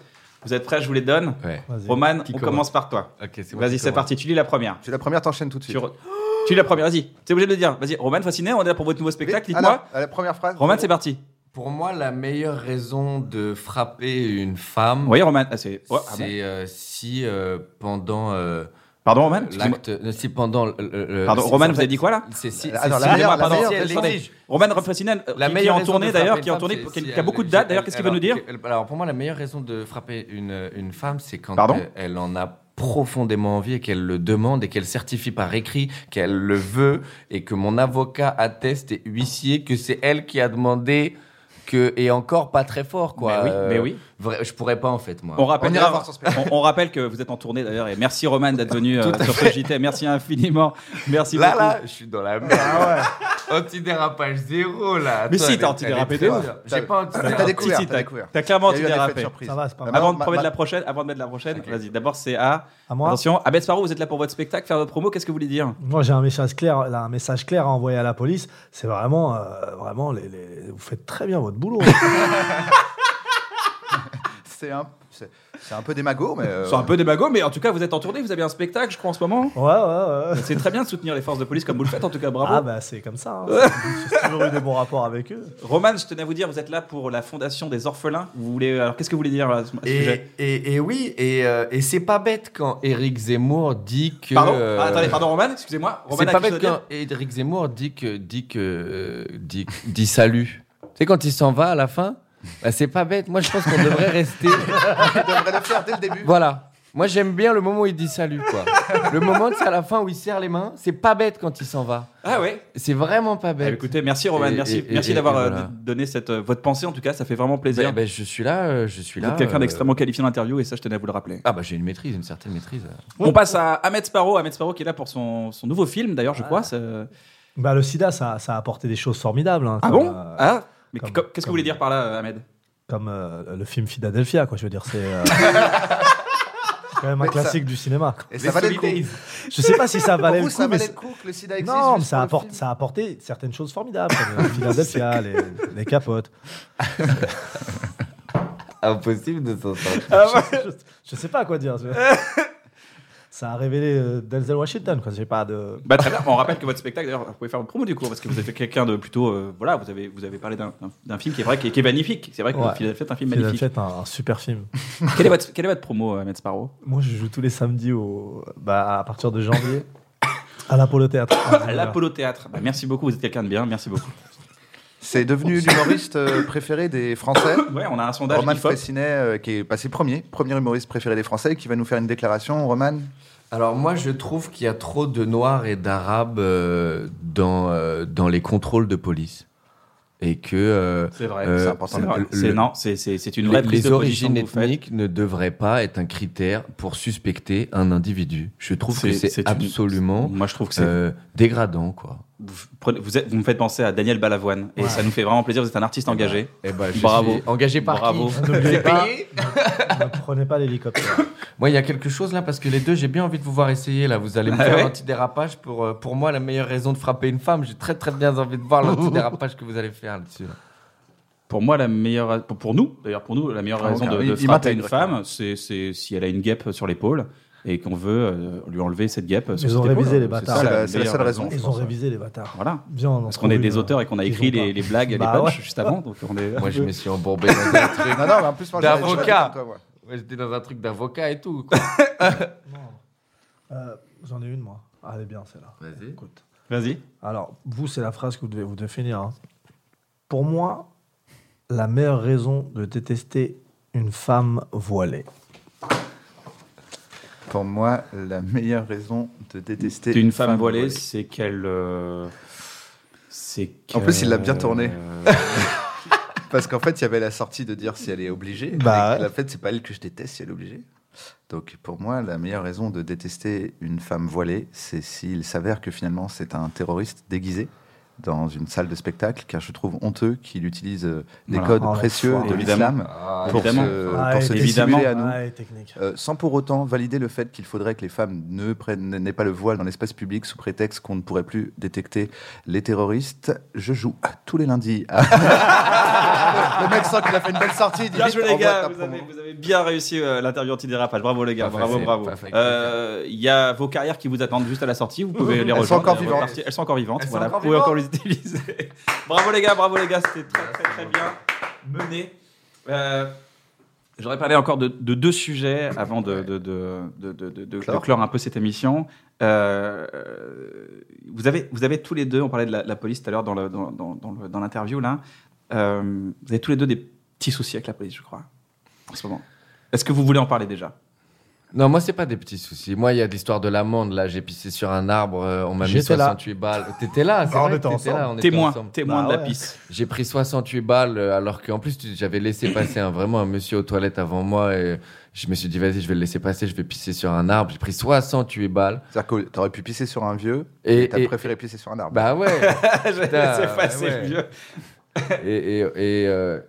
Vous êtes prêts, je vous les donne. Ouais. Vas-y. Roman, Qui on commence commence par toi. Ok, c'est moi qui Vas-y, c'est commence. parti, tu lis la première. Tu la première, t'enchaînes tout de Tu, suite. re- tu lis la première, vas-y. T'es obligé de le dire. Vas-y, Roman, fasciné, on est là pour votre nouveau spectacle, Vite, dites-moi. à la- à la première phrase. Roman, c'est parti. Pour moi, la meilleure raison de frapper une femme, Vous voyez, Roman, ah, c'est... oh, ah bon. c'est euh, si euh, pendant euh, Pardon, Roman excuse-moi. l'acte, euh, si pendant, le- le- le- Pardon, si- Roman, en vous fait, avez dit quoi là C'est si. Ah, c'est non, si- la meilleure- pardon, la meilleure si elle raison- l'exige. Roman Refressinen, La qui est meilleure en raison tournée de frapper d'ailleurs, une qui est en femme, tournée, c'est qui, si qui a elle- beaucoup de dates d'ailleurs, elle- qu'est-ce qu'il veut alors, nous dire que- Alors pour moi, la meilleure raison de frapper une, une femme, c'est quand Pardon elle, elle en a profondément envie et qu'elle le demande et qu'elle certifie par écrit qu'elle le veut et que mon avocat atteste et huissier que c'est elle qui a demandé que et encore pas très fort quoi. Mais oui, Euh, mais oui. vrai- je pourrais pas en fait moi. on rappelle, on ira d'ailleurs- voir son spectacle. on- on rappelle que vous êtes en tournée d'ailleurs, et merci Roman d'être venu euh, sur ce JT, merci infiniment, merci Là beaucoup. Ah là, je suis dans la merde. Anti-dérapage zéro là. Mais Attends, si, Ah, elle t'as est- antidérapé elle est de très- ouf. J'ai pas antidérapé. T'as Si, découvert, si, t'as t'as- découvert. T'as clairement Il y a eu un effet de antidérapé. surprise. Ça va, c'est pas mal. Avant de Ma- parler ma- de la prochaine, avant de mettre la prochaine, Ok. vas-y. D'abord, c'est à. À moi Attention, Abed Sparrow, vous êtes là pour votre spectacle, faire votre promo. Qu'est-ce que vous voulez dire Moi, j'ai un message clair, là, un message clair à envoyer à la police. C'est vraiment, euh, vraiment, les, les- vous faites très bien votre boulot. C'est un, c'est- c'est un peu démago, mais. euh, C'est un peu démago, mais en tout cas, vous êtes en tournée, vous avez un spectacle, je crois, en ce moment. ouais, ouais, ouais. C'est très bien de soutenir les forces de police comme vous le faites, en tout cas, bravo. Ah bah c'est comme ça. hein. J'ai toujours eu des bons rapports avec eux. Roman, je tenais à vous dire, vous êtes là pour la fondation des orphelins. Vous voulez. Alors, qu'est-ce que vous voulez dire euh, à ce à ce Et, sujet et, et oui, et, euh, et c'est pas bête quand Éric Zemmour dit que. Pardon euh, Ah, Attendez, pardon, Roman, excusez-moi. Roman C'est a pas quelque bête chose à quand Éric Zemmour dit que dit que euh, dit, dit salut. Tu sais quand il s'en va à la fin, bah, c'est pas bête. Moi je pense qu'on devrait rester. Tu devrais le faire dès le début. Voilà. Moi j'aime bien le moment où il dit salut quoi. Le moment c'est à la fin où il serre les mains. C'est pas bête quand il s'en va. dire Ah, ouais. C'est vraiment pas Ah, bête. écoutez, merci Roman, Et- merci, et- merci et- d'avoir et euh, voilà. d- donné cette, euh, votre pensée, en tout cas, ça fait vraiment plaisir. Ben, ben, je suis là, euh, je suis vous là. êtes quelqu'un euh, d'extrêmement qualifié en interview, et ça, je tenais à vous le rappeler. Ah bah j'ai une maîtrise, une certaine maîtrise. euh. On passe à Ahmed Sparrow, Ahmed Sparrow qui est là pour son, son nouveau film d'ailleurs, je crois. c'est- Bah le sida, ça, ça a apporté des choses formidables. hein, Ah comme, bon euh, Ah Mais comme- co- qu'est-ce que vous voulez dire par là, euh, Ahmed Comme euh, le film Philadelphia, quoi. Je veux dire, c'est euh, c'est quand même un Mais ça- classique du cinéma. quoi. Et ça valait le coup. Je sais pas si ça valait Pour vous, le coup, ça mais valait c'est- le coup que le sida existe. non, mais juste ça, pour le apporte, film. ça a apporté certaines choses formidables, comme le Philadelphia, les, les capotes. Impossible de s'en sortir. Ah je, je sais pas quoi dire. tu vois. ça a révélé euh, Denzel Washington, quoi. J'ai pas de. Bah très bien, on rappelle que votre spectacle d'ailleurs, vous pouvez faire une promo du coup, parce que vous êtes quelqu'un de plutôt. euh, voilà, vous avez, vous avez parlé d'un- d'un d'un film qui est vrai, qui est, qui est magnifique. C'est vrai que Ouais. Philadelphia est un film Philadelphia magnifique. fait un, un super film. Quelle est, votre, quelle est votre promo, Ahmed Sparrow Moi, je joue tous les samedis au, bah, à partir de janvier à l'Apollo Théâtre. À l'Apollo Théâtre. Bah, merci beaucoup, vous êtes quelqu'un de bien, merci beaucoup. C'est devenu l'humoriste euh, préféré des Français. Ouais, on a un sondage Roman IFOP. Fressinet, euh, qui est passé premier, premier humoriste préféré des Français, qui va nous faire une déclaration. Roman, Alors moi, je trouve qu'il y a trop de Noirs et d'Arabes euh, dans, euh, dans les contrôles de police. Et que... euh, C'est vrai, euh, c'est important. C'est vrai. le- C'est- le- Non, c'est- c'est c'est une les, vraie prise les de position origines que vous faites. ethniques ne devraient pas être un critère pour suspecter un individu. Je trouve que c'est une- absolument Moi, je trouve que c'est euh, dégradant, quoi. vous, prenez- vous êtes- vous me faites penser à Daniel Balavoine et ça nous fait vraiment plaisir. Vous êtes un artiste engagé. Eh ben, je Bravo. suis engagé par Bravo. qui N'oubliez C'est pas, payé ne prenez pas l'hélicoptère. Moi, il y a quelque chose là, parce que les deux, j'ai bien envie de vous voir essayer. Là, vous allez me Ah faire ouais l'antidérapage. Pour, euh, pour moi, la meilleure raison de frapper une femme, j'ai très très bien envie de voir l'antidérapage que vous allez faire là-dessus. là. Pour moi, la meilleure, pour, pour nous, d'ailleurs, pour nous, la meilleure Ah, raison ok. de, Il- de il frapper une m'intègre, femme, c'est c'est si elle a une guêpe sur l'épaule et qu'on veut euh, lui enlever cette guêpe. Sur Ils ont cette épaule. révisé, les C'est bâtards. ça, C'est la- c'est la meilleure seule raison. Ils ont révisé les bâtards. Voilà. Bien, on en Parce trouve qu'on est une, des euh, auteurs et qu'on a qu'ils écrit ont pas. les, les blagues et les Bah punchs ouais. juste avant. Donc on est... Moi, je me suis embourbé dans un truc. Non, non, mais en plus, moi, j'avais- j'avais D'avocat. fait comme toi, moi. Moi, J'étais dans un truc d'avocat et tout. quoi. Euh, J'en ai une, moi. Ah, elle est bien, celle-là. Écoute. Vas-y. Alors, vous, c'est la phrase que vous devez vous définir. hein. Pour moi, la meilleure raison de détester une femme voilée. pour moi, la meilleure raison de détester Une femme voilée, c'est qu'elle. euh, c'est En plus, il l'a qu'elle- bien tourné. euh, Parce qu'en fait, il y avait la sortie de dire si elle est obligée. Bah Et que ouais. La fait, c'est pas elle que je déteste si elle est obligée. Donc pour moi, la meilleure raison de détester une femme voilée, c'est s'il s'avère que finalement c'est un terroriste déguisé dans une salle de spectacle, car je trouve honteux qu'il utilise euh, des Voilà. Ah, codes Oh, précieux l'enfoiré. de l'islam Ah, pour évidemment. se, Ouais, Euh, pour se évidemment. Ah, dissimuler à nous. Ouais, Ah, technique. Euh, sans pour autant valider le fait qu'il faudrait que les femmes ne prennent n'aient pas le voile dans l'espace public sous prétexte qu'on ne pourrait plus détecter les terroristes. Je joue tous les lundis. à- le mec sent qu'il a fait une belle sortie. il dit, Bien vite, joué les envoie gars, ta vous promo. avez, vous avez bien réussi euh, l'interview anti-dérapage. Bravo les gars, Pas bravo, facile, bravo. pas facile. Euh, Il y a vos carrières qui vous attendent juste à la sortie, vous pouvez les Elles sont rejoindre. encore euh, vivantes. repartir. Elles sont encore vivantes, Elles sont voilà, encore vous pouvez encore les utiliser. bravo les gars, bravo les gars, c'était très très très bien mené. Euh, J'aurais parlé encore de, de deux sujets avant de, de, de, de, de- de- de Clore. clore un peu cette émission. Euh, vous, avez, vous avez tous les deux, on parlait de la, la police tout à l'heure dans le- dans- dans- dans le- dans l'interview, là. Euh, vous avez tous les deux des petits soucis avec la police, je crois, en ce moment. Est-ce que vous voulez en parler déjà Non, moi, c'est pas des petits soucis. Moi, il y a de l'histoire de l'amende. Là, j'ai pissé sur un arbre. euh, On m'a mis J'étais là. 68 balles. T'étais là, c'est On vrai était que t'étais ensemble. là, on était Témoin, ensemble. témoin Bah de la ouais. pisse. J'ai pris 68 balles euh, alors qu'en plus tu- j'avais laissé passer un, vraiment un monsieur aux toilettes avant moi et je me suis dit vas-y je vais le laisser passer, je vais pisser sur un arbre. J'ai pris 68 balles. C'est-à-dire que t'aurais pu pisser sur un vieux Et- et t'as et- préféré pisser sur un arbre. Bah ouais. Je Putain, bah laissais passer Ah, ouais. le vieux. et et, et, euh,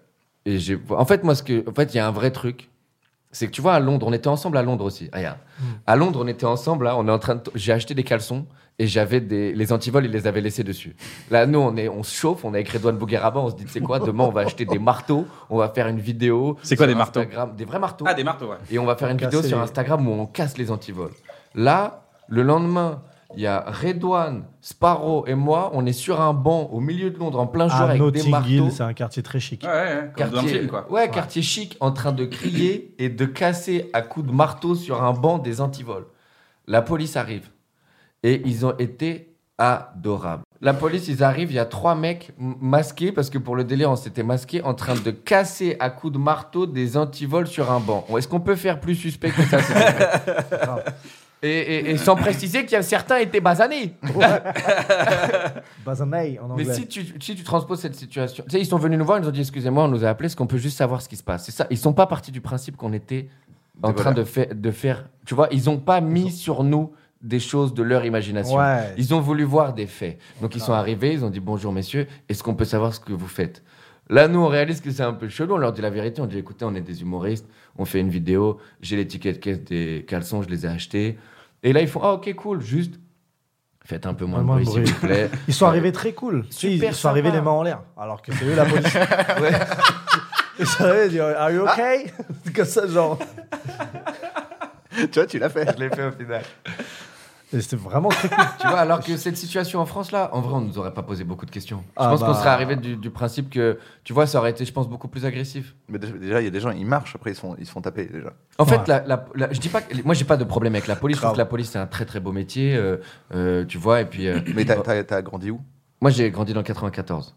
et j'ai en fait moi ce que en fait il y a un vrai truc c'est que tu vois à Londres on était ensemble à Londres aussi Ah, regarde Hmm. à Londres on était ensemble là on est en train de j'ai acheté des caleçons et j'avais des les antivols ils les avaient laissés dessus là nous on est on se chauffe on est avec Redouane Bougueraba on se dit tu sais quoi demain on va acheter des marteaux on va faire une vidéo C'est quoi sur des marteaux Instagram, des vrais marteaux Ah, des marteaux, ouais. et on va faire une Casser vidéo sur les- Instagram où on casse les antivols. Là, le lendemain, il y a Redouane, Sparrow et moi, on est sur un banc au milieu de Londres en plein jour Ah, avec des Notting marteaux. Hill, c'est un quartier très chic. Ouais, ouais, ouais, comme dans un film, quoi. ouais, quartier chic, en train de crier et de casser à coups de marteau sur un banc des antivols. La police arrive et ils ont été adorables. La police, ils arrivent, il y a trois mecs m- masqués parce que pour le délire, on s'était masqués en train de casser à coups de marteau des antivols sur un banc. Est-ce qu'on peut faire plus suspect que ça s'il vous plaît et, et- et sans préciser qu'il y a certains étaient basanés. Bazanay en anglais. Mais si tu, si tu transposes cette situation, tu sais, ils sont venus nous voir, ils nous ont dit excusez-moi, on nous a appelé, est-ce qu'on peut juste savoir ce qui se passe C'est ça, ils sont pas partis du principe qu'on était en train de, fa- de faire. Tu vois, ils ont pas mis sur nous des choses de leur imagination. Ouais. Ils ont voulu voir des faits. Donc ils sont arrivés, ils ont dit bonjour messieurs, est-ce qu'on peut savoir ce que vous faites Là, nous, on réalise que c'est un peu chelou. On leur dit la vérité. On dit écoutez, on est des humoristes. On fait une vidéo. J'ai les tickets de caisse des caleçons. Je les ai achetés. Et là, ils font ah, ok, cool. Juste, faites un peu moins de Moins de bruit, s'il bruit. vous plaît. Ils sont arrivés très cool. Super ils sont sympa. arrivés les mains en l'air. Alors que c'est eux la police. Ouais. Ah. Ils sont arrivés, ils disent Are you okay Comme ça, genre. tu vois, tu l'as fait. Je l'ai fait au final. Et C'était vraiment très cool. Tu vois, Ah, alors que cette situation en France, là, en vrai, on nous aurait pas posé beaucoup de questions. Je Ah pense qu'on bah. serait arrivé du, du principe que, tu vois, ça aurait été, je pense, beaucoup plus agressif. Mais déjà- déjà, il y a des gens, ils marchent, après ils se font, ils se font taper déjà. En Ouais. fait, la, la- la- je dis pas que, moi, j'ai pas de problème avec la police. Je trouve Grave. que la police, c'est un très très beau métier, euh, euh, tu vois. Et puis, euh, Mais t'as- t'as t'as grandi où moi, j'ai grandi dans le 94.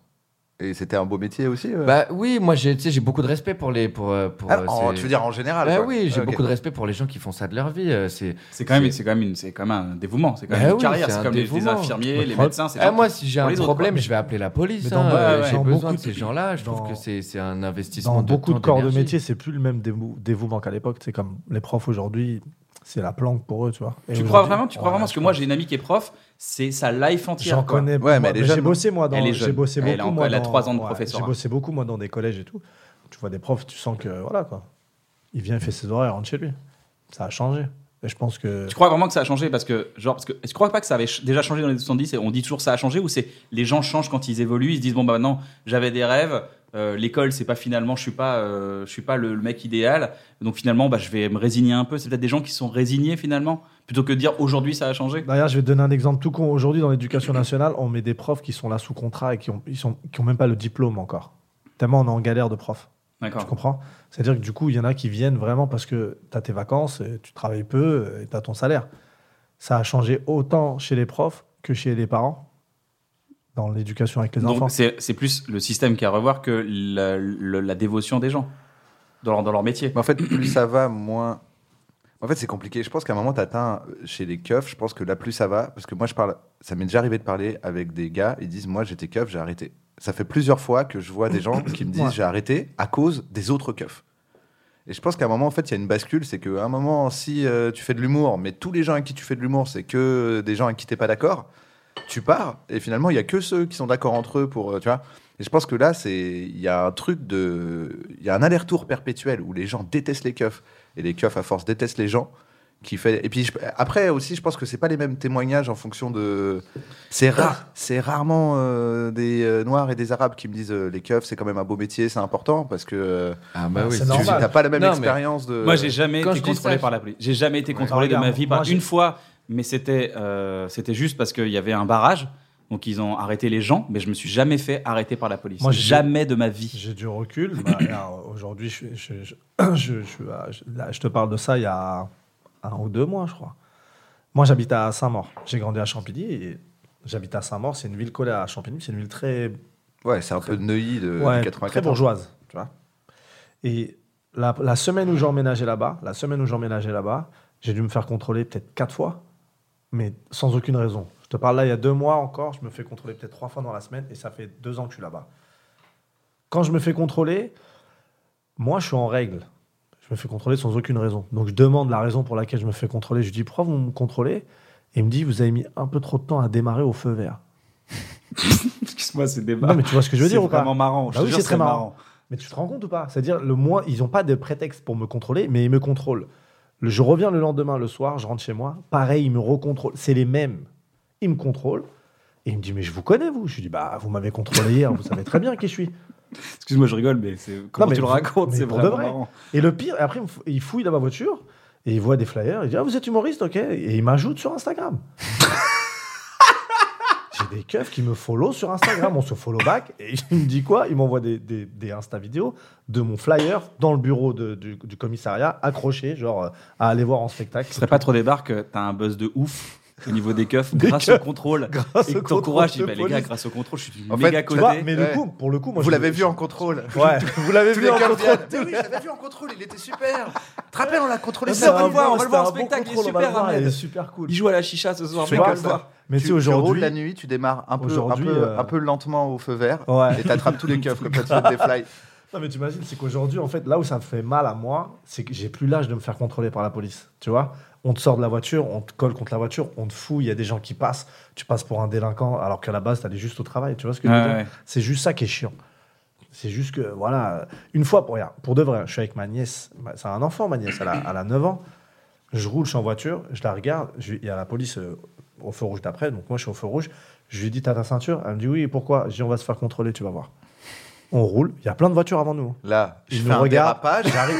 Et c'était un beau métier aussi euh Bah oui, moi, j'ai, tu sais, j'ai beaucoup de respect pour les, pour, euh, pour. Ah, euh, en- ces- Tu veux dire en général Bah quoi. oui, j'ai Ok. beaucoup de respect pour les gens qui font ça de leur vie. euh, C'est. C'est quand, même- c'est quand, même une- c'est quand même un dévouement, c'est quand même Bah une oui, carrière, c'est c'est un comme les, les dévouement. infirmiers, les Moi, médecins, c'est Ah, gentil. moi, si j'ai pour un les autres, problème, quoi. je vais appeler la police. Mais dans hein, beaucoup- euh, j'ai dans besoin beaucoup de ces de- gens-là. Je trouve dans- que c'est, c'est un investissement Dans beaucoup de temps, corps de d'énergie. métier, c'est plus le même démou- dévouement qu'à l'époque. C'est comme les profs aujourd'hui, c'est la planque pour eux, tu vois. Et Tu crois aujourd'hui- vraiment, tu crois Ouais, vraiment parce que je moi pense. j'ai une amie qui est prof, c'est sa life entière. J'en quoi. connais. Ouais, mais moi, elle est mais J'ai jeune. bossé moi dans. Elle est J'ai jeune. bossé Elle a beaucoup encore- moi. elle a dans- trois ans de professeur. J'ai bossé beaucoup moi dans des collèges et tout. Tu vois des profs, tu sens que voilà quoi. Il vient, il fait ses horaires, il rentre chez lui. Ça a changé. Et je pense que. Tu crois vraiment que ça a changé parce que genre parce que tu crois pas que ça avait ch- déjà changé dans les 70 et on dit toujours ça a changé ou c'est les gens changent quand ils évoluent, ils se disent bon bah maintenant j'avais des rêves, euh, l'école c'est pas finalement je suis pas euh, je suis pas le, le mec idéal donc finalement bah je vais me résigner un peu, c'est peut-être des gens qui sont résignés finalement plutôt que de dire aujourd'hui ça a changé. D'ailleurs, je vais te donner un exemple tout con. Aujourd'hui, dans l'éducation nationale, on met des profs qui sont là sous contrat et qui ont, ils sont, qui ont même pas le diplôme encore. Tellement on est en galère de profs. Tu D'accord. comprends C'est-à-dire que du coup, il y en a qui viennent vraiment parce que tu as tes vacances, et tu travailles peu euh, et tu as ton salaire. Ça a changé autant chez les profs que chez les parents dans l'éducation avec les enfants. Donc c'est c'est plus le système qui a à revoir que la, le- la dévotion des gens dans leur, dans leur métier. Mais en fait, plus ça va, moins. En fait, c'est compliqué. Je pense qu'à un moment, t'atteins euh, chez les keufs. Je pense que là, plus ça va. Parce que moi, je parle. Ça m'est déjà arrivé de parler avec des gars. Ils disent Moi, j'étais keuf, j'ai arrêté. Ça fait plusieurs fois que je vois des gens qui me disent Ouais. J'ai arrêté à cause des autres keufs. Et je pense qu'à un moment, en fait, il y a une bascule. C'est qu'à un moment, si euh, tu fais de l'humour, mais tous les gens à qui tu fais de l'humour, c'est que des gens à qui t'es pas d'accord, tu pars. Et finalement, il y a que ceux qui sont d'accord entre eux pour. euh, tu vois et je pense que là, c'est il y a un truc de, il y a un aller-retour perpétuel où les gens détestent les keufs et les keufs à force détestent les gens. Qui fait... Et puis je- après aussi, je pense que c'est pas les mêmes témoignages en fonction de. C'est Ah. rare, c'est rarement euh, des euh, noirs et des arabes qui me disent euh, les keufs, c'est quand même un beau métier, c'est important parce que euh, Ah bah Ah, oui, c'est tu- tu normal. n'as pas la même Non, mais- expérience de. Moi, j'ai jamais Euh, Quand été je dis contrôlé ça, par la police. J'ai jamais été contrôlé Regarde, de ma vie moi, par j'ai- une fois, mais c'était euh, c'était juste parce qu'il y avait un barrage. Donc ils ont arrêté les gens, mais je me suis jamais fait arrêter par la police. Moi, j'ai- jamais de ma vie. J'ai du recul. Bah, là, Aujourd'hui, je, suis- je, je, je- je suis à- je- là, je te parle de ça il y a un ou deux mois, je crois. Moi, j'habite à Saint-Maur. J'ai grandi à Champigny et j'habite à Saint-Maur. C'est une ville collée à Champigny. C'est une ville très Ouais, c'est un peu de Neuilly de, Ouais, du 94. très bourgeoise, tu vois. Et la, la semaine où j'ai emménagé là-bas, la semaine où j'ai emménagé là-bas, j'ai dû me faire contrôler peut-être quatre fois, mais sans aucune raison. Je te parle là, il y a deux mois encore, je me fais contrôler peut-être trois fois dans la semaine, et ça fait deux ans que je suis là-bas. Quand je me fais contrôler, moi, je suis en règle. Je me fais contrôler sans aucune raison. Donc, je demande la raison pour laquelle je me fais contrôler. Je lui dis, pourquoi vous me contrôlez Et il me dit, vous avez mis un peu trop de temps à démarrer au feu vert. Excuse-moi, c'est Non, mais tu vois ce que je veux dire ou C'est pas vraiment marrant. Je Bah te oui, jure, c'est très marrant. Mais tu te rends compte ou pas C'est-à-dire, le mois, ils n'ont pas de prétexte pour me contrôler, mais ils me contrôlent. Le- je reviens le lendemain, le soir, je rentre chez moi. Pareil, ils me recontrôlent. C'est les mêmes. Ils me contrôlent. Et il me dit, mais je vous connais, vous. Je lui dis, bah, vous m'avez contrôlé hier, vous savez très bien qui je suis. Excuse-moi, je rigole, mais c'est comment mais tu le vous- racontes, mais c'est pour vraiment de vrai. marrant. Et le pire, après, il me fou- il fouille dans ma voiture et il voit des flyers. Il dit, ah, vous êtes humoriste, ok. Et il m'ajoute sur Instagram. J'ai des keufs qui me follow sur Instagram. On se follow back. Et il me dit quoi Il m'envoie des, des, des Insta vidéos de mon flyer dans le bureau de- du, du commissariat, accroché, genre euh, à aller voir en spectacle. Ce serait pas trop des barres que t'as un buzz de ouf au niveau des keufs Des grâce keufs. au contrôle. Grâce et au que t'encourages, tu dis, contrôle bah, de les gars, police. grâce au contrôle, je suis du En fait, méga Tu vois, codé. mais Ouais. le coup, pour le coup, moi Vous je- l'avez vu en contrôle. Ouais, vous l'avez Tous vu les en gars contrôle. viennent. Mais oui, je l'avais vu en contrôle, il était super. Tu te rappelles, on l'a contrôlé Ah, ça, on va c'est le voir, un on va le voir en bon spectacle, il est contrôle, on va le super, voir, Ahmed. Il est super cool. Il joue à la chicha ce soir, Tu mais fais on va comme le ça. voir. Mais tu sais, aujourd'hui, la nuit, tu démarres un peu, un aujourd'hui, peu, euh, un peu lentement au feu vert Ouais. et t'attrapes tous les keufs comme ça, tu fais des fly. Non, mais t'imagines, c'est qu'aujourd'hui, en fait, là où ça me fait mal à moi, c'est que j'ai plus l'âge de me faire contrôler par la police. Tu vois On te sort de la voiture, on te colle contre la voiture, on te fouille, il y a des gens qui passent, tu passes pour un délinquant, alors qu'à la base, t'allais juste au travail. Tu vois ce que je veux Ouais, dire ouais. C'est juste ça qui est chiant. C'est juste que, voilà, une fois, pour rien, pour de vrai, je suis avec ma nièce, ma- c'est un enfant, ma nièce, elle a, elle a 9 ans. Je roule, je suis en voiture, je la regarde, je- il y a la police euh, au feu rouge d'après, donc moi je suis au feu rouge. Je lui dis, t'as ta ceinture Elle me dit, oui, pourquoi Je dis, on va se faire contrôler, tu vas voir. On roule, il y a plein de voitures avant nous. Là, je Ils fais me un regardent. dérapage. J'arrive,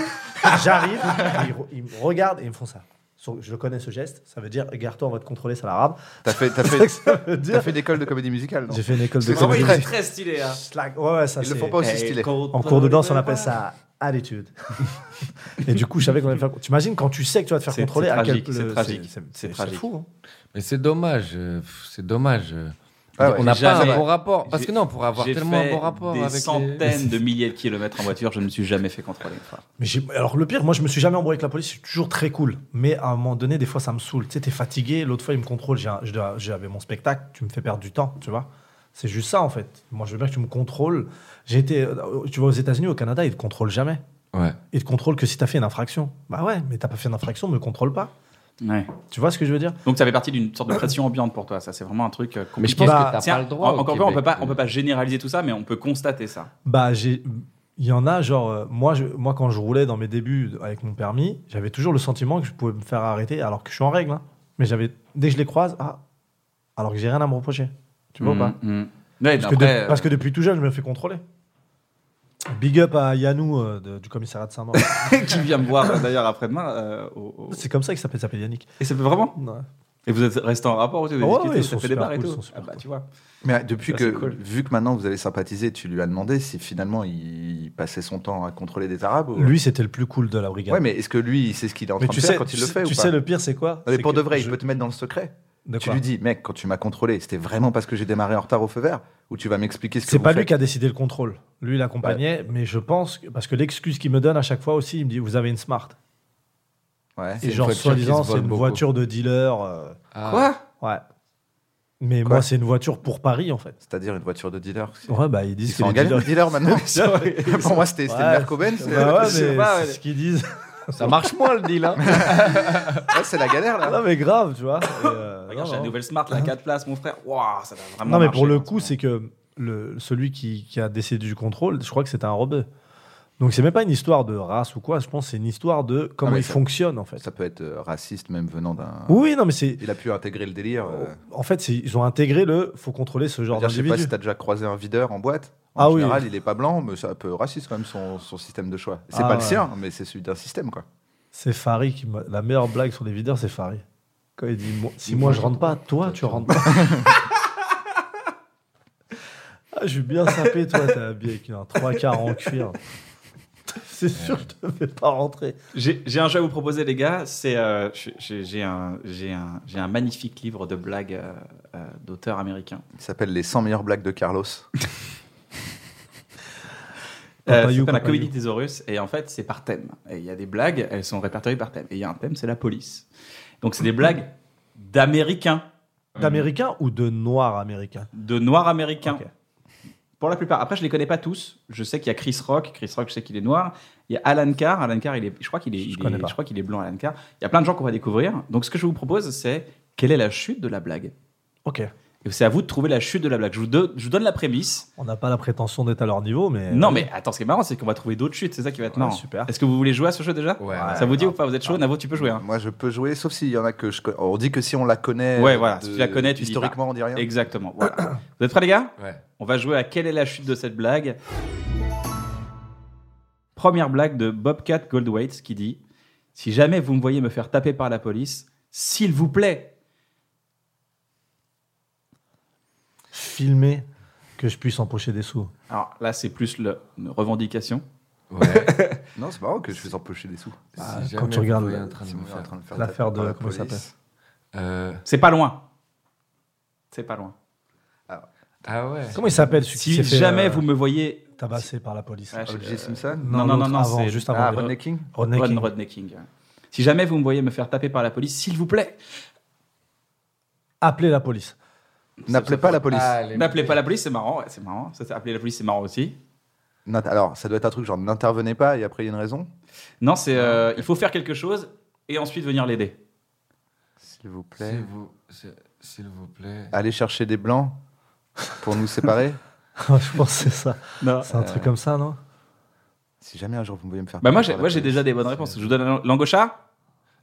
j'arrive, ils, re- ils me regardent et ils me font ça. Sur- Je connais ce geste, ça veut dire, garde-toi, on va te contrôler, ça l'arabe. T'as fait, t'as C'est ça fait, que ça veut t'as dire. fait l'école de comédie musicale, non J'ai fait une école de C'est vraiment comédie. très- Très stylé, hein. Slack. Ouais, ouais, ça Ils c'est. Eh, le font pas aussi stylé. En cours de danse, on appelle ça attitude. et du coup, je savais qu'on allait me faire. T'imagines quand tu sais que tu vas te faire C'est- contrôler c'est à quel tragique, c'est le- tragique, c'est tragique. fou. hein. Mais c'est dommage, euh, pff, c'est dommage. euh. Ah ouais, on n'a j'ai pas jamais- un bon rapport. Parce j'ai- que non, pour avoir J'ai tellement un fait bon rapport des avec les- centaines de milliers de kilomètres en voiture, je ne me suis jamais fait contrôler. frère. Mais j'ai- alors le pire, moi je me suis jamais embrouillé avec la police, je suis toujours très cool. Mais à un moment donné, des fois ça me saoule. Tu sais, t'es fatigué, l'autre fois il me contrôle, j'ai un- je dois- j'avais mon spectacle, tu me fais perdre du temps, tu vois. C'est juste ça en fait. Moi je veux bien que tu me contrôles. J'ai été, euh, tu vas aux États-Unis, au Canada, ils te contrôlent jamais. Ouais. Ils te contrôlent que si t'as fait une infraction. Bah ouais, mais t'as pas fait une infraction, me contrôle pas. Tu vois ce que je veux dire Donc ça fait partie d'une sorte de pression ambiante pour toi. Ça, c'est vraiment un truc. euh, Mais je compliqué. pense Bah, que t'as Tiens, pas le droit. au Encore une fois, on peut Québec, pas, de- euh. on peut pas généraliser tout ça, mais on peut constater ça. Bah, j'ai. Il y en a, genre, euh, moi, je, moi, quand je roulais dans mes débuts avec mon permis, j'avais toujours le sentiment que je pouvais me faire arrêter alors que je suis en règle. hein. Mais j'avais, dès que je les croise, ah, alors que j'ai rien à me reprocher. Tu vois ou Mhm. pas Mm, mm. Ouais, mmh. parce que, d'après, de- euh, parce que depuis tout jeune, je me fais contrôler. Big up à Yannou euh, de- du commissariat de Saint-Maur. qui vient me voir euh, d'ailleurs après-demain. euh, au- au- C'est comme ça qu'il s'appelle, il s'appelle Yannick. Et ça fait vraiment. Ouais. Et vous êtes resté en rapport aussi, vous avez Oh, Ouais, discuté, ouais, ils ça sont fait des super barres et cool, ils tout. sont super Ah bah, cool. tu vois. Mais depuis Ça, que, c'est cool. vu que maintenant vous avez sympathisé, tu lui as demandé si finalement il passait son temps à contrôler des Arabes. Ou... Lui, c'était le plus cool de la brigade. Ouais, mais est-ce que lui, il sait ce qu'il est en Mais train tu de sais, faire quand il tu le sais- fait tu ou pas sais, le pire, c'est quoi Non, mais C'est pour que de vrai, je- il peut te mettre dans le secret. de Tu quoi lui dis, mec, quand tu m'as contrôlé, c'était vraiment parce que j'ai démarré en retard au feu vert Ou tu vas m'expliquer ce que C'est vous pas lui faites qui a décidé le contrôle. Lui, il accompagnait, mais je pense que, parce que l'excuse qu'il me donne à chaque fois aussi, il me dit vous avez une smart. Ouais. Et une genre, voiture qui soi-disant, se c'est vole une beaucoup. voiture de dealer. euh, Ah. Quoi ouais. Mais Quoi moi, c'est une voiture pour Paris, en fait. C'est-à-dire une voiture de dealer. c'est- Ouais, bah, ils disent Ils que sont en les galère, dealers- les dealers maintenant. Ouais. Pour moi, c'était c'était Ouais. le Mercoben. c'est- Bah ouais, mais je sais pas, ouais. c'est ce qu'ils disent. Ça marche moins le deal, hein Ouais, c'est la galère là. non, mais grave, tu vois. Et, euh, Regarde, non, j'ai la non. nouvelle Smart, la 4 places, mon frère. Waouh, ça va vraiment. Non, mais pour marcher, le hein, coup, ce c'est que le, celui qui, qui a décédé du contrôle, je crois que c'était un robot. Donc, c'est même pas une histoire de race ou quoi. Je pense que c'est une histoire de comment Ah, mais il ça- fonctionne, en fait. Ça peut être euh, raciste même venant d'un. Oui, oui, non, mais c'est. Il a pu intégrer le délire. euh, En fait, c'est- ils ont intégré le faut contrôler ce Oh, genre je sais pas d'individu. si t'as déjà croisé un videur en boîte. En Ah oui. général, il est pas blanc, mais ça peut raciste quand même son, son système de choix. C'est Ah pas le ouais. sien, mais c'est celui d'un système quoi. C'est Farid qui m'a- La meilleure blague sur les videurs, c'est Farid. Quand il dit moi- Si moi je rentre pas, toi tu rentres pas. ah, je suis bien sapé, toi, t'es habillé avec un trois quarts en cuir. C'est sûr, que je te fais pas rentrer. J'ai j'ai un jeu à vous proposer, les gars. C'est euh, j'ai- j'ai j'ai un j'ai un j'ai un magnifique livre de blagues euh, euh, d'auteurs américains. Il s'appelle Les 100 meilleures blagues de Carlos. Euh, Papayou, c'est la papayou. comédie thésaurus et en fait c'est par thème. Et il y a des blagues, elles sont répertoriées par thème. Et il y a un thème, c'est la police. Donc c'est des blagues d'Américains, D'américain ou de noir américain de Noirs américains. Ok. Pour la plupart. Après je les connais pas tous. Je sais qu'il y a Chris Rock. Chris Rock, je sais qu'il est noir. Il y a Alan Carr. Alan Carr, il est, je crois qu'il est, il Je est- connais pas. je crois qu'il est blanc. Alan Carr. Il y a plein de gens qu'on va découvrir. Donc ce que je vous propose, c'est quelle est la chute de la blague. Ok. Et c'est à vous de trouver la chute de la blague. Je vous, do- je vous donne la prémisse. On n'a pas la prétention d'être à leur niveau, mais. non, mais attends, ce qui est marrant, c'est qu'on va trouver d'autres chutes. C'est ça qui va être Eh Ouais, marrant. super. Est-ce que vous voulez jouer à ce jeu déjà Ouais, Ça ouais, vous dit ou pas Vous êtes Ah. chaud Navo, tu peux jouer. hein. Moi, je peux jouer, sauf s'il y en a que je. co- On dit que si on la connaît. Ouais, euh, voilà, si tu la connais, tu dis Historiquement, pas. on dit rien. Exactement. Voilà. vous êtes prêts, les gars Ouais. On va jouer à quelle est la chute de cette blague. Première blague de Bobcat Goldwaite qui dit Si jamais vous me voyez me faire taper par la police, s'il vous plaît. Filmer que je puisse empocher des sous. Alors là, c'est plus le- une revendication. Ouais. Non, c'est marrant que je fais empocher des sous. Bah, Si quand jamais tu regardes vous voyez le- en train de Si me on est en faire- train de faire l'affaire taper par de- la comment ça police. Euh, C'est pas loin. C'est pas loin. Ah ouais. Comment il s'appelle celui qui Si s'est fait, jamais euh, vous me voyez. tabassé par la police Ah, je- O.J. Simpson Non, non, non, l'autre non, avant, c'est- juste avant. Ah, de- Rodney King Rodney Ron King. Rodney King. Si jamais vous me voyez me faire taper par la police, s'il vous plaît, Appeler la police. N'appelez pas la police. Ah, les- n'appelez pas la police, c'est marrant, ouais, c'est marrant. Ça, c'est- appeler la police, c'est marrant aussi. N'int- Alors, ça doit être un truc genre n'intervenez pas et après il y a une raison. Non, c'est euh, il faut faire quelque chose et ensuite venir l'aider. S'il vous plaît. S'il vous, s'il- s'il vous plaît. Allez chercher des blancs pour nous séparer. je pense que c'est ça. Non. C'est un Euh. truc comme ça, non Si jamais un jour vous voulez me faire. Bah moi, taper j'ai, par la moi j'ai police. déjà des bonnes réponses. Je vous donne un- l'angocha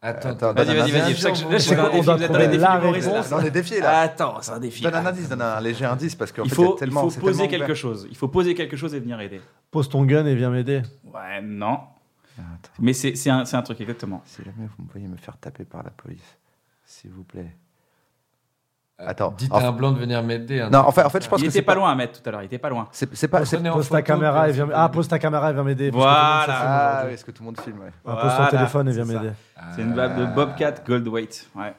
Attends, Attends, attends, Vas-y, vas-y, attends, vas-y. Je sais que je- là, je suis On dans un défi, doit vous êtes dans trouver un défi la humoriste, réponse. là. J'en ai défié là. Attends, c'est un défi. Donne un indice, donne un léger indice parce qu'en Ah, Il fait, il y faut, a tellement. il faut c'est poser tellement quelque ouvert. chose. Il faut poser quelque chose et venir aider. Pose ton gun et viens m'aider. Ouais, non. Ah, Attends. Mais c'est, c'est, un, c'est un truc, exactement. Si jamais vous me voyez me faire taper par la police, s'il vous plaît. Euh, Attends. Dites en- à un blanc de venir m'aider. un Non, truc en fait, en comme fait, ça. je pense il que c'est était pas, loin à mettre tout à l'heure. Il était pas loin. C'est c'est pas. c'est- Prenez en Pose ta photo, caméra et puis viens on Ah, se- pose ta caméra et viens m'aider. parce que Voilà. tout le monde filme Ah, oui, aujourd'hui. est-ce que tout le monde filme ouais. Ah, Pose ton Voilà, téléphone et c'est viens ça. m'aider. C'est Euh. une blague de Bobcat Goldwaite. Ouais.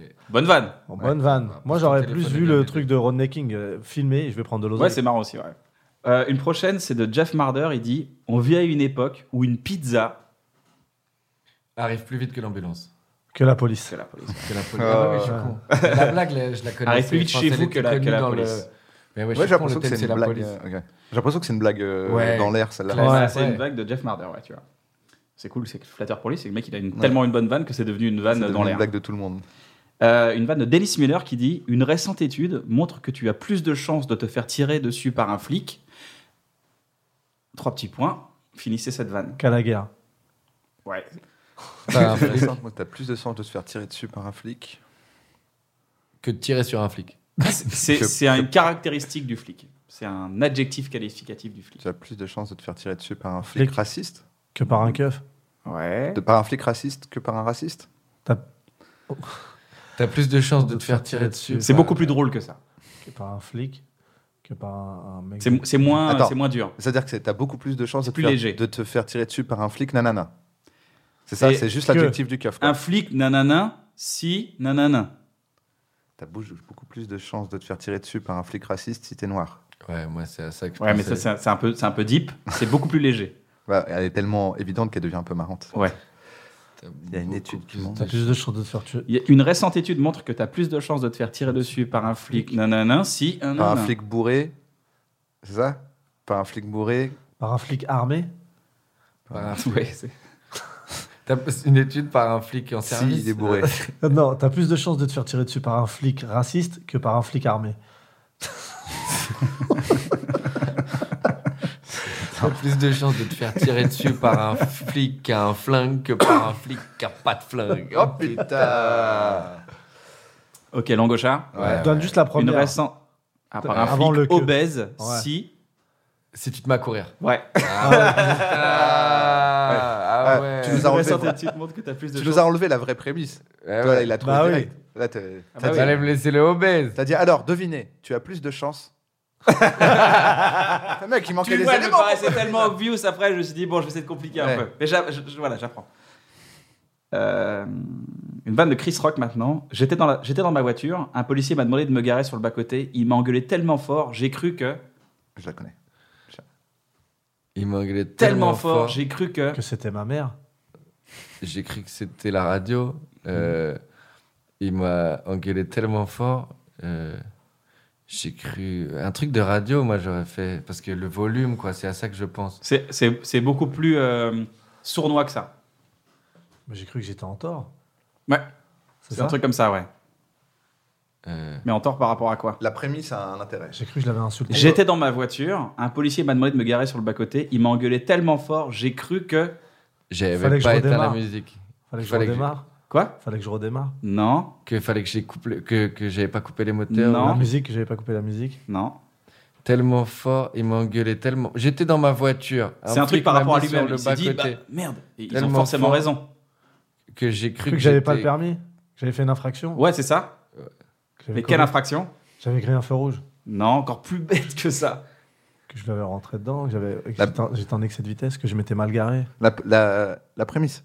Ok. Bonne vanne. Bon, Bonne vanne. Pose Moi, ton j'aurais téléphone plus et vu viens le m'aider. truc de Rodney King euh, filmé. Je vais prendre de l'autre. Ouais, c'est marrant aussi. Ouais. Euh, une prochaine, c'est de Jeff Marder. Il dit On vit à une époque où une pizza. Arrive plus vite que l'ambulance. que la police. C'est la police. Que la police. Ah ouais, je suis ouais. con. La blague, la- je la connais. Arrive plus vite chez vous que la- que la police. Mais ouais, je Ouais, suis j'ai con, l'impression le que thème, c'est c'est une la blague. police. euh, ok. J'ai l'impression que c'est une blague euh, Ouais. dans l'air celle-là. Ouais, Ouais, ouais. c'est une vague de Jeff Marder, ouais, tu vois. C'est cool, c'est flatteur pour lui, c'est que le mec il a une- tellement une bonne vanne que c'est devenu une C'est vanne devenu dans Une l'air. blague de tout le monde. Euh, une vanne de Dennis Miller qui dit Une récente étude montre que tu as plus de chances de te faire tirer dessus par un flic. Trois petits points, finissez cette vanne. Qu'à la guerre. Ouais. Pas un flic. Moi, T'as plus de sens de te faire tirer dessus par un flic. Que de tirer sur un flic. C'est Que- c'est une caractéristique du flic. C'est un adjectif qualificatif du flic. Tu as plus de chances de te faire tirer dessus par un flic Flic. raciste Que par un keuf. Ouais. de, Par un flic raciste que par un raciste T'as plus de chances de te faire tirer dessus. C'est beaucoup plus drôle que ça. Que par un flic. Que par un, un mec. C'est mo- c'est moins, Attends. c'est moins dur. C'est-à-dire que c'est- t'as beaucoup plus de chances C'est de, te plus faire- léger. de te faire tirer dessus par un flic nanana. C'est ça, Et c'est juste que- l'adjectif du keuf. quoi. Un flic, nanana, si, nanana. T'as bou- beaucoup plus de chances de te faire tirer dessus par un flic raciste si t'es noir. Ouais, moi, c'est à ça que je Ouais, mais ça, pensais. Ah, c'est un- c'est un, peu- c'est un peu deep. C'est beaucoup plus léger. Bah, Ouais, elle est tellement évidente qu'elle devient un peu marrante. Ouais. T'as Il y a une étude qui montre. T'as plus de chances de te faire tuer. Il y a- Une récente étude montre que tu as plus de chances de te faire tirer dessus par un flic. Non, non, non, si. non, Par non. un flic bourré, c'est ça Par un flic bourré. Par un flic armé Par un- Ouais, c'est- T'as une étude par un flic en Si, service. il est bourré. Euh, Non, t'as plus de chances de te faire tirer dessus par un flic raciste que par un flic armé. T'as plus de chances de te faire tirer dessus par un flic qui a un flingue que par un flic qui a pas de flingue. Oh Ah. putain Ok, Langochard. Je donne juste la Une première. récente. Ah, par un Avant flic le queue. obèse, Ouais. si. Si tu te mets à courir. Ouais. Ah Ah, Ah, ouais. tu nous as Une enlevé, récente étude montre que tu as plus de tu chances. nous as enlevé la vraie prémisse. Ah Eh Toi, ouais. là, il a trouvé Bah oui. direct. Là, t'as t'as bah dit- oui. T'allais me laisser le obèse. t'as dit, alors, devinez, tu as plus de chances. Le mec, il manquait Tu des vois, elle me éléments. paraissait tellement obvious après, je me suis dit, bon, je vais essayer de compliquer Ouais. un peu. Mais j'a- je- je- voilà, j'apprends. Euh, une vanne de Chris Rock maintenant. J'étais dans, la- j'étais dans ma voiture, un policier m'a demandé de me garer sur le bas-côté, il m'a engueulé tellement fort, j'ai cru que. Je la connais. Il m'engueulait tellement, Tellement fort. fort, j'ai cru que. Que c'était ma mère. J'ai cru que c'était la radio. Euh, Il m'a engueulé tellement fort. euh, J'ai cru. Un truc de radio, moi, j'aurais fait. Parce que le volume, quoi, c'est à ça que je pense. C'est- C'est c'est beaucoup plus euh, sournois que ça. Mais j'ai cru que j'étais en tort. Ouais, C'est c'est ça un truc comme ça, ouais. Euh, Mais en tort par rapport à quoi La prémisse a un intérêt. J'ai cru que je l'avais insulté. J'étais dans ma voiture, un policier m'a demandé de me garer sur le bas-côté, il m'a engueulé tellement fort, j'ai cru que. Fallait J'avais que pas je éteint la redémarre. musique. Fallait que je Fallait que redémarre. Quoi Fallait que je redémarre. Non, Que fallait que j'ai coupé, que, que j'avais pas coupé les moteurs. Non. La musique, que j'avais pas coupé la musique. non. Tellement fort, il m'a engueulé tellement. J'étais dans ma voiture. C'est un flic truc par m'a rapport à mis sur lui-même. Le Il s'est dit, bas-côté. bah, merde, ils ont Tellement forcément fort. raison. que j'ai cru Cru que j'avais pas le j'étais- permis. Que j'avais fait une infraction. Ouais, c'est ça. que j'avais Mais quelle commis- infraction J'avais créé un feu rouge. Non, encore plus bête que ça. Que je l'avais rentré dedans. Que j'avais- que La- j'étais en- j'étais en excès de vitesse. Que je m'étais mal garé. La, la, la prémisse.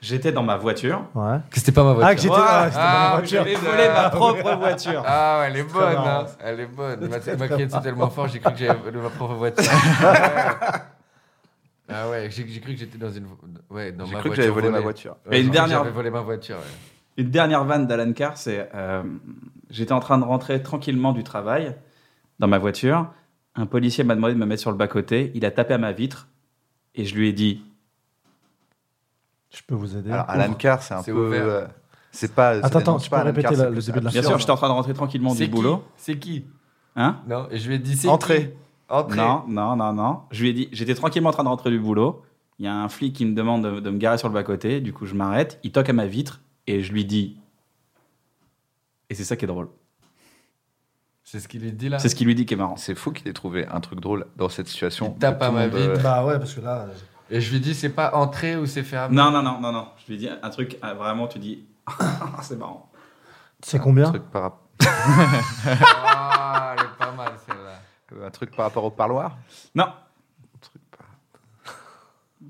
J'étais dans ma voiture. Ouais. Que c'était pas ma voiture. Ah, que j'étais Voilà. ah, j'étais Ah, dans la mais voiture. J'avais volé ma propre voiture. Ah, ouais, elle est bonne, marrant, hein. elle est bonne. Il m'a- Il m'a crié dessus tellement fort, j'ai cru que j'avais ma propre voiture. ah ouais, j'ai j'ai cru que j'étais dans une. vo- Ouais, dans J'ai ma cru que voiture j'avais volé ma volée. voiture. Ouais, Et une j'ai cru que dernière- J'avais volé ma voiture. ouais. Une dernière vanne d'Alan Carr, c'est euh, j'étais en train de rentrer tranquillement du travail dans ma voiture. Un policier m'a demandé de me mettre sur le bas-côté. Il a tapé à ma vitre et je lui ai dit Je peux vous aider. Alors, Alan Carr, c'est un C'est peu. ouvert. euh, C'est pas. ça Attends, dénonce attends, tu pas peux Alan répéter Carr, la- c'est le plus début de la Alan Bien Sûr, sûr, non. j'étais en train de rentrer tranquillement C'est du qui boulot. C'est qui Hein Non, et je lui ai dit c'est Entrée. qui Entrée. Non, non, non, non. Je lui ai dit, j'étais tranquillement en train de rentrer du boulot. Il y a un flic qui me demande de, de me garer sur le bas-côté. Du coup, je m'arrête. Il toque à ma vitre et je lui dis. Et c'est ça qui est drôle. C'est ce qu'il lui dit là. C'est ce qu'il lui dit qui est marrant. C'est fou qu'il ait trouvé un truc drôle dans cette situation. Il tape Tout à le ma monde, vitre. euh, Bah ouais, parce que là. Et je lui dis c'est pas entrée ou c'est fermé. Non, non, non, non, non. Je lui dis un truc, ah, vraiment, tu dis. c'est marrant. C'est combien euh, truc par rap- Ah, elle est pas mal celle-là. Un truc par rapport au parloir Non, Ah Un truc par-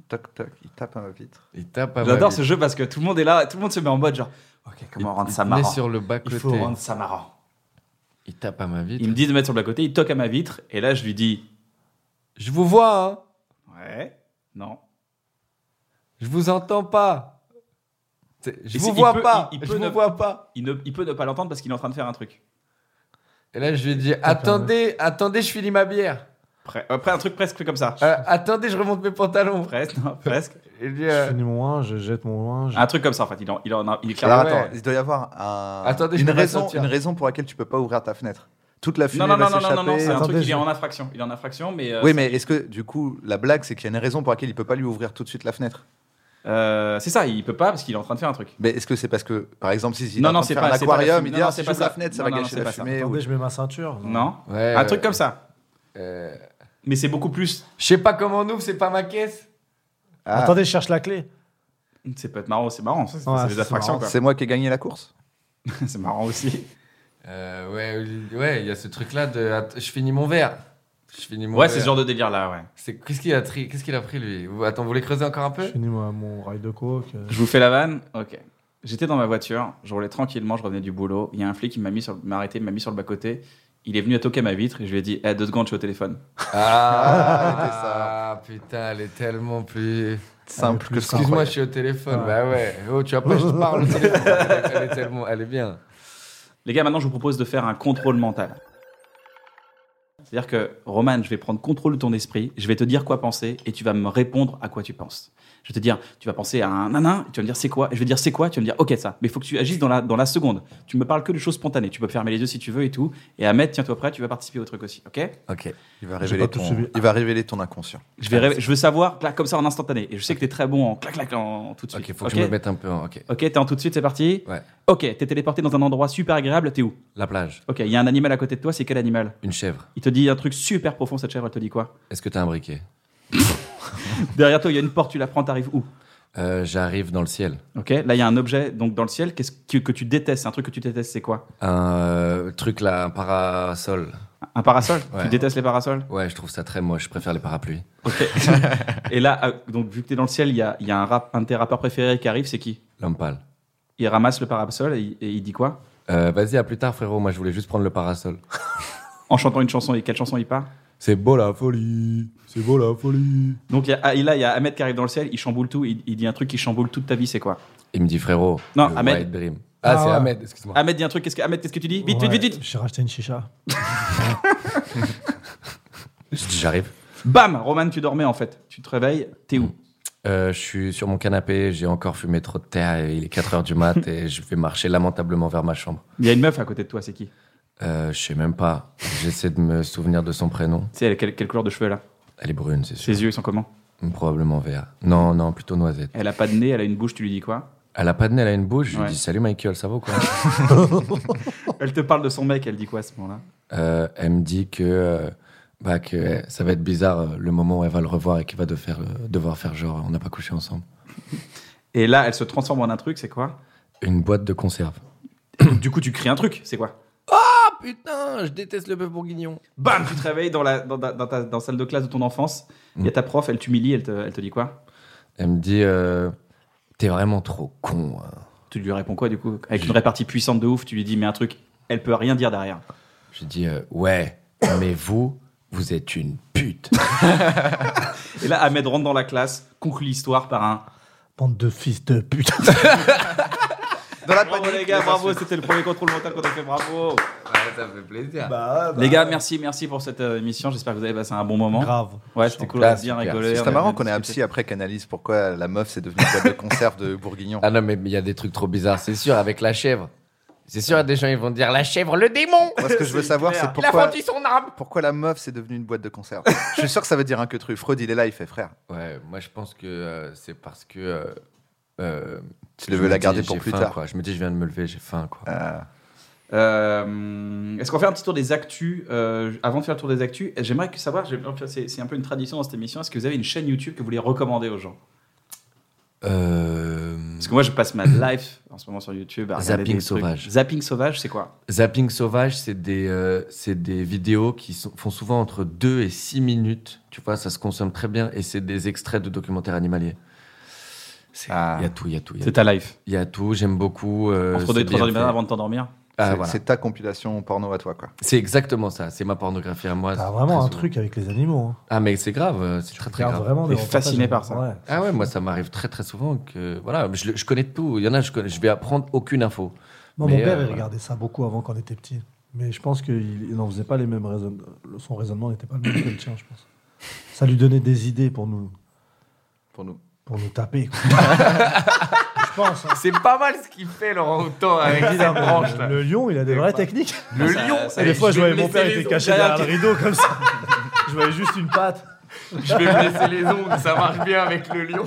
Toc toc, il tape à ma vitre. Il tape à ma j'adore vitre. ce jeu parce que tout le monde est là, tout le monde se met en mode genre, ok, comment Il- rendre il ça met marrant sur le bas Il côté. faut rendre ça marrant. Il tape à ma vitre. Il me dit de mettre sur le bas-côté, il toque à ma vitre et là, je lui dis. Je vous vois, hein. Ouais, non. Je vous entends pas. C'est- Je Et vous c'est- il vois peut- pas. il- il je peut vous ne- vois pas. Il, ne- il peut ne pas l'entendre parce qu'il est en train de faire un truc. Et là, je lui ai dit attendez, hein. attendez, je finis ma bière. Après, après, euh, un truc presque comme ça. Euh, attendez, je remonte mes pantalons. Presque, non, presque. Et lui, Je euh, finis mon linge, je jette mon linge. Un truc comme ça, en fait. Il, en- il, en a- il est clairement- Alors ouais. attends, il doit y avoir un- Attendez, je une, peux pas raison, sortir. une raison pour laquelle tu peux pas ouvrir ta fenêtre. Toute la fumée Non, non, va non, non, non, non, non, c'est s'échapper. un truc Attendez, qui est je- en infraction. Il est en infraction, mais. euh, Oui, mais est-ce que du coup, la blague, c'est qu'il y a une raison pour laquelle il peut pas lui ouvrir tout de suite la fenêtre euh, c'est ça, il peut pas parce qu'il est en train de faire un truc. Mais est-ce que c'est parce que, par exemple, si il Non, est non, en train de c'est faire pas- un c'est pas la aquarium, fumée. il Non, dit non, ah, c'est si pas j'ouvre la ça. fenêtre, ça Non, va non, gâcher c'est la pas ça. fumée. Attendez, ou- je mets ma ceinture. Non Ouais, Un ouais. truc comme ça. euh, Mais c'est beaucoup plus. je sais pas comment on ouvre, c'est pas ma caisse. Ah, Attendez, je cherche la clé. C'est peut être marrant, c'est marrant. C'est Ouais, c'est des c'est infractions, marrant. quoi. C'est moi qui ai gagné la course C'est marrant aussi. Euh, ouais, il- ouais, il y a ce truc-là de att- je finis mon verre. Je finis mon Ouais, verre. c'est ce genre de délire là, ouais. C'est- Qu'est-ce qu'il a, tri- qu'est-ce qu'il a pris lui Attends, vous voulez creuser encore un Je peu finis moi, mon rail de coke. euh. Je vous fais la vanne Ok. J'étais dans ma voiture, je roulais tranquillement, je revenais du boulot. Il y a un flic qui m'a mis sur, m'a arrêté, m'a mis sur le bas-côté. Il est venu à toquer à ma vitre et je lui ai dit Eh, deux secondes, je suis au téléphone. Ah, putain, elle est tellement plus. Simple que ça. Excuse-moi, je suis au téléphone. Bah ouais. Oh, tu vois pas, je te parle au téléphone. Elle est tellement. Elle est bien. Les gars, maintenant, je vous propose de faire un contrôle mental. C'est-à-dire que, Roman, je vais prendre contrôle de ton esprit, je vais te dire quoi penser et tu vas me répondre à quoi tu penses. Je vais te dire, tu vas penser à un nanan, et tu vas me dire c'est quoi, et je vais te dire c'est quoi, tu vas me dire ok ça, mais il faut que tu agisses dans la, dans la seconde. Tu me parles que de choses spontanées, tu peux fermer les yeux si tu veux et tout, et Ahmed, tiens-toi prêt, tu vas participer au truc aussi, ok Ok. Il va, révéler tout ton... suivi. il va révéler ton inconscient. je, vais rêver- je veux savoir, clac, comme ça en instantané, et je sais que t'es très bon en clac, clac, en, en tout de Ok, suite. faut que je me mette un peu en. Ok. Ok, t'es en tout de suite, c'est parti Ouais. Ok, t'es téléporté dans un endroit super agréable, t'es où La plage. Ok, il y a un animal à côté de toi, c'est quel animal Une chèvre. Il te dit un truc super profond, cette chèvre, elle te dit quoi Est-ce que t'as un briquet Derrière toi, il y a une porte, tu la prends, t'arrives où Euh, J'arrive dans le ciel. Ok, là, il y a un objet donc dans le ciel qu'est-ce que, que tu détestes. Un truc que tu détestes, c'est quoi Un euh, truc là, un parasol. Un parasol Ouais. Tu détestes les parasols Ouais, je trouve ça très moche. Je préfère les parapluies. Ok. Et là, euh, donc, vu que t'es dans le ciel, il y a, il y a un, rap, un de tes rappeurs préférés qui arrive, c'est qui L'homme pâle. Il ramasse le parasol et, il- et il dit quoi Euh, Vas-y, à plus tard, frérot. Moi, je voulais juste prendre le parasol. En chantant une chanson. Et quelle chanson il part C'est beau la folie. C'est beau la folie. Donc, il y a- ah, et là, il y a Ahmed qui arrive dans le ciel, il chamboule tout, il, il dit un truc qui chamboule toute ta vie, c'est quoi Il me dit, frérot. Non, le Ahmed. White Dream. Ah, Ah c'est ouais. Ahmed, excuse-moi. Ahmed dit un truc, qu'est-ce que, Ahmed, qu'est-ce que tu dis Vite, Ouais, vite, vite, vite J'ai racheté une chicha. Je dis, J'arrive. Bam Roman, tu dormais en fait. Tu te réveilles, t'es où Euh, je suis sur mon canapé, j'ai encore fumé trop de terre, et il est 4 heures du mat et je vais marcher lamentablement vers ma chambre. Il y a une meuf à côté de toi, c'est qui Euh, je sais même pas, j'essaie de me souvenir de son prénom. Tu sais, elle- quelle, quelle couleur de cheveux là Elle est brune, c'est sûr. Ses yeux, ils sont comment Probablement vert. Non, non, plutôt noisette. Elle a pas de nez, elle a une bouche, tu lui dis quoi Elle a pas de nez, elle a une bouche, je Ouais. lui dis salut Michael, ça va ou quoi Elle te parle de son mec, elle dit quoi à ce moment-là Euh, Elle me dit que, euh, bah, que euh, ça va être bizarre euh, le moment où elle va le revoir et qu'il va de faire, euh, devoir faire genre on n'a pas couché ensemble. Et là, elle se transforme en un truc, c'est quoi Une boîte de conserve. Du coup, tu cries un truc, c'est quoi Ah putain, je déteste le bœuf bourguignon. Bam Tu te réveilles dans la, dans, ta- dans ta, dans la salle de classe de ton enfance, il y a ta prof, elle t'humilie, elle te, elle te dit quoi Elle me dit euh, t'es vraiment trop con. hein. Tu lui réponds quoi du coup Avec une répartie puissante de ouf, tu lui dis mais un truc, elle peut rien dire derrière. J'ai dit euh, ouais, mais vous, vous êtes une pute. Et là, Ahmed rentre dans la classe, conclut l'histoire par un Bande de fils de pute. Dans la Bravo les gars, bravo, c'était le premier contrôle mental qu'on a fait, bravo ça fait Bah, plaisir. Les gars, merci, merci pour cette euh, émission, j'espère que vous avez passé un bon moment. Grave. Ouais, c'était cool, on a Classe, bien super. rigolé. C'est on très a marrant bien qu'on ait discuté. Absi après qu'analyse pourquoi la meuf c'est devenue boîte de conserve de Bourguignon. Ah non, mais il y a des trucs trop bizarres, c'est sûr, avec la chèvre. C'est sûr, il y a des gens ils vont dire la chèvre, le démon Moi, ce que je veux savoir, clair. c'est Il a Ah, pourquoi, vendu son âme pourquoi la meuf c'est devenue une boîte de conserve. je suis sûr que ça veut dire un que truc. Freud, il est là, il fait frère. Ouais, moi je pense que euh, c'est parce que. euh, euh, Tu le je veux me la dis, garder pour j'ai plus faim, tard. Ah. quoi. Je me dis, je viens de me lever, j'ai faim. Quoi. Euh, Est-ce qu'on fait un petit tour des actus euh, Avant de faire le tour des actus, j'aimerais que savoir, j'aimerais que- c'est c'est un peu une tradition dans cette émission, est-ce que vous avez une chaîne YouTube que vous voulez recommander aux gens Euh, Parce que moi, je passe ma Mm. life en ce moment sur YouTube. à regarder Zapping des trucs. sauvage. Zapping sauvage, c'est quoi Zapping sauvage, c'est des, euh, c'est des vidéos qui sont- font souvent entre 2 et 6 minutes. Tu vois, ça se consomme très bien et c'est des extraits de documentaires animaliers. C'est- Il Ah. y a tout, il y a tout. il y a C'est tout. ta life. Il y a tout, j'aime beaucoup. euh, Entre 2 et c'est 3 heures du bien matin fait. avant de t'endormir. Ah, c'est voilà. c'est ta compilation porno à toi, quoi. C'est exactement ça, c'est ma pornographie à moi. T'as c'est vraiment Ah, très un souvent. truc avec les animaux. hein. Ah, mais c'est grave, euh, c'est très très Regarde grave. vraiment des T'es fasciné reportages. par ça. Ouais. Ah ouais, moi ça m'arrive très très souvent que voilà, je, le- je connais tout. Il y en a, je connais, je vais apprendre aucune info. Moi, Mais, mon père, euh, il voilà. regardait ça beaucoup avant qu'on était petit. Mais je pense qu'il n'en faisait pas les mêmes raisonnements. Son raisonnement n'était pas le même que le tien, je pense. Ça lui donnait des idées pour nous, Pour nous. pour nous taper. quoi. je pense. hein. C'est pas mal ce qu'il fait Laurent Houtan avec Évidemment, le lion, il a des vraies techniques. Le Ça- ça- Et des fois, je voyais mon père, il était caché derrière le le rideau comme ça. je voyais juste une patte. Je vais me laisser les ongles, ça marche bien avec le lion.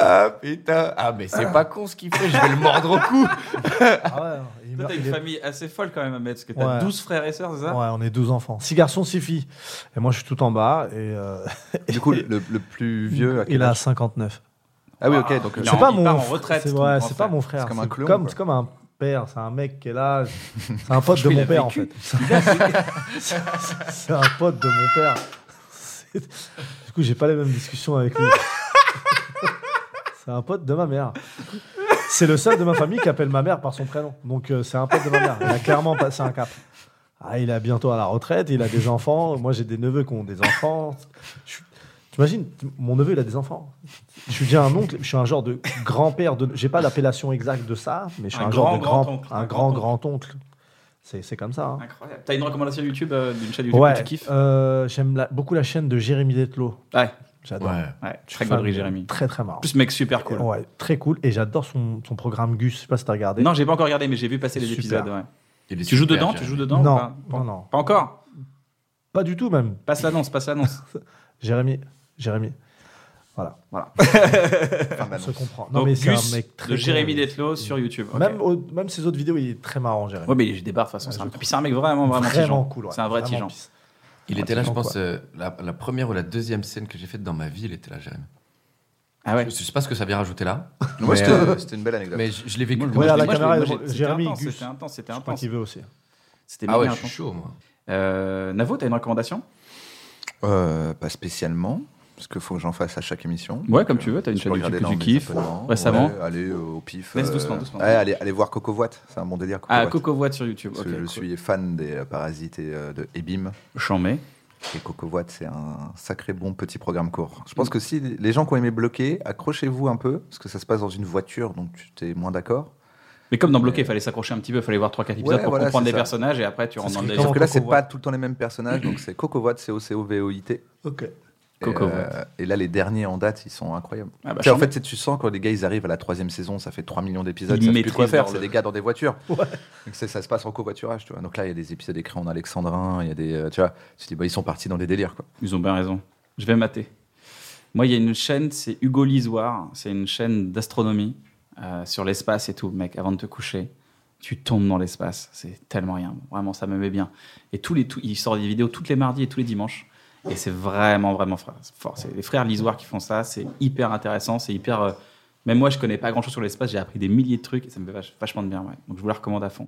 Ah putain, ah mais c'est pas con ce qu'il fait, je vais le mordre au cou. Ah ouais, il Toi, meurt- t'as une il est- famille assez folle quand même, Ahmed, parce que t'as Ouais. 12 frères et sœurs, c'est ça Ouais, on est 12 enfants. 6 garçons, 6 filles. Et moi, je suis tout en bas. Et euh, Du coup, le, le plus vieux. à quel il a âge 59. Ah oui, ok. Donc, Il euh, a C'est envie pas, de mon part en fr- retraite, C'est ton ouais, grand c'est pas frère. mon frère. C'est comme un clone, Comme, quoi. c'est comme un père. C'est un mec qui est là. C'est un pote de mon père, en fait. C'est un pote de mon père. C'est- Du coup, j'ai pas les mêmes discussions avec lui. C'est un pote de ma mère. C'est le seul de ma famille qui appelle ma mère par son prénom. Donc, euh, c'est un pote de ma mère. Il a clairement passé un cap. Ah, il a bientôt à la retraite, il a des enfants. Moi, j'ai des neveux qui ont des enfants. Je suis- T'imagines, t- mon neveu, il a des enfants. Je suis déjà un oncle, je suis un genre de grand-père. De... J'ai pas l'appellation exacte de ça, mais je suis Un un, genre grand, de grand, grand-oncle. un grand grand-oncle. C'est c'est comme ça. hein. Incroyable. T'as une recommandation YouTube euh, d'une chaîne YouTube Ouais, que tu kiffes euh, j'aime la- beaucoup la chaîne de Jérémy Detlo. Ouais, J'adore. Ouais. ouais. Je suis Très fan gaulerie, de- Jérémy. Très très marrant. En plus, mec, super cool. Ouais, très cool. Et j'adore son, son programme Gus. Je sais pas si t'as regardé. Non, j'ai pas encore regardé, mais j'ai vu passer les Super. épisodes. ouais. Il est Tu joues super, dedans Tu Jérémy. joues dedans ou non, pas non, non. Pas encore Pas du tout même. Passe l'annonce, passe l'annonce. Jérémy, Jérémy. Voilà. Voilà. On se comprend. Non Donc, mais c'est Gus un mec très de Jérémy cool. Detlo sur YouTube. Ok. Même, au- même ses autres vidéos, il est très marrant, Jérémy. Ouais, mais il est des barres de toute façon. c'est un- Puis c'est un mec vraiment, vraiment, vraiment tigeant. cool. ouais. C'est un vrai Vraiment tigeant. pisse. Il était là, je Pratiquement, pense, quoi. euh, la, la première ou la deuxième scène que j'ai faite dans ma vie, il était là, Jérémy. Ah ouais Je sais pas ce que ça vient rajouter là, Moi, Mais, c'était euh, c'était une belle anecdote. mais je, je l'ai vécu. Moi, comme Ouais, je à l'ai la vécu. caméra, moi, je l'ai- elle- c'était Jérémy intense, Gus. C'était intense, c'était Je crois intense. qu'il veut aussi. C'était Ah ouais, méga je suis intense. chaud, moi. Euh, Navo, t'as une recommandation Euh, pas spécialement, parce qu'il faut que j'en fasse à chaque émission. Ouais, comme tu veux, t'as une Je peux chaîne YouTube regarder que dans tu mes kiffes, abonnements. récemment. Ouais, allez euh, au pif. Laisse doucement, doucement. ouais, allez, allez voir Coco Voit, c'est un bon délire. Coco Ah, Voit. Coco Voit sur YouTube. Parce Ok, que je cool. suis fan des euh, Parasites et euh, de Ebim. Chambé. Et Coco Voit, c'est un sacré bon petit programme court. Je pense que si les gens qui ont aimé bloquer, accrochez-vous un peu, parce que ça se passe dans une voiture, donc tu t'es moins d'accord. Mais comme dans Bloqué, il fallait s'accrocher un petit peu, il fallait voir 3-4 épisodes pour voilà, comprendre les c'est ça. personnages et après tu rentres dans le serait délire. Sauf que là, Coco c'est Voit. pas tout le temps les mêmes personnages, donc c'est Coco Voit, C-O-C-O-V-O-I-T. Ok. Et, Coco euh, et là, les derniers en date, ils sont incroyables. Ah bah, Tu sais, en Chambé. fait, c'est- tu sens quand les gars ils arrivent à la troisième saison, ça fait 3 millions d'épisodes, Ils ils savent plus quoi maîtrisent faire. leur C'est le- des gars dans des voitures. Donc c'est- ça se passe en covoiturage, tu vois. Donc là, il y a des épisodes écrits en alexandrin, il y a des, euh, tu vois, tu te dis, bah, ils sont partis dans des délires, quoi. Ils ont bien raison. Je vais mater. Moi, il y a une chaîne, c'est Hugo Lisoire. C'est une chaîne d'astronomie euh, sur l'espace et tout, mec. Avant de te coucher, tu tombes dans l'espace. C'est tellement rien. Vraiment, ça me met bien. Et tous les, tout, il sort des vidéos toutes les mardis et tous les dimanches. Et c'est vraiment, vraiment fra- fort. C'est les frères Lisoire qui font ça. C'est hyper intéressant. C'est hyper. euh, même moi, je connais pas grand chose sur l'espace. J'ai appris des milliers de trucs et ça me fait vach- vachement de bien. ouais. Donc, je vous la recommande à fond.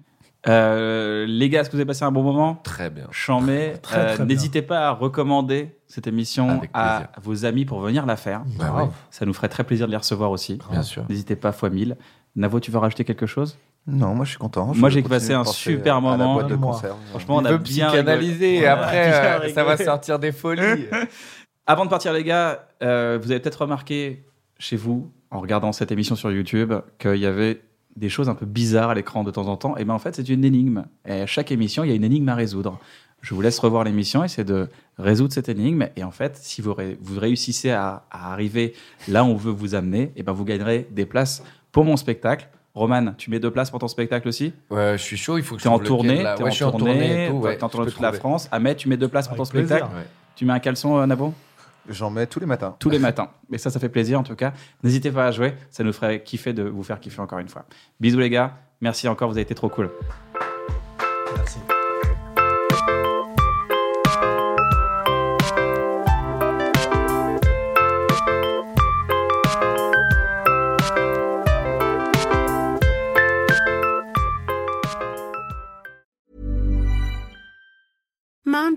Euh, les gars, est-ce que vous avez passé un bon moment Très bien. Chambé, Très, très euh, bien. n'hésitez pas à recommander cette émission Avec à plaisir. vos amis pour venir la faire. Bah Grave. oui, Ça nous ferait très plaisir de les recevoir aussi. bien sûr. N'hésitez pas, fois 1000. Navo, tu veux rajouter quelque chose Non, moi, je suis content. Moi, vais j'ai continuer passé de un penser super à la moment. boîte de Moi. conserve. Franchement, on a bien rigolé. et après, bien euh, rigolé. ça va sortir des folies. Avant de partir, les gars, euh, vous avez peut-être remarqué chez vous, en regardant cette émission sur YouTube, qu'il y avait des choses un peu bizarres à l'écran de temps en temps. Et bien, en fait, c'est une énigme. Et à chaque émission, il y a une énigme à résoudre. Je vous laisse revoir l'émission, essayez de résoudre cette énigme. Et en fait, si vous, ré- vous réussissez à, à arriver là où on veut vous amener, et ben vous gagnerez des places pour mon spectacle. Roman, tu mets deux places pour ton spectacle aussi Ouais, je suis chaud, il faut que T'es je en trouve lequel, tournée, là. t'es Ouais, en je suis en tournée, et tout, ouais, t'es en tournée je peux toute la trouver. France. Ahmed, tu mets deux places pour Avec ton plaisir. spectacle Ouais. Tu mets un caleçon, euh, Nabo J'en mets tous les matins. tous les matins. Mais ça, ça fait plaisir en tout cas. N'hésitez pas à jouer, ça nous ferait kiffer de vous faire kiffer encore une fois. Bisous les gars, merci encore, vous avez été trop cool. Merci. Mom